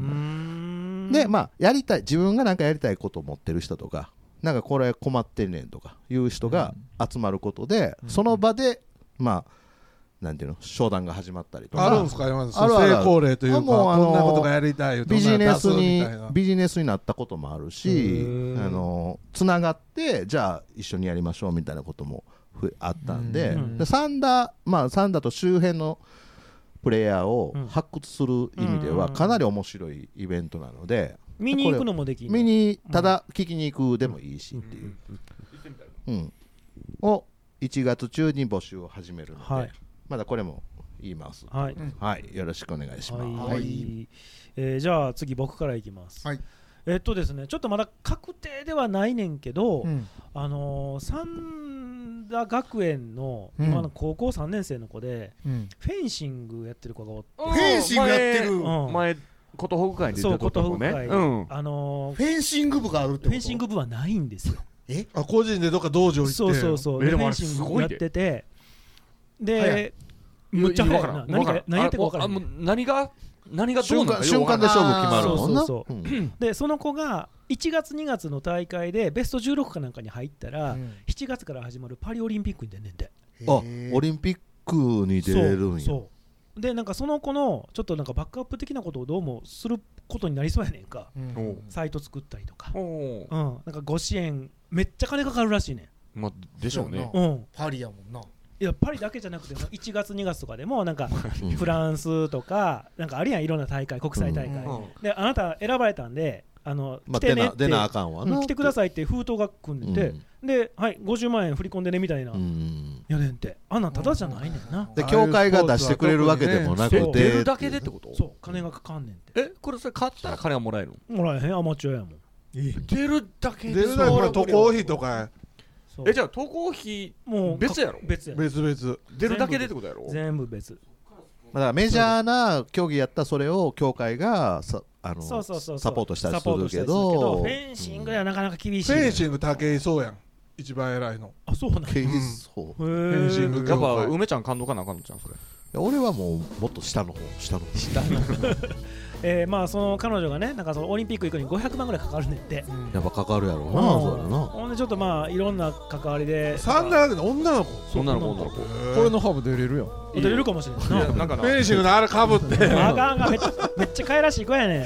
B: でまあやりたい自分がなんかやりたいことを持ってる人とかなんかこれ困ってんねんとかいう人が集まることで、その場でまあなんていうの商談が始まったりとか
I: あるんすか今
B: あるある
I: 成功例というか
B: あもあの
I: こんなことがやりたい
B: ビジネスに
I: どんなの出すみたいな
B: ビジネスになったこともあるしあのつながってじゃあ一緒にやりましょうみたいなこともふあったんで,、
A: うん
B: でサンダーまあサンダーと周辺のプレイヤーを発掘する意味ではかなり面白いイベントなので、
A: 見に行くのもできんの
B: 見にただ聞きに行くでもいいしっていう、うんを1月中に募集を始めるので、
A: はい
B: まだこれも言います、
A: はい
B: はい、よろしくお願いします。
A: はいえーじゃあ次僕からいきます、えっとですねちょっとまだ確定ではないねんけど、
E: うん
A: あのー三田学園の
E: うん
A: 今の高校3年生の子で、
E: うん
A: フェンシングやってる子がおって
E: フェンシングやってる
A: うん
D: 前琴北会で
A: そう
D: 出
A: 琴
D: た
A: 北
D: もね
A: 会、
D: うん
A: あのフェンシング部があるってことフェンシング部はないんですよ
E: え
I: あ個人でどっか道場行って
A: そうそうそう
I: え
A: でフ
I: で
A: ェ
I: もあ
A: ン
I: れ
A: シン
I: す
A: グ部
I: ご
A: や
I: い
A: っ
I: で
A: てて
D: 早い
A: でむっちゃ早いな何が何やってるか分から
D: あ
A: ん
D: もう何が何がどうなのか
B: 瞬間瞬間で勝負決まるもんな
A: そうそうそうでその子が1月2月の大会でベスト16かなんかに入ったら、7月から始まるパリオリンピックに出んねんで
B: あオリンピックに出れるん
A: そう
B: や
A: そうでなんかその子のちょっとなんかバックアップ的なことをどうもすることになりそうやねんか、
D: うん
A: サイト作ったりとか、うん、なんかご支援めっちゃ金かかるらしいねん
D: まあでしょうね
A: うんん、
E: パリやもんない
A: やパリだけじゃなくて1月2月とかでもなん かフランスとかなんかあるやんいろんな大会国際大会、
B: うん
A: であなた選ばれたんであの
B: まあ
A: 来てねって、
B: 出な出なあかんわな
A: う来てくださいって封筒が組んでて、ではい50万円振り込んでねみたいな、やねんってあんなんただじゃないねんな
B: で協会が出してくれるわけでもなくて
A: そう
D: 出るだけでってこと
A: そう金がかかんねんって
D: えこれそれ買ったら金はもらえるの
A: もらえへんアマチュアやもん
D: 出るだけ
I: 出るだけほら渡航費とか
D: えじゃあ渡航費
A: もう
D: 別やろ
A: 別や
I: 別々
D: 出るだけでってことやろ
A: 全部別
B: まあだからメジャーな競技やったらそれを協会がさあの
A: そうそうそうそう
B: サポートしたりす
A: サポー
B: る
A: トした
B: け
A: りするけど
B: ど
A: フェンシングはなかなか厳しい
I: フェンシング武井壮やん一番偉いの
A: あそうなん
B: ケイソ
I: フェンシング
D: や
I: 業
D: っ
I: 界
D: ぱ梅ちゃん感動かなあかんのちゃんそれ
B: 俺はもうもっと下の方下の方
A: えーまあその彼女がねなんかそのオリンピック行くのに500万ぐらいかかるねんって、
B: やっぱかかるやろうな
A: うん
B: そうやろな
A: ほんでちょっとまあいろんな関わりで
I: 三段上げの女
A: そ
I: の子
A: う女の子女の子
C: これのハーブ出れるよ
A: 出れるかもしれんない
I: フェンシングのあれかぶって
A: あかんあかんめっちゃめっちゃ可愛らしい子やねん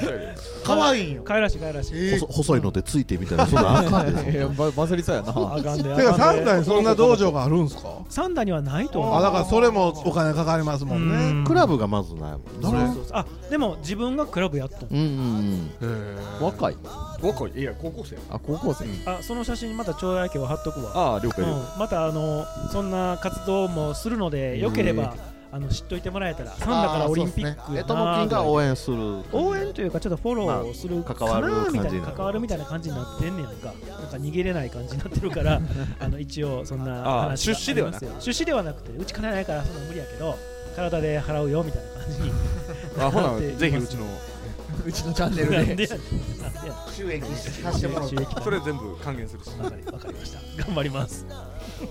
A: 可愛いよ可愛らしい可愛らしい、
B: 細細いのでついてみたいなそんなあかんで
C: いやババズりそうやな
A: あかんで
I: てか
A: あかん
I: 三
A: で
I: 段にそんな道場があるんすか
A: 三段にはないと思う
I: あだからそれもお金かかりますもんね
B: クラブがまずないも
A: そうん
B: ね
A: そうそうあでも自分がクラブやったの
B: うんうんうん
C: 若い
D: 若いいや高校生
C: あ高校生
A: あその写真またちょうだいけは貼っとくわ
D: ああ了解了解
A: うんまたあのそんな活動もするのでよければ、あの知っといてもらえたら三段からオリンピック
B: えともきんが応援する
A: 応援というかちょっとフォローをする
B: ま
A: か
B: あ関わる
A: なみたい
B: 感じに
A: な
B: なる
A: 関わるみたいな感じになってんねやんかなんか逃げれない感じになってるから あの一応そんな
D: あ
A: 話が
D: 出資ではなく
A: ありますよ出資ではなくてうち金ないからそんな無理やけど体で払うよみたいな感じに
D: あほ
A: な
D: な
A: っています
D: ぜひうちの
A: うち
D: の
A: チャンネルでなんでやねんなんでやねん
E: 収益させてもらう
A: 収益化
D: それ全部還元するし
A: わかりわかりました頑張ります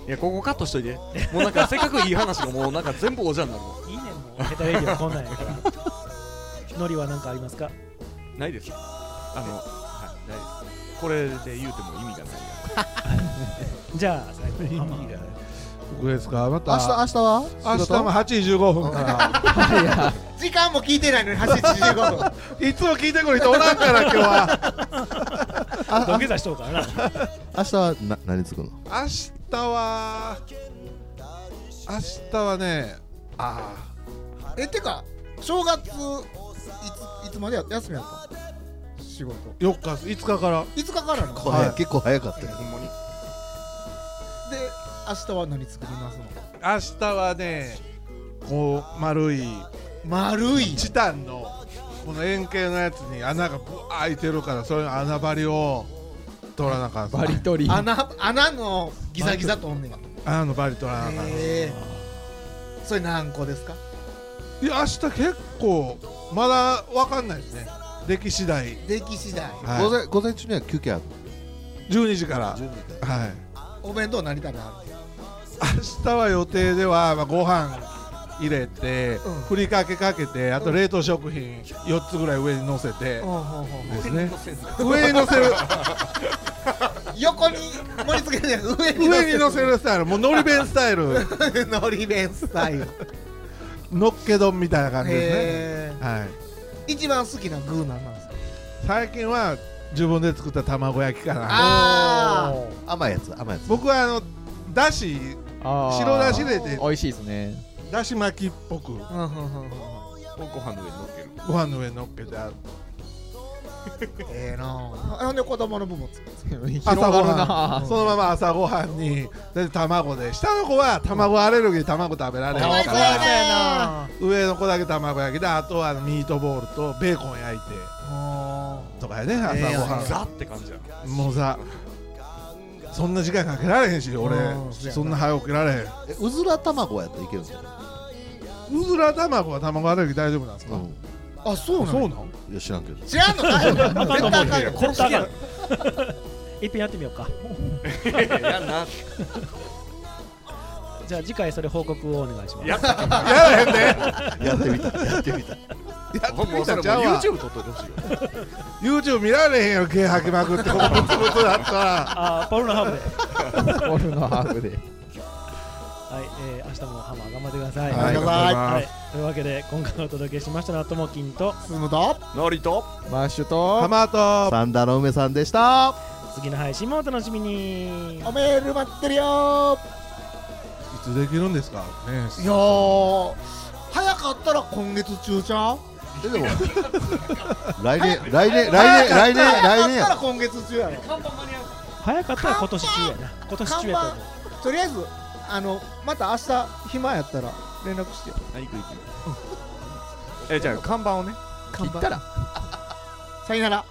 D: いやここカットしといてもうなんかせっかくいい話がもうなんか全部おじゃんになる
A: いいねんもうヘタレディオこんなんや からノリは何かありますか
D: ないですあのはいないですこれで言うても意味がない
A: じゃあ最後に
I: 僕ですかまた
B: 明日明日は
I: 明日も8時15分から
E: 時間も聞いてないのに8時15分
I: いつも聞いてくる人おらんから今日は
A: 土下座しとうからな
B: 明日はな何作るの
I: 明日は明日はねあ
E: えてか正月いついつまでや休みやった仕事
I: あ4日5日から
E: 5日からの
B: こう
E: はい
B: 結構早かったよ
E: で明日は何作りますの
I: 明日はねこう丸い
E: 丸い
I: チタンのこの円形のやつに穴がぶわー開いてるからそれの穴張りを取らなあかんバリ取
E: 穴穴のギザギザとおんねん
I: 穴のバリ取らなあかん
E: えーそれ何個ですか
I: いや明日結構まだわかんないですね出来次第
E: 出来次第
B: 午前午前中には休憩ある
I: 12時からはい
E: お弁当何食べは
I: 明日は予定では、まあ、ご飯入れて、ふりかけかけてあと冷凍食品4つぐらい上に乗せて、ですね上に乗 せる
E: 横に盛り付けるやつ上に
I: 上に乗せるスタイルもうのり弁スタイル
E: のり弁スタイル
I: のっけ丼みたいな感じです
E: へ
I: ね、はい、
E: 一番好きな具なんなんですか
I: 最近は自分で作った卵焼きか
E: あ
I: な
B: 甘いやつ甘いやつ
I: 僕はあのだし
C: あー
I: 白だし入れて
C: 美味しいですね
I: だし巻きっぽく
D: ご飯の上に乗っける
I: ご飯の上に乗っけてある
E: ええなあほんで子供の分も作るんですか
I: 朝ご
E: 広が
I: は
E: るな
I: んそのまま朝ごはんにで卵で下の子は卵アレルギーで卵食べられへん
E: かわいそうや
I: から上の子だけ卵焼きであとはミートボールとベーコン焼いてとかやね朝ごはん、
D: ザって感じやな
I: もうザそんな時間かけられへんし俺
B: うんそうやな
I: そんな早起きられへん
B: えうずら卵やったらいけるんじゃな
I: うずら卵は卵アレルギー大丈夫なんですか、
E: あそう
I: そうなん
B: いいや知らんけど
E: 知らんのかよ
A: あかんと思うよ
E: 絶対あかん よ
A: 一品やってみようか
D: やんな
A: じゃあ次回それ報告をお願いします
D: やった
I: やらへんでやってみた
B: やってみた
I: やって
D: も
I: み
D: うそ
I: た
D: れ
I: ら
D: もう
I: ちゃう
D: YouTube
I: わ
D: 撮っといてほしいよ
I: YouTube 見られへんやろ毛吐きまくってここブツブツだった
A: らあポルノハーブで
C: ポルノハーブで
A: はい、えー、明日もハマー頑張ってください。
C: はい頑張ってください
A: はいというわけで今回お届けしましたのはともきんと
E: スムと
D: ノリと
C: マッシュと
B: ハ
I: マー
B: サンダの梅さんでした
A: 次の配信もお楽しみに。
E: おメール待ってるよー
I: いつできるんですかね
E: いやー早かったら今月中じゃん
B: えでも来年来年来年来年来年
E: 早か
B: や
E: ったら今月中やろ
A: 早かったら今年中やな。今年中やと思う。
E: とりあえずあのまた明日暇やったら連絡してよ
D: 何食いえじゃあ看板をね
E: 看板
D: 切ったら
E: さよなら